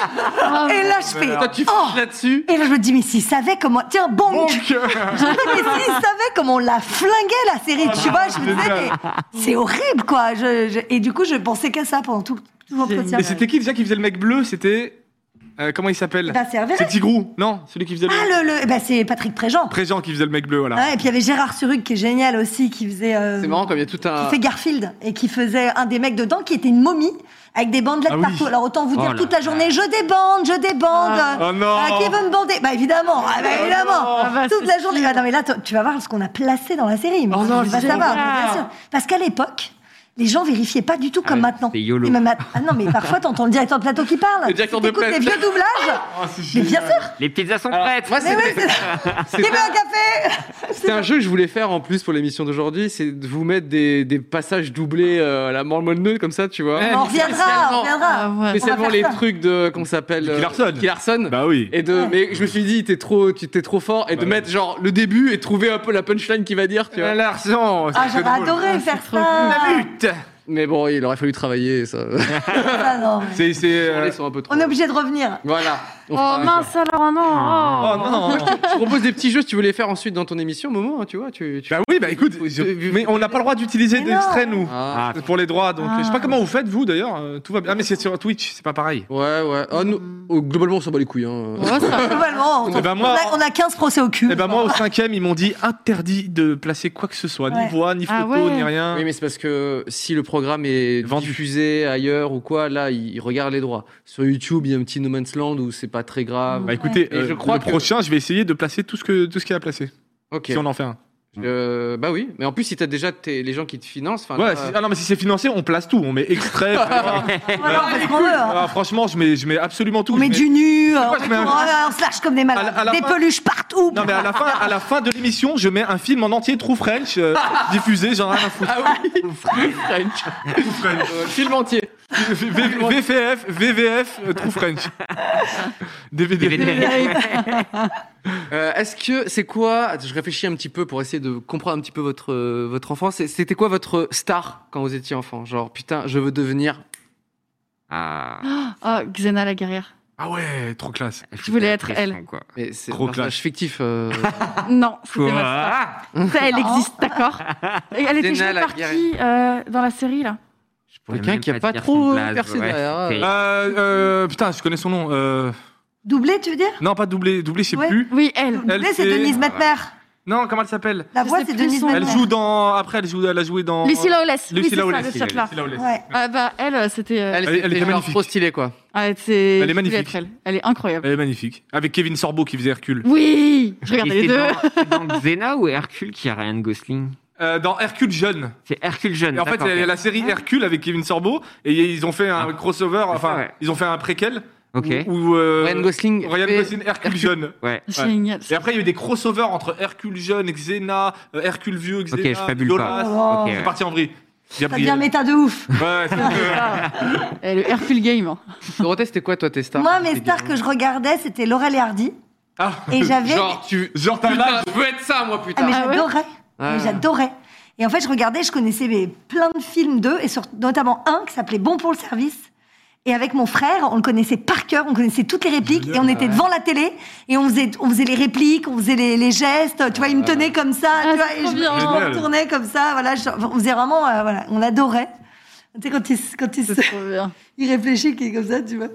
Speaker 6: et là, je fais.
Speaker 2: Toi, tu
Speaker 6: oh.
Speaker 2: fiches là-dessus.
Speaker 6: Et là, je me dis, mais s'il savait comment. Tiens, bon
Speaker 3: Donc, euh,
Speaker 6: mais s'ils savaient comment on l'a flingué la série, tu vois, je me disais, mais c'est horrible quoi. Je- je- Et du coup, je pensais qu'à ça pendant tout, tout l'entretien.
Speaker 3: et c'était qui déjà qui faisait le mec bleu C'était. euh, comment il s'appelle
Speaker 6: Bah, c'est Hervé.
Speaker 3: C'est Tigrou. Non, celui qui faisait le.
Speaker 6: Ah, le, le- eh ben, c'est Patrick Préjean.
Speaker 3: Préjean qui faisait le mec bleu, voilà.
Speaker 6: Hein, et puis il y avait Gérard Suruc qui est génial aussi, qui faisait. euh,
Speaker 2: C'est marrant comme il y a tout un.
Speaker 6: qui fait Garfield et qui faisait un des mecs dedans qui était une momie avec des bandelettes
Speaker 3: Ah oui.
Speaker 6: partout. Alors autant vous dire
Speaker 1: Oh là
Speaker 6: toute la journée, je débande, je débande.
Speaker 3: Ah. Oh non.
Speaker 6: qui veut me bander Bah évidemment, ah bah, évidemment.
Speaker 4: Ah bah,
Speaker 6: toute
Speaker 4: c'est
Speaker 6: la journée. Ah non mais là, t- tu vas voir ce qu'on a placé dans la série. mais
Speaker 3: Oh
Speaker 6: tu
Speaker 3: non,
Speaker 6: vas
Speaker 3: c'est
Speaker 6: savoir,
Speaker 4: génial.
Speaker 6: bien sûr. Parce qu'à l'époque. Les gens vérifiaient pas du tout comme
Speaker 1: ouais,
Speaker 6: maintenant.
Speaker 1: c'est YOLO.
Speaker 6: Et même à- Ah non, mais parfois t'entends le directeur de plateau qui parle.
Speaker 2: Le directeur de
Speaker 6: T'écoutes les
Speaker 2: plateau.
Speaker 6: vieux doublages.
Speaker 3: Ah, c'est
Speaker 6: mais
Speaker 3: génial.
Speaker 6: bien sûr.
Speaker 1: Les pizzas sont
Speaker 2: Alors,
Speaker 1: prêtes.
Speaker 2: moi,
Speaker 6: Mais oui,
Speaker 2: c'était-
Speaker 6: c'est Qui veut un café
Speaker 2: C'était un jeu que je voulais faire en plus pour l'émission d'aujourd'hui, c'est de vous mettre des, des passages doublés euh, à la mort molle comme ça, tu vois.
Speaker 3: Ouais,
Speaker 6: On reviendra, on
Speaker 4: Ah
Speaker 6: reviendra.
Speaker 4: ouais.
Speaker 2: Mais
Speaker 6: on va
Speaker 2: seulement
Speaker 6: faire
Speaker 2: les
Speaker 6: ça.
Speaker 2: trucs de qu'on s'appelle
Speaker 3: De Killarson.
Speaker 2: Killarson.
Speaker 3: Bah oui.
Speaker 2: Et de mais je me suis dit t'es trop tu t'es trop fort et de
Speaker 3: Ouais.
Speaker 2: mettre genre le début et trouver un peu la punchline qui va dire tu vois.
Speaker 3: l'argent
Speaker 6: Ah, j'aurais adoré faire ça.
Speaker 2: Mais bon il aurait fallu travailler ça.
Speaker 6: Ah, non.
Speaker 3: C'est. c'est,
Speaker 6: Ah,
Speaker 3: euh,
Speaker 2: Ils sont un peu trop.
Speaker 6: On est obligé de revenir.
Speaker 2: Voilà. On
Speaker 4: Oh
Speaker 2: fera un
Speaker 4: mince alors, non.
Speaker 3: Oh non
Speaker 2: jour. Je propose des petits jeux si tu veux les faire ensuite dans ton émission Momo hein, tu vois tu. tu-
Speaker 3: Bah oui, bah écoute, je- mais on n'a pas le droit d'utiliser
Speaker 6: Mais
Speaker 3: d'extraits,
Speaker 6: non.
Speaker 3: nous.
Speaker 6: Ah.
Speaker 2: Ah.
Speaker 3: C'est Pour les droits, donc. Je sais pas comment vous faites, vous, d'ailleurs. euh, Tout va bien. Ah, mais c'est sur Twitch, c'est pas pareil.
Speaker 2: Ouais ouais. Ah, nous-
Speaker 4: Mm.
Speaker 2: oh, globalement on s'en bat les couilles hein.
Speaker 4: Oh, ça-
Speaker 6: Globalement, on,
Speaker 3: Eh ben moi-
Speaker 6: on a, on a 15 procès au cul.
Speaker 3: Eh ben moi, au cinquième, ils m'ont dit interdit de placer quoi que ce soit,
Speaker 6: Ouais.
Speaker 3: ni voix, ni photo,
Speaker 4: Ah ouais.
Speaker 3: ni rien.
Speaker 2: Oui, mais c'est parce que si le programme est
Speaker 3: Vendu.
Speaker 2: diffusé ailleurs ou quoi, là, ils regardent les droits. Sur YouTube, il y a un petit No Man's Land où c'est pas très grave.
Speaker 3: Bah écoutez,
Speaker 2: Et
Speaker 3: euh,
Speaker 2: je crois
Speaker 3: le
Speaker 2: que-
Speaker 3: prochain, je vais essayer de placer tout ce que tout ce qu'il y a à placer.
Speaker 2: Ok.
Speaker 3: Si on en fait un.
Speaker 2: Euh, bah oui, mais en plus, si t'as déjà tes- les gens qui te financent, enfin,
Speaker 3: Ouais,
Speaker 2: là,
Speaker 3: si- ah non, mais si c'est financé, on place tout. On met extrait. Ah,
Speaker 6: Voilà, on fait ce qu'on veut, hein.
Speaker 3: franchement, je mets, je mets absolument tout.
Speaker 6: On
Speaker 3: Ah, Je
Speaker 6: met
Speaker 3: mets-
Speaker 6: du nu, euh, on,
Speaker 3: quoi,
Speaker 6: met
Speaker 3: je mets un-
Speaker 6: tout, on- on se lâche comme des malades.
Speaker 3: À la- à la
Speaker 6: des
Speaker 3: fin-
Speaker 6: peluches partout.
Speaker 3: Non mais à la fin, à la fin de l'émission, je mets un film en entier True French euh, diffusé, j'en ai rien à foutre.
Speaker 2: Ah oui, French. Euh, film entier.
Speaker 3: V- V- VFF, VVF, euh, True French. DVD.
Speaker 2: Euh, Est-ce que c'est quoi Attends, Je réfléchis un petit peu pour essayer de comprendre un petit peu votre euh, votre enfance. C'est- C'était quoi votre star quand vous étiez enfant Genre putain, je veux devenir.
Speaker 1: Ah,
Speaker 4: Oh, Xena la guerrière.
Speaker 3: Ah ouais, trop classe.
Speaker 1: je
Speaker 4: voulais être elle.
Speaker 1: Quoi.
Speaker 2: Mais c'est
Speaker 3: Gros
Speaker 2: un personnage
Speaker 3: clash.
Speaker 2: fictif. euh,
Speaker 4: Non, c'était ma star.
Speaker 1: Ah,
Speaker 4: Ça, elle existe, d'accord Et Elle était
Speaker 2: Xena
Speaker 4: jouée
Speaker 2: la
Speaker 4: par
Speaker 2: guerrière.
Speaker 4: qui euh, dans la série, là
Speaker 1: je pourrais
Speaker 2: Quelqu'un
Speaker 1: même
Speaker 2: qui a pas
Speaker 1: te dire
Speaker 2: trop,
Speaker 1: son
Speaker 2: euh,
Speaker 1: blaze,
Speaker 2: percé
Speaker 1: ouais,
Speaker 2: derrière,
Speaker 1: c'est-
Speaker 3: Euh,
Speaker 4: Ah,
Speaker 3: euh, putain, je connais son nom. euh,
Speaker 6: Doublé, tu veux dire
Speaker 3: non, pas doublé, doublé, je sais
Speaker 6: Ouais.
Speaker 3: plus.
Speaker 4: Oui, elle.
Speaker 6: Doublé,
Speaker 3: Elle,
Speaker 6: c'est
Speaker 3: c'est-
Speaker 6: Denise Metmer.
Speaker 3: Non, comment elle s'appelle
Speaker 6: La
Speaker 4: Je
Speaker 6: voix,
Speaker 4: sais
Speaker 6: c'est
Speaker 4: plus
Speaker 6: Denise
Speaker 4: son
Speaker 6: Metmer.
Speaker 3: Elle joue dans. Après, elle joue, elle a joué dans.
Speaker 4: Lucilla Oles. oui, c'est
Speaker 3: Lucilla
Speaker 4: ça,
Speaker 3: Oles.
Speaker 4: le shot, là.
Speaker 3: Lucilla Oles.
Speaker 6: Ouais.
Speaker 4: Ah bah, elle, euh, c'était... euh,
Speaker 2: Elle,
Speaker 3: Elle- elle
Speaker 2: était
Speaker 3: était
Speaker 2: genre
Speaker 3: magnifique.
Speaker 2: trop stylée quoi.
Speaker 4: ah, c'est-
Speaker 3: Elle est
Speaker 4: je voulais
Speaker 3: magnifique.
Speaker 4: être Elle. Elle est incroyable.
Speaker 3: Elle est magnifique. Avec Kevin Sorbo qui faisait Hercule.
Speaker 4: Oui Je
Speaker 1: Et
Speaker 4: regardais les
Speaker 1: c'est
Speaker 4: deux.
Speaker 1: dans- c'est dans Xena ou Hercule qui a Ryan Gosling
Speaker 3: Euh, dans Hercule jeune.
Speaker 1: C'est Hercule jeune.
Speaker 3: Et en fait,
Speaker 1: d'accord,
Speaker 3: il y a
Speaker 1: ok.
Speaker 3: la série Hercule avec Kevin Sorbo et ils ont fait un
Speaker 1: Ah.
Speaker 3: crossover. Enfin,
Speaker 1: ouais.
Speaker 3: ils ont fait un préquel
Speaker 1: Ok.
Speaker 3: où, où, euh,
Speaker 2: Ryan Gosling.
Speaker 3: Ryan
Speaker 2: fait-
Speaker 3: Gosling, Hercule jeune.
Speaker 1: Ouais.
Speaker 4: Génial.
Speaker 3: Et après, il y a eu des crossovers entre Hercule jeune, Xena, euh, Hercule vieux, Xena,
Speaker 1: Ok, je fabule pas.
Speaker 3: Jonas.
Speaker 6: Oh,
Speaker 1: Ok,
Speaker 3: C'est
Speaker 1: ouais.
Speaker 3: parti en vrille.
Speaker 6: Ça devient
Speaker 3: Gabriel.
Speaker 6: méta de ouf.
Speaker 3: Ouais, c'est
Speaker 4: Et le Hercule Game. hein.
Speaker 2: Dorothée, c'était quoi toi tes stars
Speaker 6: Moi, mes stars que je regardais, c'était Laurel et Hardy.
Speaker 3: Ah.
Speaker 6: Et j'avais.
Speaker 2: Genre, tu.
Speaker 3: Genre, t'as
Speaker 2: Putain,
Speaker 3: l'âge.
Speaker 2: je veux être ça, moi, plus
Speaker 6: Ah,
Speaker 2: tard.
Speaker 6: mais
Speaker 4: Ah ouais
Speaker 6: j'adorais.
Speaker 2: Ah.
Speaker 6: Mais j'adorais. Et en fait, je regardais, je connaissais mais, plein de films d'eux, et sur- notamment un qui s'appelait Bon pour le service. Et avec mon frère, on le connaissait par cœur, on connaissait toutes les répliques, et on était devant la télé, et on faisait, on faisait les répliques, on faisait les, les gestes, tu vois, il me tenait comme ça,
Speaker 4: Ah,
Speaker 6: tu vois,
Speaker 4: c'est
Speaker 6: et
Speaker 4: trop
Speaker 6: je,
Speaker 4: bien.
Speaker 6: je me
Speaker 3: Génial.
Speaker 6: retournais comme ça, voilà, je- on faisait vraiment, euh, voilà, on adorait. Tu sais, quand il, s- quand il, s-
Speaker 4: C'est trop bien.
Speaker 6: il réfléchit, qu'il est comme ça, tu vois.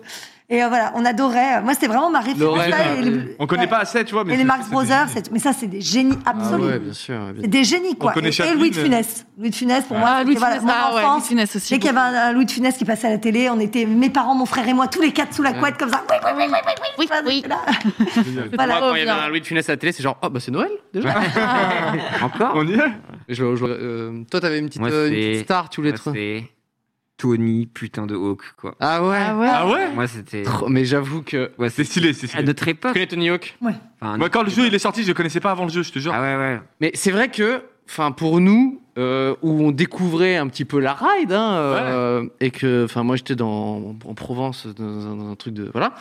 Speaker 6: Et euh, voilà, on adorait. Moi, c'était vraiment ma référence.
Speaker 2: Lorraine,
Speaker 6: ça, et le-
Speaker 2: euh,
Speaker 3: On connaît
Speaker 6: ouais.
Speaker 3: pas assez, tu vois. Mais
Speaker 6: Et les
Speaker 3: c'est-
Speaker 6: Marx
Speaker 3: c'est-
Speaker 6: Brothers, c'est- mais ça, c'est des génies
Speaker 2: Ah
Speaker 6: absolus.
Speaker 2: ouais, bien sûr. bien
Speaker 6: Des génies, quoi.
Speaker 3: connaît
Speaker 6: Et,
Speaker 3: Chaplin,
Speaker 6: et Louis de
Speaker 3: mais-
Speaker 6: Funès. Louis de Funès, pour moi,
Speaker 4: Ah, Louis de
Speaker 6: c'était,
Speaker 4: Funès.
Speaker 6: voilà,
Speaker 4: Ah
Speaker 6: mon
Speaker 4: ouais,
Speaker 6: enfance.
Speaker 4: Louis de Funès aussi,
Speaker 6: Dès qu'il y avait
Speaker 4: beaucoup.
Speaker 6: un, un Louis de Funès qui passait à la télé, on était, mes parents, mon frère et moi, tous les quatre sous la couette, comme ça. Oui, oui, oui, oui, oui, oui. Voilà.
Speaker 2: Moi,
Speaker 6: Voilà.
Speaker 2: quand il y
Speaker 4: bien.
Speaker 2: avait un Eh ben, Louis de Funès à la télé, c'est genre, oh, bah c'est Noël déjà.
Speaker 1: Encore
Speaker 3: On y est
Speaker 2: Et je- je- euh, toi, t'avais une petite,
Speaker 1: Moi,
Speaker 2: euh, une
Speaker 1: c'est-
Speaker 2: petite star, tu voulais être.
Speaker 1: Moi, c'est Tony, putain de Hawk, quoi.
Speaker 2: Ah ouais.
Speaker 4: Ah ouais.
Speaker 3: Ah ouais
Speaker 1: Moi, c'était.
Speaker 2: Trop- Mais j'avoue que.
Speaker 1: Ouais,
Speaker 3: C'est
Speaker 1: c'est
Speaker 3: stylé, c'est stylé.
Speaker 1: à notre
Speaker 2: Tu
Speaker 1: époque.
Speaker 2: connais Tony Hawk
Speaker 1: Enfin,
Speaker 3: Moi, quand le jeu il est sorti, je le connaissais pas avant le jeu, je te jure.
Speaker 1: Ah ouais, ouais.
Speaker 2: Mais c'est vrai que, enfin, pour nous, euh, où on découvrait un petit peu la ride, hein, euh, et que, enfin, moi j'étais dans en Provence, dans un, dans un truc de voilà,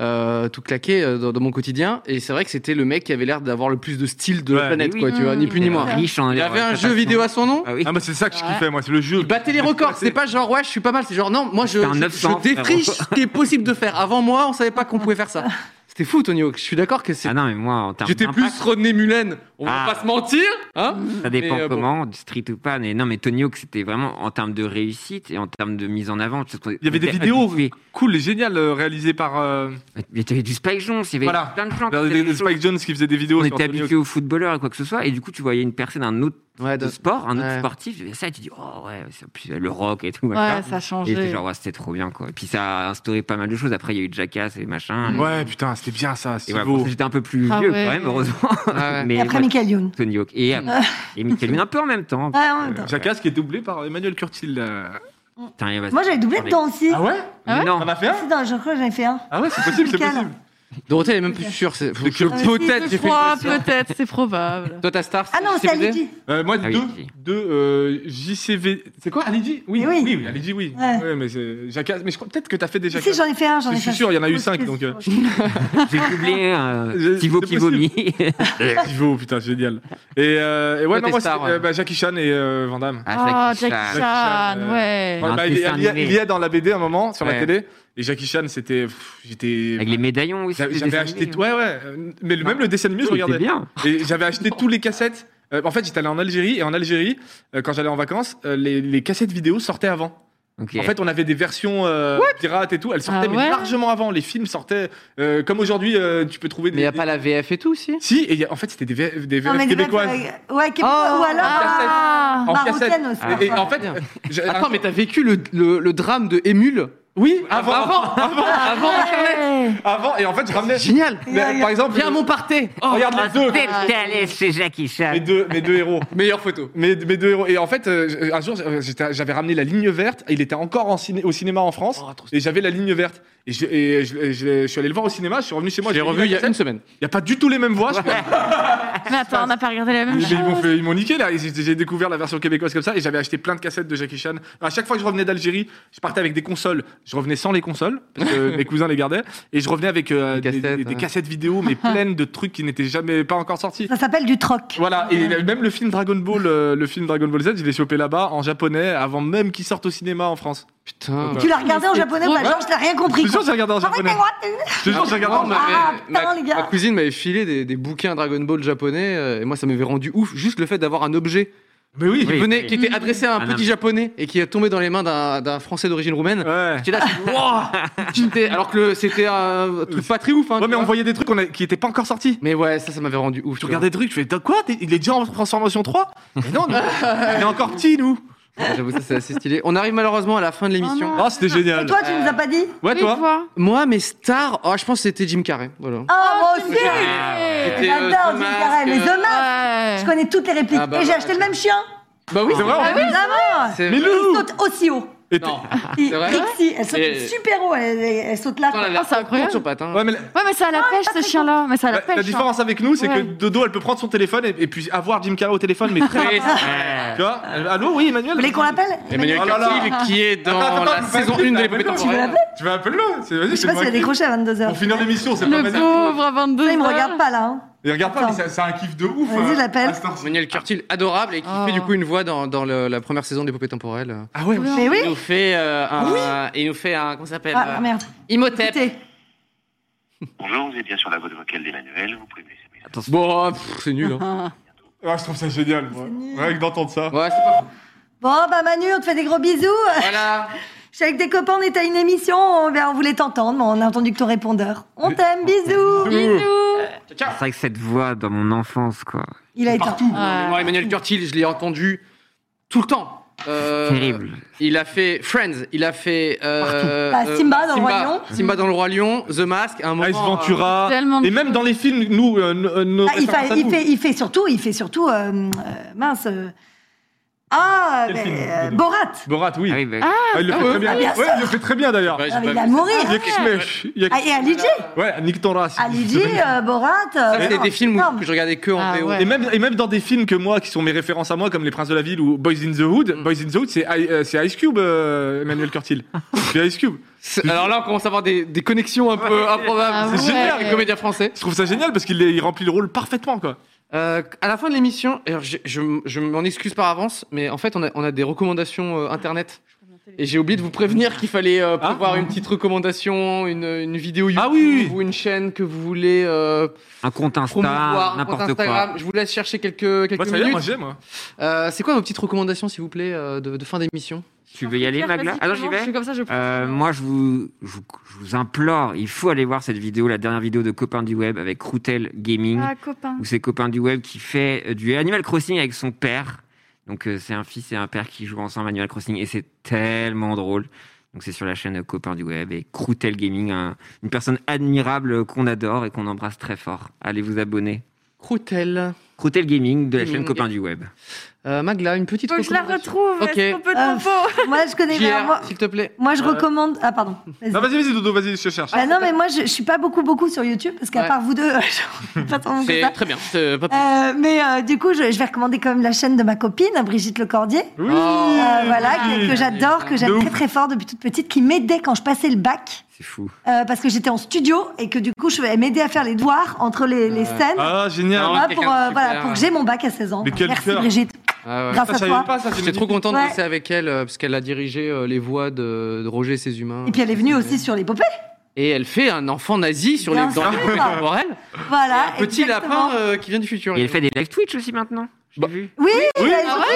Speaker 2: euh, tout claqué euh, dans, dans mon quotidien, et c'est vrai que c'était le mec qui avait l'air d'avoir le plus de style de la
Speaker 3: Ouais,
Speaker 2: planète,
Speaker 1: mais oui.
Speaker 2: quoi, tu vois, ni plus ni moins.
Speaker 1: Riche en
Speaker 2: Il avait un jeu vidéo à son nom.
Speaker 1: Ah oui.
Speaker 3: Ah, bah c'est ça que je
Speaker 4: Ouais.
Speaker 3: kiffais, moi, c'est le jeu.
Speaker 2: Il battait les records, c'est pas genre ouais, je suis pas mal, c'est genre non, moi je,
Speaker 1: C'était un
Speaker 2: je-
Speaker 1: 900,
Speaker 2: je défriche
Speaker 1: frérot.
Speaker 2: ce qui est possible de faire. Avant moi, on savait pas qu'on pouvait faire ça. C'était fou, Tony Hawk. Je suis d'accord que c'est.
Speaker 1: Ah non, mais moi, en termes
Speaker 2: J'étais plus
Speaker 1: d'impact,
Speaker 2: René Mullen. On
Speaker 1: Ah.
Speaker 2: va pas se mentir, hein
Speaker 1: ça dépend
Speaker 2: mais, euh, bon.
Speaker 1: comment, du street ou pas. Mais non, mais Tony Hawk, c'était vraiment en termes de réussite et en termes de mise en avant.
Speaker 3: Il y avait des vidéos cool et géniales euh, réalisées par. euh,
Speaker 1: Mais t'avais du Spike Jones, il y avait
Speaker 3: Voilà.
Speaker 1: plein de gens. qui
Speaker 3: par
Speaker 1: faisaient
Speaker 3: des-
Speaker 1: des
Speaker 3: des
Speaker 1: choses.
Speaker 3: Spike Jones qui faisait des vidéos
Speaker 1: on
Speaker 3: sur
Speaker 1: était
Speaker 3: Tony Hawk.
Speaker 1: habitué aux footballeurs et quoi que ce soit, et du coup, tu voyais une personne d'un autre
Speaker 2: Ouais,
Speaker 1: de
Speaker 2: de-
Speaker 1: sport, un autre
Speaker 2: Ouais.
Speaker 1: sportif, et ça, et tu dis, oh ouais, c'est plus le rock et tout.
Speaker 4: Ouais,
Speaker 1: machin.
Speaker 4: ça a
Speaker 1: et
Speaker 4: changé.
Speaker 1: c'est genre, ouais, c'était trop bien, quoi. Et puis ça a instauré pas mal de choses. Après, il y a eu Jackass et machin.
Speaker 3: Ouais, putain, c'était bien ça,
Speaker 1: Et
Speaker 3: c'est
Speaker 1: voilà,
Speaker 3: beau.
Speaker 1: bon, j'étais un peu plus
Speaker 4: Ah
Speaker 1: vieux,
Speaker 4: ouais.
Speaker 1: quand même, heureusement.
Speaker 2: ouais.
Speaker 1: Mais
Speaker 6: Et après,
Speaker 1: voilà,
Speaker 6: Michael Youn.
Speaker 1: Tony Hawk. Et, euh, et Michael Youn un peu en même temps.
Speaker 4: Ah,
Speaker 6: Ouais, en même temps.
Speaker 3: Jackass qui est doublé par Emmanuel Curtil. euh.
Speaker 1: Putain, il y avait-
Speaker 6: Moi, j'avais doublé dedans aussi.
Speaker 3: Ah ouais
Speaker 4: Ah ouais
Speaker 1: Non.
Speaker 3: T'en as fait un
Speaker 6: Si, non, je crois que j'avais fait un.
Speaker 3: Ah ouais, c'est possible, c'est
Speaker 6: Nickel.
Speaker 3: possible.
Speaker 2: Dorothée, elle est même plus sûre. c'est- Faut que je-
Speaker 6: Ah, si,
Speaker 2: Peut-être, Tota
Speaker 6: si,
Speaker 2: j'ai
Speaker 4: Je
Speaker 2: fait une
Speaker 4: crois,
Speaker 2: question.
Speaker 4: peut-être, c'est probable.
Speaker 2: Toi, ta star,
Speaker 6: Ah non, c'est
Speaker 2: CBD?
Speaker 6: Alidji.
Speaker 3: Euh, moi,
Speaker 1: Ah oui,
Speaker 3: deux,
Speaker 1: si.
Speaker 3: deux euh, JCV. C'est quoi, Alidji oui,
Speaker 6: Eh oui.
Speaker 3: oui, Alidji, oui.
Speaker 6: Ouais.
Speaker 3: Ouais, mais c'est Jackass. Mais je crois peut-être que t'as fait des
Speaker 6: Si,
Speaker 3: Jackass.
Speaker 6: j'en ai fait un, j'en
Speaker 3: Je
Speaker 6: ai fait
Speaker 3: suis
Speaker 6: un.
Speaker 3: sûr, il y en a eu
Speaker 6: Je
Speaker 3: cinq,
Speaker 6: suis
Speaker 3: donc, euh,
Speaker 6: sûre.
Speaker 1: J'ai doublé
Speaker 3: Ah, bah, Je-
Speaker 1: euh, Thibaut
Speaker 3: c'est
Speaker 1: qui
Speaker 3: possible.
Speaker 1: vomit.
Speaker 3: Pivot, putain, génial. Et, euh, et ouais,
Speaker 2: Toi,
Speaker 3: non,
Speaker 2: t'es
Speaker 3: moi,
Speaker 2: star,
Speaker 3: c'est, euh,
Speaker 2: ouais.
Speaker 3: bah, Jackie Chan et euh, Van Damme.
Speaker 4: Ah, Jackie
Speaker 1: Chan.
Speaker 4: Chan, ouais.
Speaker 3: Ouais,
Speaker 1: Un
Speaker 3: bah, il, est-
Speaker 1: dessin
Speaker 3: il y a-
Speaker 1: animé.
Speaker 3: il y a dans la BD un moment sur la
Speaker 2: Ouais.
Speaker 3: télé. Et Jackie Chan, c'était. pff, J'étais.
Speaker 1: Avec les médaillons aussi.
Speaker 3: J'avais
Speaker 1: les
Speaker 3: j'avais
Speaker 1: dessins
Speaker 3: acheté.
Speaker 1: animés. Bah.
Speaker 3: Ouais, ouais. euh, Mais le- même le dessin animé, je
Speaker 1: C'était
Speaker 3: regardais.
Speaker 1: bien.
Speaker 3: Et j'avais acheté tous les cassettes. Euh, en fait, j'étais allé en Algérie. Et en Algérie, euh, quand j'allais en vacances, euh, les, les cassettes vidéo sortaient avant.
Speaker 1: Ok.
Speaker 3: En fait, on avait des versions euh, pirates et tout. Elles sortaient,
Speaker 4: Ah ouais
Speaker 3: mais largement avant. Les films sortaient. euh, comme aujourd'hui, euh, tu peux trouver des.
Speaker 2: Mais y a
Speaker 3: des-
Speaker 2: pas la VF et tout aussi
Speaker 3: Si, et y a- en fait, c'était des, V- des
Speaker 6: Non,
Speaker 3: VF
Speaker 6: mais des
Speaker 3: québécoises.
Speaker 6: mecs, euh, Ouais, québécois.
Speaker 2: Oh,
Speaker 6: Ou alors.
Speaker 4: Ah,
Speaker 6: euh,
Speaker 3: en cassette.
Speaker 6: Marocaine aussi.
Speaker 3: Et, et en fait,
Speaker 2: Bien.
Speaker 3: j'ai-
Speaker 2: Euh, Attends, mais t'as vécu le, le, le drame de Émule
Speaker 3: Oui, avant.
Speaker 2: Avant
Speaker 3: Avant, avant,
Speaker 4: ouais.
Speaker 3: Et en fait, je ramenais.
Speaker 2: Génial
Speaker 3: Mais, par exemple,
Speaker 2: Viens à mon party
Speaker 3: oh, regarde les deux.
Speaker 1: T'es Ah, allé chez Jackie Chan.
Speaker 3: Mes deux, mes deux héros.
Speaker 2: Meilleure photo.
Speaker 3: Mes, mes deux héros. Et en fait, euh, un jour, euh, j'étais- j'avais ramené la ligne verte. Il était encore en ciné- au cinéma en France.
Speaker 2: Oh, trop stylé.
Speaker 3: et j'avais la ligne verte. Et, je, et je- et je- je suis allé le voir au cinéma. Je suis revenu chez moi.
Speaker 2: Je l'ai
Speaker 3: j'ai
Speaker 2: revu
Speaker 3: mis
Speaker 2: il y
Speaker 3: la
Speaker 2: a une
Speaker 3: cassette.
Speaker 2: semaine.
Speaker 3: Il y a pas du tout les mêmes voix. Je fais,
Speaker 4: Mais attends, on n'a pas regardé la même
Speaker 3: Mais
Speaker 4: chose.
Speaker 3: ils m'ont fait- ils m'ont niqué là. Et J'ai j'ai découvert la version québécoise comme ça. Et j'avais acheté plein de cassettes de Jackie Chan. À chaque fois que je revenais d'Algérie, je partais avec des consoles. Je revenais sans les consoles parce que mes cousins les gardaient. Et je revenais avec euh,
Speaker 2: Des
Speaker 3: des,
Speaker 2: cassettes, hein.
Speaker 3: des- des
Speaker 2: ouais.
Speaker 3: cassettes vidéo, mais pleines de trucs qui n'étaient jamais pas encore sortis.
Speaker 6: Ça s'appelle du troc.
Speaker 3: Voilà, et même le film Dragon Ball, euh, le film Dragon Ball Z, je l'ai chopé là-bas en japonais avant même qu'il sorte au cinéma en France.
Speaker 2: Putain.
Speaker 6: Tu l'as regardé en japonais ou pas Genre, je t'ai rien
Speaker 3: Je
Speaker 6: compris.
Speaker 3: te jure, j'ai regardé en
Speaker 6: Ah ouais,
Speaker 3: japonais.
Speaker 6: t'es droite.
Speaker 3: Je te jure, j'ai regardé en japonais.
Speaker 6: Ah,
Speaker 2: ma-
Speaker 6: putain,
Speaker 2: ma-
Speaker 6: les gars.
Speaker 2: ma cousine m'avait filé des, des bouquins Dragon Ball japonais euh, et moi ça m'avait rendu ouf juste le fait d'avoir un objet
Speaker 3: Ah, Mais oui,
Speaker 2: qui,
Speaker 1: Oui.
Speaker 2: venait, qui était adressé à un
Speaker 1: Un
Speaker 2: petit
Speaker 1: homme.
Speaker 2: japonais et qui est tombé dans les mains d'un d'un français d'origine roumaine.
Speaker 3: ouais.
Speaker 2: J'étais là, c'est- Wouah J'étais- alors que le- c'était un truc pas très ouf. hein,
Speaker 3: Ouais,
Speaker 2: tu
Speaker 3: mais on
Speaker 2: vois.
Speaker 3: voyait des trucs qu'on a- qui n'étaient pas encore sortis.
Speaker 2: Mais ouais, ça, ça m'avait rendu ouf.
Speaker 3: Tu regardais des trucs, tu fais T'as quoi T'es- Il est déjà en transformation 3 Mais non, mais il est encore petit, nous.
Speaker 2: Ouais, J'avoue, ça, c'est assez stylé. On arrive malheureusement à la fin de l'émission.
Speaker 3: Oh, c'était
Speaker 6: Et
Speaker 3: génial.
Speaker 6: toi, tu nous as pas dit
Speaker 3: Ouais,
Speaker 4: Et
Speaker 3: toi
Speaker 4: toi
Speaker 2: Moi, mes stars, oh, je pense que c'était Jim Carrey. Voilà.
Speaker 6: Ah, moi aussi
Speaker 2: C'était, euh,
Speaker 6: Eh, J'adore Jim
Speaker 2: Thomas,
Speaker 6: Carrey, les
Speaker 2: euh,
Speaker 6: hommages
Speaker 4: Ouais.
Speaker 6: Je connais toutes les répliques.
Speaker 2: Ah bah
Speaker 6: Et j'ai
Speaker 2: voilà.
Speaker 6: acheté le même chien
Speaker 2: Bah oui,
Speaker 3: C'est vrai,
Speaker 6: Évidemment
Speaker 2: C'est-
Speaker 3: Mais
Speaker 6: Il
Speaker 3: Lou
Speaker 6: saute aussi haut
Speaker 3: Et
Speaker 2: Non,
Speaker 6: Et
Speaker 2: c'est vrai.
Speaker 6: Trixie, elle saute
Speaker 2: Et-
Speaker 6: super haut, elle, elle- elle saute là.
Speaker 2: Non, elle a
Speaker 4: Ah, c'est
Speaker 2: l'air
Speaker 4: incroyable.
Speaker 2: sur pattes. hein.
Speaker 3: Ouais, mais la,
Speaker 4: Ouais, mais c'est à la pêche, ce chien-là. Mais c'est à la
Speaker 3: la- la
Speaker 4: pêche. hein.
Speaker 3: différence avec nous, c'est
Speaker 4: Ouais.
Speaker 3: que de dos, elle peut prendre son téléphone et, et puis avoir Jim Carrey au téléphone, mais très
Speaker 2: Oui,
Speaker 3: rapide.
Speaker 2: c'est-
Speaker 3: Tu vois Allô, oui, Emmanuel
Speaker 6: Vous voulez qu'on l'appelle
Speaker 2: Emmanuel
Speaker 3: Oh là là.
Speaker 2: Cartier, qui est dans
Speaker 3: Attends, attends,
Speaker 2: la
Speaker 3: attends,
Speaker 2: saison 1
Speaker 3: Mathilde,
Speaker 2: de l'épopée
Speaker 3: Mathilde, tu
Speaker 2: temporaire.
Speaker 3: Tu vas appeler là C'est- vas-y,
Speaker 6: Je sais
Speaker 3: c'est
Speaker 6: pas si elle
Speaker 3: moi.
Speaker 6: décroche à 22h.
Speaker 3: Pour finir l'émission, c'est pas
Speaker 4: Le
Speaker 3: mal.
Speaker 4: pauvre à 22
Speaker 6: Il me
Speaker 4: heures.
Speaker 6: regarde pas là. hein.
Speaker 3: Et regarde pas,
Speaker 6: Attends.
Speaker 3: mais ça- c'est un kiff de ouf.
Speaker 6: Vas-y,
Speaker 3: hein,
Speaker 6: l'appelle.
Speaker 3: à cette heure-ci.
Speaker 2: Emmanuel Curtil, adorable, et qui
Speaker 4: Oh.
Speaker 2: fait du coup une voix dans, dans le- la première saison de l'épopée temporelle.
Speaker 3: Ah ouais,
Speaker 6: Mais
Speaker 2: Il
Speaker 6: oui.
Speaker 2: nous fait euh, un. Il nous fait un. Comment ça s'appelle
Speaker 6: Ah
Speaker 2: euh,
Speaker 6: merde.
Speaker 2: Imhotep.
Speaker 6: Écoutez,
Speaker 7: Bonjour, vous êtes bien sur la boîte vocale d'Emmanuel. Vous pouvez me laisser un message.
Speaker 2: Bon, pff, c'est nul. hein.
Speaker 3: Ah, je trouve ça génial, moi.
Speaker 6: nul.
Speaker 3: Rien que d'entendre ça.
Speaker 2: Ouais, c'est pas fou.
Speaker 6: Bon, bah Manu, on te fait des gros bisous.
Speaker 2: Voilà.
Speaker 6: Je suis avec des copains, on était à une émission, on, ben, on voulait t'entendre, mais on a entendu que ton répondeur. On t'aime, bisous.
Speaker 1: C'est vrai que cette voix dans mon enfance, quoi.
Speaker 6: Il a Ah, éteint.
Speaker 2: Partout.
Speaker 4: Ouais.
Speaker 2: Moi, Emmanuel Curtil, je l'ai entendu tout le temps. Euh,
Speaker 1: Terrible.
Speaker 2: Il a fait Friends, il a fait euh,
Speaker 6: Partout. Bah, Simba dans le Roi Lion.
Speaker 2: Simba dans le Roi Lion, The Mask, à un moment.
Speaker 3: Ace Ventura.
Speaker 4: tellement de
Speaker 3: Et même dans les films, nous, euh, n- euh, nos
Speaker 6: Ah, il,
Speaker 3: références
Speaker 6: fait,
Speaker 3: à
Speaker 6: il,
Speaker 3: nous.
Speaker 6: fait, il fait surtout, il fait surtout, euh, euh, mince. euh, ah,
Speaker 3: Quel
Speaker 6: ben,
Speaker 3: film,
Speaker 6: euh,
Speaker 3: les deux
Speaker 6: Borat.
Speaker 3: Borat, oui.
Speaker 1: Ah oui, bah,
Speaker 3: Ah, il le fait
Speaker 2: ouais,
Speaker 3: très bien.
Speaker 6: ah, bien
Speaker 3: Ouais, il le fait très bien d'ailleurs.
Speaker 2: euh, Ouais, j'ai
Speaker 6: Ah, mais
Speaker 2: pas
Speaker 6: il a
Speaker 2: vu.
Speaker 6: mourir.
Speaker 3: Il y a qui se mèche. Il y a qui-
Speaker 6: Ah, et Ali G.
Speaker 3: Ouais, Nick ton race.
Speaker 6: Ali G, euh, Borat.
Speaker 2: Ça, c'était des films où
Speaker 6: énorme.
Speaker 2: que je regardais que en
Speaker 4: Ah,
Speaker 2: VO.
Speaker 4: ouais.
Speaker 3: Et même, et même dans des films que moi, qui sont mes références à moi, comme Les Princes de la Ville ou Boys in the Hood, Boys in the Hood, c'est I- euh, c'est Ice Cube, euh, Emmanuel Curtil. C'est Ice Cube.
Speaker 2: C'est- Alors là, on commence à avoir des, des connexions un peu improbables.
Speaker 4: Ah
Speaker 2: c'est
Speaker 4: ouais.
Speaker 2: génial, les comédiens français.
Speaker 3: Je trouve ça génial parce qu'il est- il remplit le rôle parfaitement, quoi.
Speaker 2: Euh, à la fin de l'émission, alors je, je, je m'en excuse par avance, mais en fait, on a, on a des recommandations euh, internet. Et j'ai oublié de vous prévenir qu'il fallait euh,
Speaker 3: Ah.
Speaker 2: prévoir une petite recommandation, une, une vidéo YouTube
Speaker 3: Ah oui, oui.
Speaker 2: ou une chaîne que vous voulez euh,
Speaker 1: un compte Insta,
Speaker 2: promouvoir, un compte
Speaker 1: n'importe quoi.
Speaker 2: Instagram. Je vous laisse chercher quelques, quelques
Speaker 3: Moi, ça y est, moi,
Speaker 2: minutes.
Speaker 3: j'aime. hein.
Speaker 2: Euh, C'est quoi vos petites recommandations, s'il vous plaît, euh, de, de fin d'émission
Speaker 1: Tu veux y aller,
Speaker 4: Pierre,
Speaker 1: Magla
Speaker 4: vas-y, commence,
Speaker 1: Alors j'y
Speaker 4: Je
Speaker 1: vais.
Speaker 4: suis comme ça, je
Speaker 1: Euh, moi, je vous, je, vous, je vous implore, il faut aller voir cette vidéo, la dernière vidéo de Copain du Web avec Routel Gaming,
Speaker 4: Ah, copain.
Speaker 1: où c'est Copain du Web qui fait euh, du Animal Crossing avec son père. Donc, euh, c'est un fils et un père qui jouent ensemble à Animal Crossing et c'est tellement drôle. Donc, c'est sur la chaîne euh, Copain du Web et Croutel Gaming, un- une personne admirable euh, qu'on adore et qu'on embrasse très fort. Allez vous abonner.
Speaker 2: Croutel,
Speaker 1: Croutel Gaming de la
Speaker 2: Gaming.
Speaker 1: chaîne Copain du Web.
Speaker 2: Euh, Magla, une petite
Speaker 4: Faut que je la
Speaker 2: recommandation.
Speaker 4: retrouve.
Speaker 2: Ok.
Speaker 4: Est-ce qu'on peut
Speaker 2: Ah.
Speaker 6: Euh,
Speaker 4: tempo
Speaker 6: Moi, je connais.
Speaker 2: Pierre,
Speaker 6: moi,
Speaker 2: s'il te plaît.
Speaker 6: moi, je
Speaker 2: Euh,
Speaker 6: recommande. Ah, pardon. Vas-y.
Speaker 3: Non, vas-y, vas-y, Dodo, vas-y, je cherche.
Speaker 6: Bah non, mais moi, je, je suis pas beaucoup, beaucoup sur YouTube, parce qu'à
Speaker 2: Ouais.
Speaker 6: part vous deux, je pas tant que
Speaker 2: C'est
Speaker 6: ça.
Speaker 2: très bien. c'est pas-
Speaker 6: Euh, mais euh, du coup, je, je vais recommander quand même la chaîne de ma copine, hein, Brigitte Lecordier.
Speaker 3: Oui.
Speaker 2: Oh.
Speaker 6: Euh, voilà, que, que j'adore, que
Speaker 3: De
Speaker 6: j'aime
Speaker 3: ouf.
Speaker 6: très très fort depuis toute petite, qui m'aidait quand je passais le bac,
Speaker 1: C'est fou.
Speaker 6: euh, parce que j'étais en studio et que du coup, je, elle m'aidait à faire les devoirs entre les, les scènes.
Speaker 3: Ah, génial.
Speaker 2: Ah,
Speaker 6: Voilà,
Speaker 2: quelqu'un
Speaker 6: pour,
Speaker 2: de
Speaker 6: euh,
Speaker 2: super.
Speaker 6: voilà, pour que j'ai mon bac à 16 ans.
Speaker 3: Mais quel
Speaker 6: Merci
Speaker 3: cœur.
Speaker 6: Brigitte,
Speaker 2: Ah ouais.
Speaker 6: grâce
Speaker 3: Ça,
Speaker 6: à
Speaker 3: je savais
Speaker 6: toi.
Speaker 3: pas, ça, c'est
Speaker 2: J'étais trop
Speaker 3: magnifique.
Speaker 2: content de
Speaker 6: Ouais.
Speaker 2: bosser avec elle euh, parce qu'elle a dirigé euh, les voix de, de Roger et ses humains.
Speaker 6: Et puis elle est venue aussi sur l'épopée.
Speaker 2: Et elle fait un enfant nazi sur
Speaker 6: Bien
Speaker 2: les dans
Speaker 6: sûr.
Speaker 2: les bruits temporels.
Speaker 6: Voilà.
Speaker 2: Petit
Speaker 6: exactement.
Speaker 2: lapin euh, qui vient du futur.
Speaker 1: Et elle fait des live Twitch aussi maintenant. J'ai
Speaker 2: Bah,
Speaker 1: vu.
Speaker 6: Oui,
Speaker 3: Oui,
Speaker 6: elle-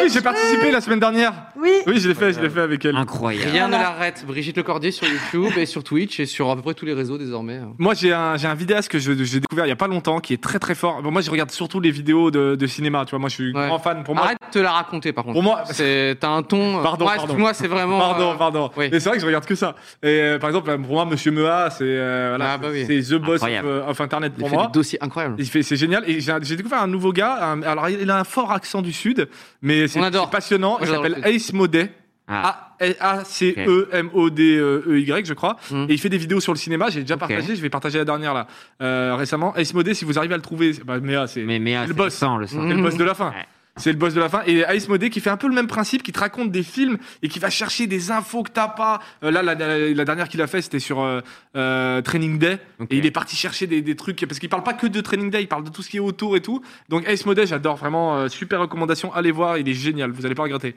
Speaker 3: oui, j'ai participé la semaine dernière.
Speaker 6: oui.
Speaker 3: Oui, je l'ai fait, je l'ai fait avec elle.
Speaker 1: Incroyable.
Speaker 2: Rien
Speaker 6: Voilà.
Speaker 2: ne l'arrête. Brigitte Lecordier sur YouTube et sur Twitch et sur à peu près tous les réseaux désormais.
Speaker 3: Moi, j'ai un, j'ai un vidéaste que je- j'ai découvert il y a pas longtemps qui est très très fort. Bon, moi, je regarde surtout les vidéos de, de cinéma, tu vois. Moi, je suis
Speaker 2: Ouais.
Speaker 3: grand fan. Pour moi,
Speaker 2: Arrête de te la raconter par contre.
Speaker 3: Pour moi-
Speaker 2: c'est t'as un ton. euh,
Speaker 3: Pardon,
Speaker 2: moi,
Speaker 3: pardon.
Speaker 2: Moi, c'est vraiment.
Speaker 3: Pardon,
Speaker 2: euh,
Speaker 3: pardon.
Speaker 2: oui.
Speaker 3: Mais c'est vrai que je regarde que ça. Et euh, par exemple, pour moi, Monsieur Mea, c'est euh, voilà,
Speaker 2: Ah, bah oui.
Speaker 3: c'est the boss of,
Speaker 1: Incroyable.
Speaker 3: euh, of Internet
Speaker 2: Il
Speaker 3: pour
Speaker 2: fait
Speaker 3: moi.
Speaker 2: des dossiers incroyables.
Speaker 3: Il fait, c'est génial. Et j'ai j'ai découvert un nouveau gars. un- alors, il a un fort accent du sud, mais c'est
Speaker 2: On
Speaker 3: c'est
Speaker 2: adore.
Speaker 3: passionnant.
Speaker 2: Moi,
Speaker 3: Il
Speaker 2: j'adore
Speaker 3: s'appelle
Speaker 2: le
Speaker 3: Ace Modet.
Speaker 1: Ah,
Speaker 3: A-C-E-M-O-D-E-Y, je crois.
Speaker 2: Mm.
Speaker 3: Et il fait des vidéos sur le cinéma. J'ai déjà partagé. Je vais partager la dernière là euh, récemment. Ace Modet, si vous arrivez à le trouver, c'est- bah, Mea, c'est
Speaker 1: mais, mais ah,
Speaker 3: Le
Speaker 1: c'est
Speaker 3: boss.
Speaker 1: le sang, le sang.
Speaker 3: C'est le boss de la fin.
Speaker 1: Ouais.
Speaker 3: C'est le boss de la fin. Et Ace Modé qui fait un peu le même principe, qui te raconte des films et qui va chercher des infos que t'as pas. Euh, là, la, la- la dernière qu'il a fait, c'était sur euh, euh, Training Day.
Speaker 1: Ok.
Speaker 3: Et il est parti chercher des, des trucs. Parce qu'il parle pas que de Training Day, il parle de tout ce qui est autour et tout. Donc Ace Modé, j'adore vraiment. euh, super recommandation. Allez voir, il est génial. Vous allez pas regretter.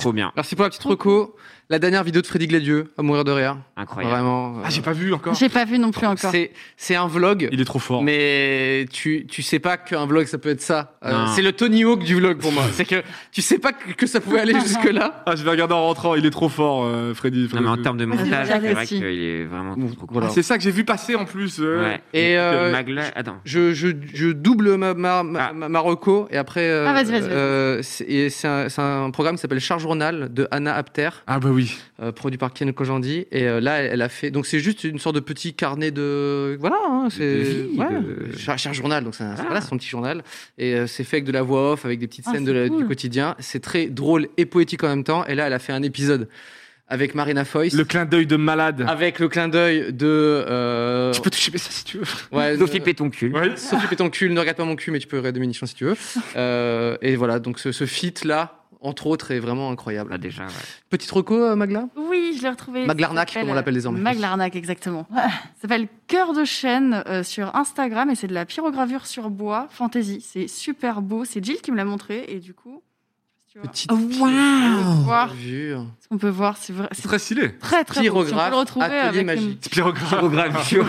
Speaker 1: Trop bien.
Speaker 2: Merci pour la petite reco. La dernière vidéo de Freddy Gladieux à mourir de rire.
Speaker 1: Incroyable.
Speaker 2: Vraiment. euh,
Speaker 3: Ah, j'ai pas vu encore.
Speaker 4: J'ai pas vu non plus encore.
Speaker 2: c'est c'est un vlog.
Speaker 3: Il est trop fort.
Speaker 2: Mais tu, tu sais pas qu'un vlog ça peut être ça. Euh,
Speaker 1: Non.
Speaker 2: c'est le Tony Hawk du vlog pour moi. c'est que tu sais pas que, que ça pouvait aller jusque là.
Speaker 3: Ah, je vais regarder en rentrant. Il est trop fort, euh, Freddy.
Speaker 1: Non, mais en termes de
Speaker 4: Vas-y,
Speaker 1: montage,
Speaker 4: regarde
Speaker 1: c'est vrai
Speaker 4: aussi.
Speaker 1: qu'il est vraiment
Speaker 2: Bon,
Speaker 1: trop cool.
Speaker 2: voilà.
Speaker 3: Ah, C'est ça que j'ai vu passer en plus. euh.
Speaker 1: Ouais.
Speaker 2: Et, euh,
Speaker 1: Magla, attends.
Speaker 2: Je, je, je double ma, ma, ma,
Speaker 1: Ah.
Speaker 2: ma- ma reco, et après euh,
Speaker 4: Ah, vas-y, vas-y, vas-y.
Speaker 2: euh, c'est et c'est un, c'est un programme qui s'appelle Char Journal de Anna Apter
Speaker 3: Ah, bah oui.
Speaker 2: euh, produit par Ken Kojandi et euh, là elle, elle a fait donc c'est juste une sorte de petit carnet de voilà hein, c'est
Speaker 1: De vie,
Speaker 2: ouais.
Speaker 1: de-
Speaker 2: Char, Char Journal donc c'est un-
Speaker 1: Ah.
Speaker 2: voilà, c'est son petit journal et euh, c'est fait avec de la voix off avec des petites
Speaker 4: Ah,
Speaker 2: scènes
Speaker 4: c'est
Speaker 2: de la- du
Speaker 4: cool.
Speaker 2: quotidien c'est très drôle et Ah, poétique en même temps et là elle a fait un épisode avec Marina Foïs.
Speaker 3: Le clin d'œil de malade.
Speaker 2: Avec le clin d'œil de. euh,
Speaker 3: Tu peux toucher ça si tu veux.
Speaker 2: ouais,
Speaker 1: Sophie
Speaker 2: euh,
Speaker 1: Pétoncule.
Speaker 3: Ouais.
Speaker 2: Sophie Pétoncule, ne regarde pas mon cul, mais tu peux regarder mes nichons si tu veux. Euh, et voilà, donc ce, ce feat-là, entre autres, est vraiment incroyable.
Speaker 1: Bah, déjà, ouais.
Speaker 2: Petite reco, euh, Magla
Speaker 4: Oui, je l'ai retrouvé.
Speaker 2: Maglarnac,
Speaker 4: Ça s'appelle- euh,
Speaker 2: comme on l'appelle désormais.
Speaker 4: Maglarnac, exactement. Ça s'appelle Cœur de chêne euh, sur Instagram et c'est de la pyrogravure sur bois fantasy. C'est super beau. C'est Jill qui me l'a montré et du coup. tu vois,
Speaker 2: Petite
Speaker 1: Oh, wow
Speaker 4: voir.
Speaker 2: gravure.
Speaker 4: ce qu'on peut voir, c'est vrai.
Speaker 3: C'est
Speaker 4: C'est
Speaker 3: très stylé.
Speaker 4: très très beau. Si on peut
Speaker 2: Pyrographe,
Speaker 4: le retrouver
Speaker 2: atelier
Speaker 4: avec une-
Speaker 2: magique.
Speaker 3: Spirographe.
Speaker 1: Pyrogravure.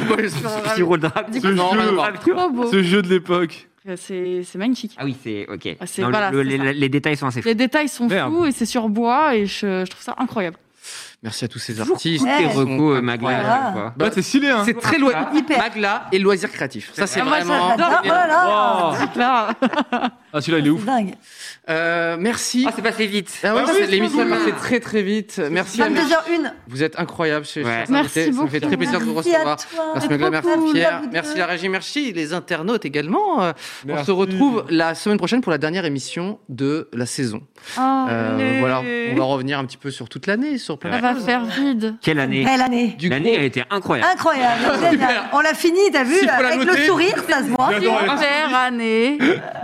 Speaker 1: Pyrodrap-
Speaker 4: Du
Speaker 3: Ce jeu,
Speaker 4: coup,
Speaker 2: Non, rien à voir.
Speaker 4: trop beau.
Speaker 3: ce jeu de l'époque.
Speaker 4: Euh, C'est c'est magnifique.
Speaker 1: Ah oui, c'est ok.
Speaker 4: Ah, c'est-
Speaker 1: Non, le-
Speaker 4: voilà,
Speaker 1: le-
Speaker 4: c'est
Speaker 1: les,
Speaker 4: ça.
Speaker 1: les détails sont assez fous.
Speaker 4: Les détails sont
Speaker 3: Merde.
Speaker 4: fous et c'est sur bois et je, je trouve ça incroyable.
Speaker 2: Merci à tous ces
Speaker 1: Toujours
Speaker 2: artistes.
Speaker 6: cool,
Speaker 1: Tes
Speaker 6: Ouais.
Speaker 1: recos, euh,
Speaker 6: Voilà.
Speaker 1: Magla. je vois.
Speaker 3: Bah, c'est stylé, hein.
Speaker 2: C'est très loin.
Speaker 6: Hyper.
Speaker 2: Magla et loisirs créatifs. Ça, c'est
Speaker 4: Ah, moi,
Speaker 2: vraiment.
Speaker 4: j'adore.
Speaker 6: Ah, oh là là,
Speaker 3: Oh.
Speaker 4: Là,
Speaker 3: Ah, celui-là, il est
Speaker 6: c'est
Speaker 3: ouf.
Speaker 6: dingue.
Speaker 2: Euh, merci.
Speaker 1: Ah, c'est passé vite.
Speaker 2: Ah ouais,
Speaker 3: Ah
Speaker 2: c'est-
Speaker 3: oui, c'est
Speaker 2: l'émission est
Speaker 3: cool.
Speaker 2: passée très très vite. Merci. à-
Speaker 6: 22h01.
Speaker 2: Vous êtes incroyables chez
Speaker 1: Ouais.
Speaker 2: chez les
Speaker 4: Merci
Speaker 2: invités. Ça me
Speaker 4: beaucoup.
Speaker 2: fait très plaisir de vous
Speaker 6: Merci à
Speaker 2: recevoir.
Speaker 6: toi.
Speaker 2: Merci
Speaker 6: Trop
Speaker 2: Magla, merci
Speaker 6: cool, à
Speaker 2: Pierre,
Speaker 6: vous deux.
Speaker 2: merci la régie, merci les internautes également. Euh, On
Speaker 3: Merci.
Speaker 2: se retrouve la semaine prochaine pour la dernière émission de la saison. Euh, voilà, on va revenir un petit peu sur toute l'année, sur plein
Speaker 4: ça
Speaker 2: de
Speaker 4: va
Speaker 2: choses.
Speaker 4: faire vide.
Speaker 1: Quelle année
Speaker 6: Belle année.
Speaker 2: Du
Speaker 1: L'année, elle était incroyable.
Speaker 6: Incroyable. génial. On l'a fini, t'as vu,
Speaker 2: S'il faut la
Speaker 6: avec
Speaker 2: noter.
Speaker 6: le sourire, ça se voit.
Speaker 3: J'adore. Ouais.
Speaker 4: Super année.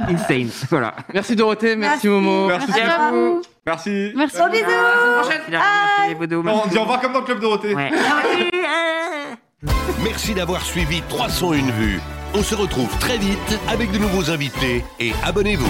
Speaker 1: Insane. Voilà.
Speaker 2: Merci Dorothée, merci, Momo.
Speaker 3: Merci.
Speaker 4: Merci à vous.
Speaker 3: Merci.
Speaker 4: Merci.
Speaker 6: Gros bisous.
Speaker 1: Merci d'avoir fait les Bodo.
Speaker 3: On dit au revoir comme dans le Club Dorothée.
Speaker 1: Ouais.
Speaker 5: Merci d'avoir suivi 301 vues. On se retrouve très vite avec de nouveaux invités et abonnez-vous.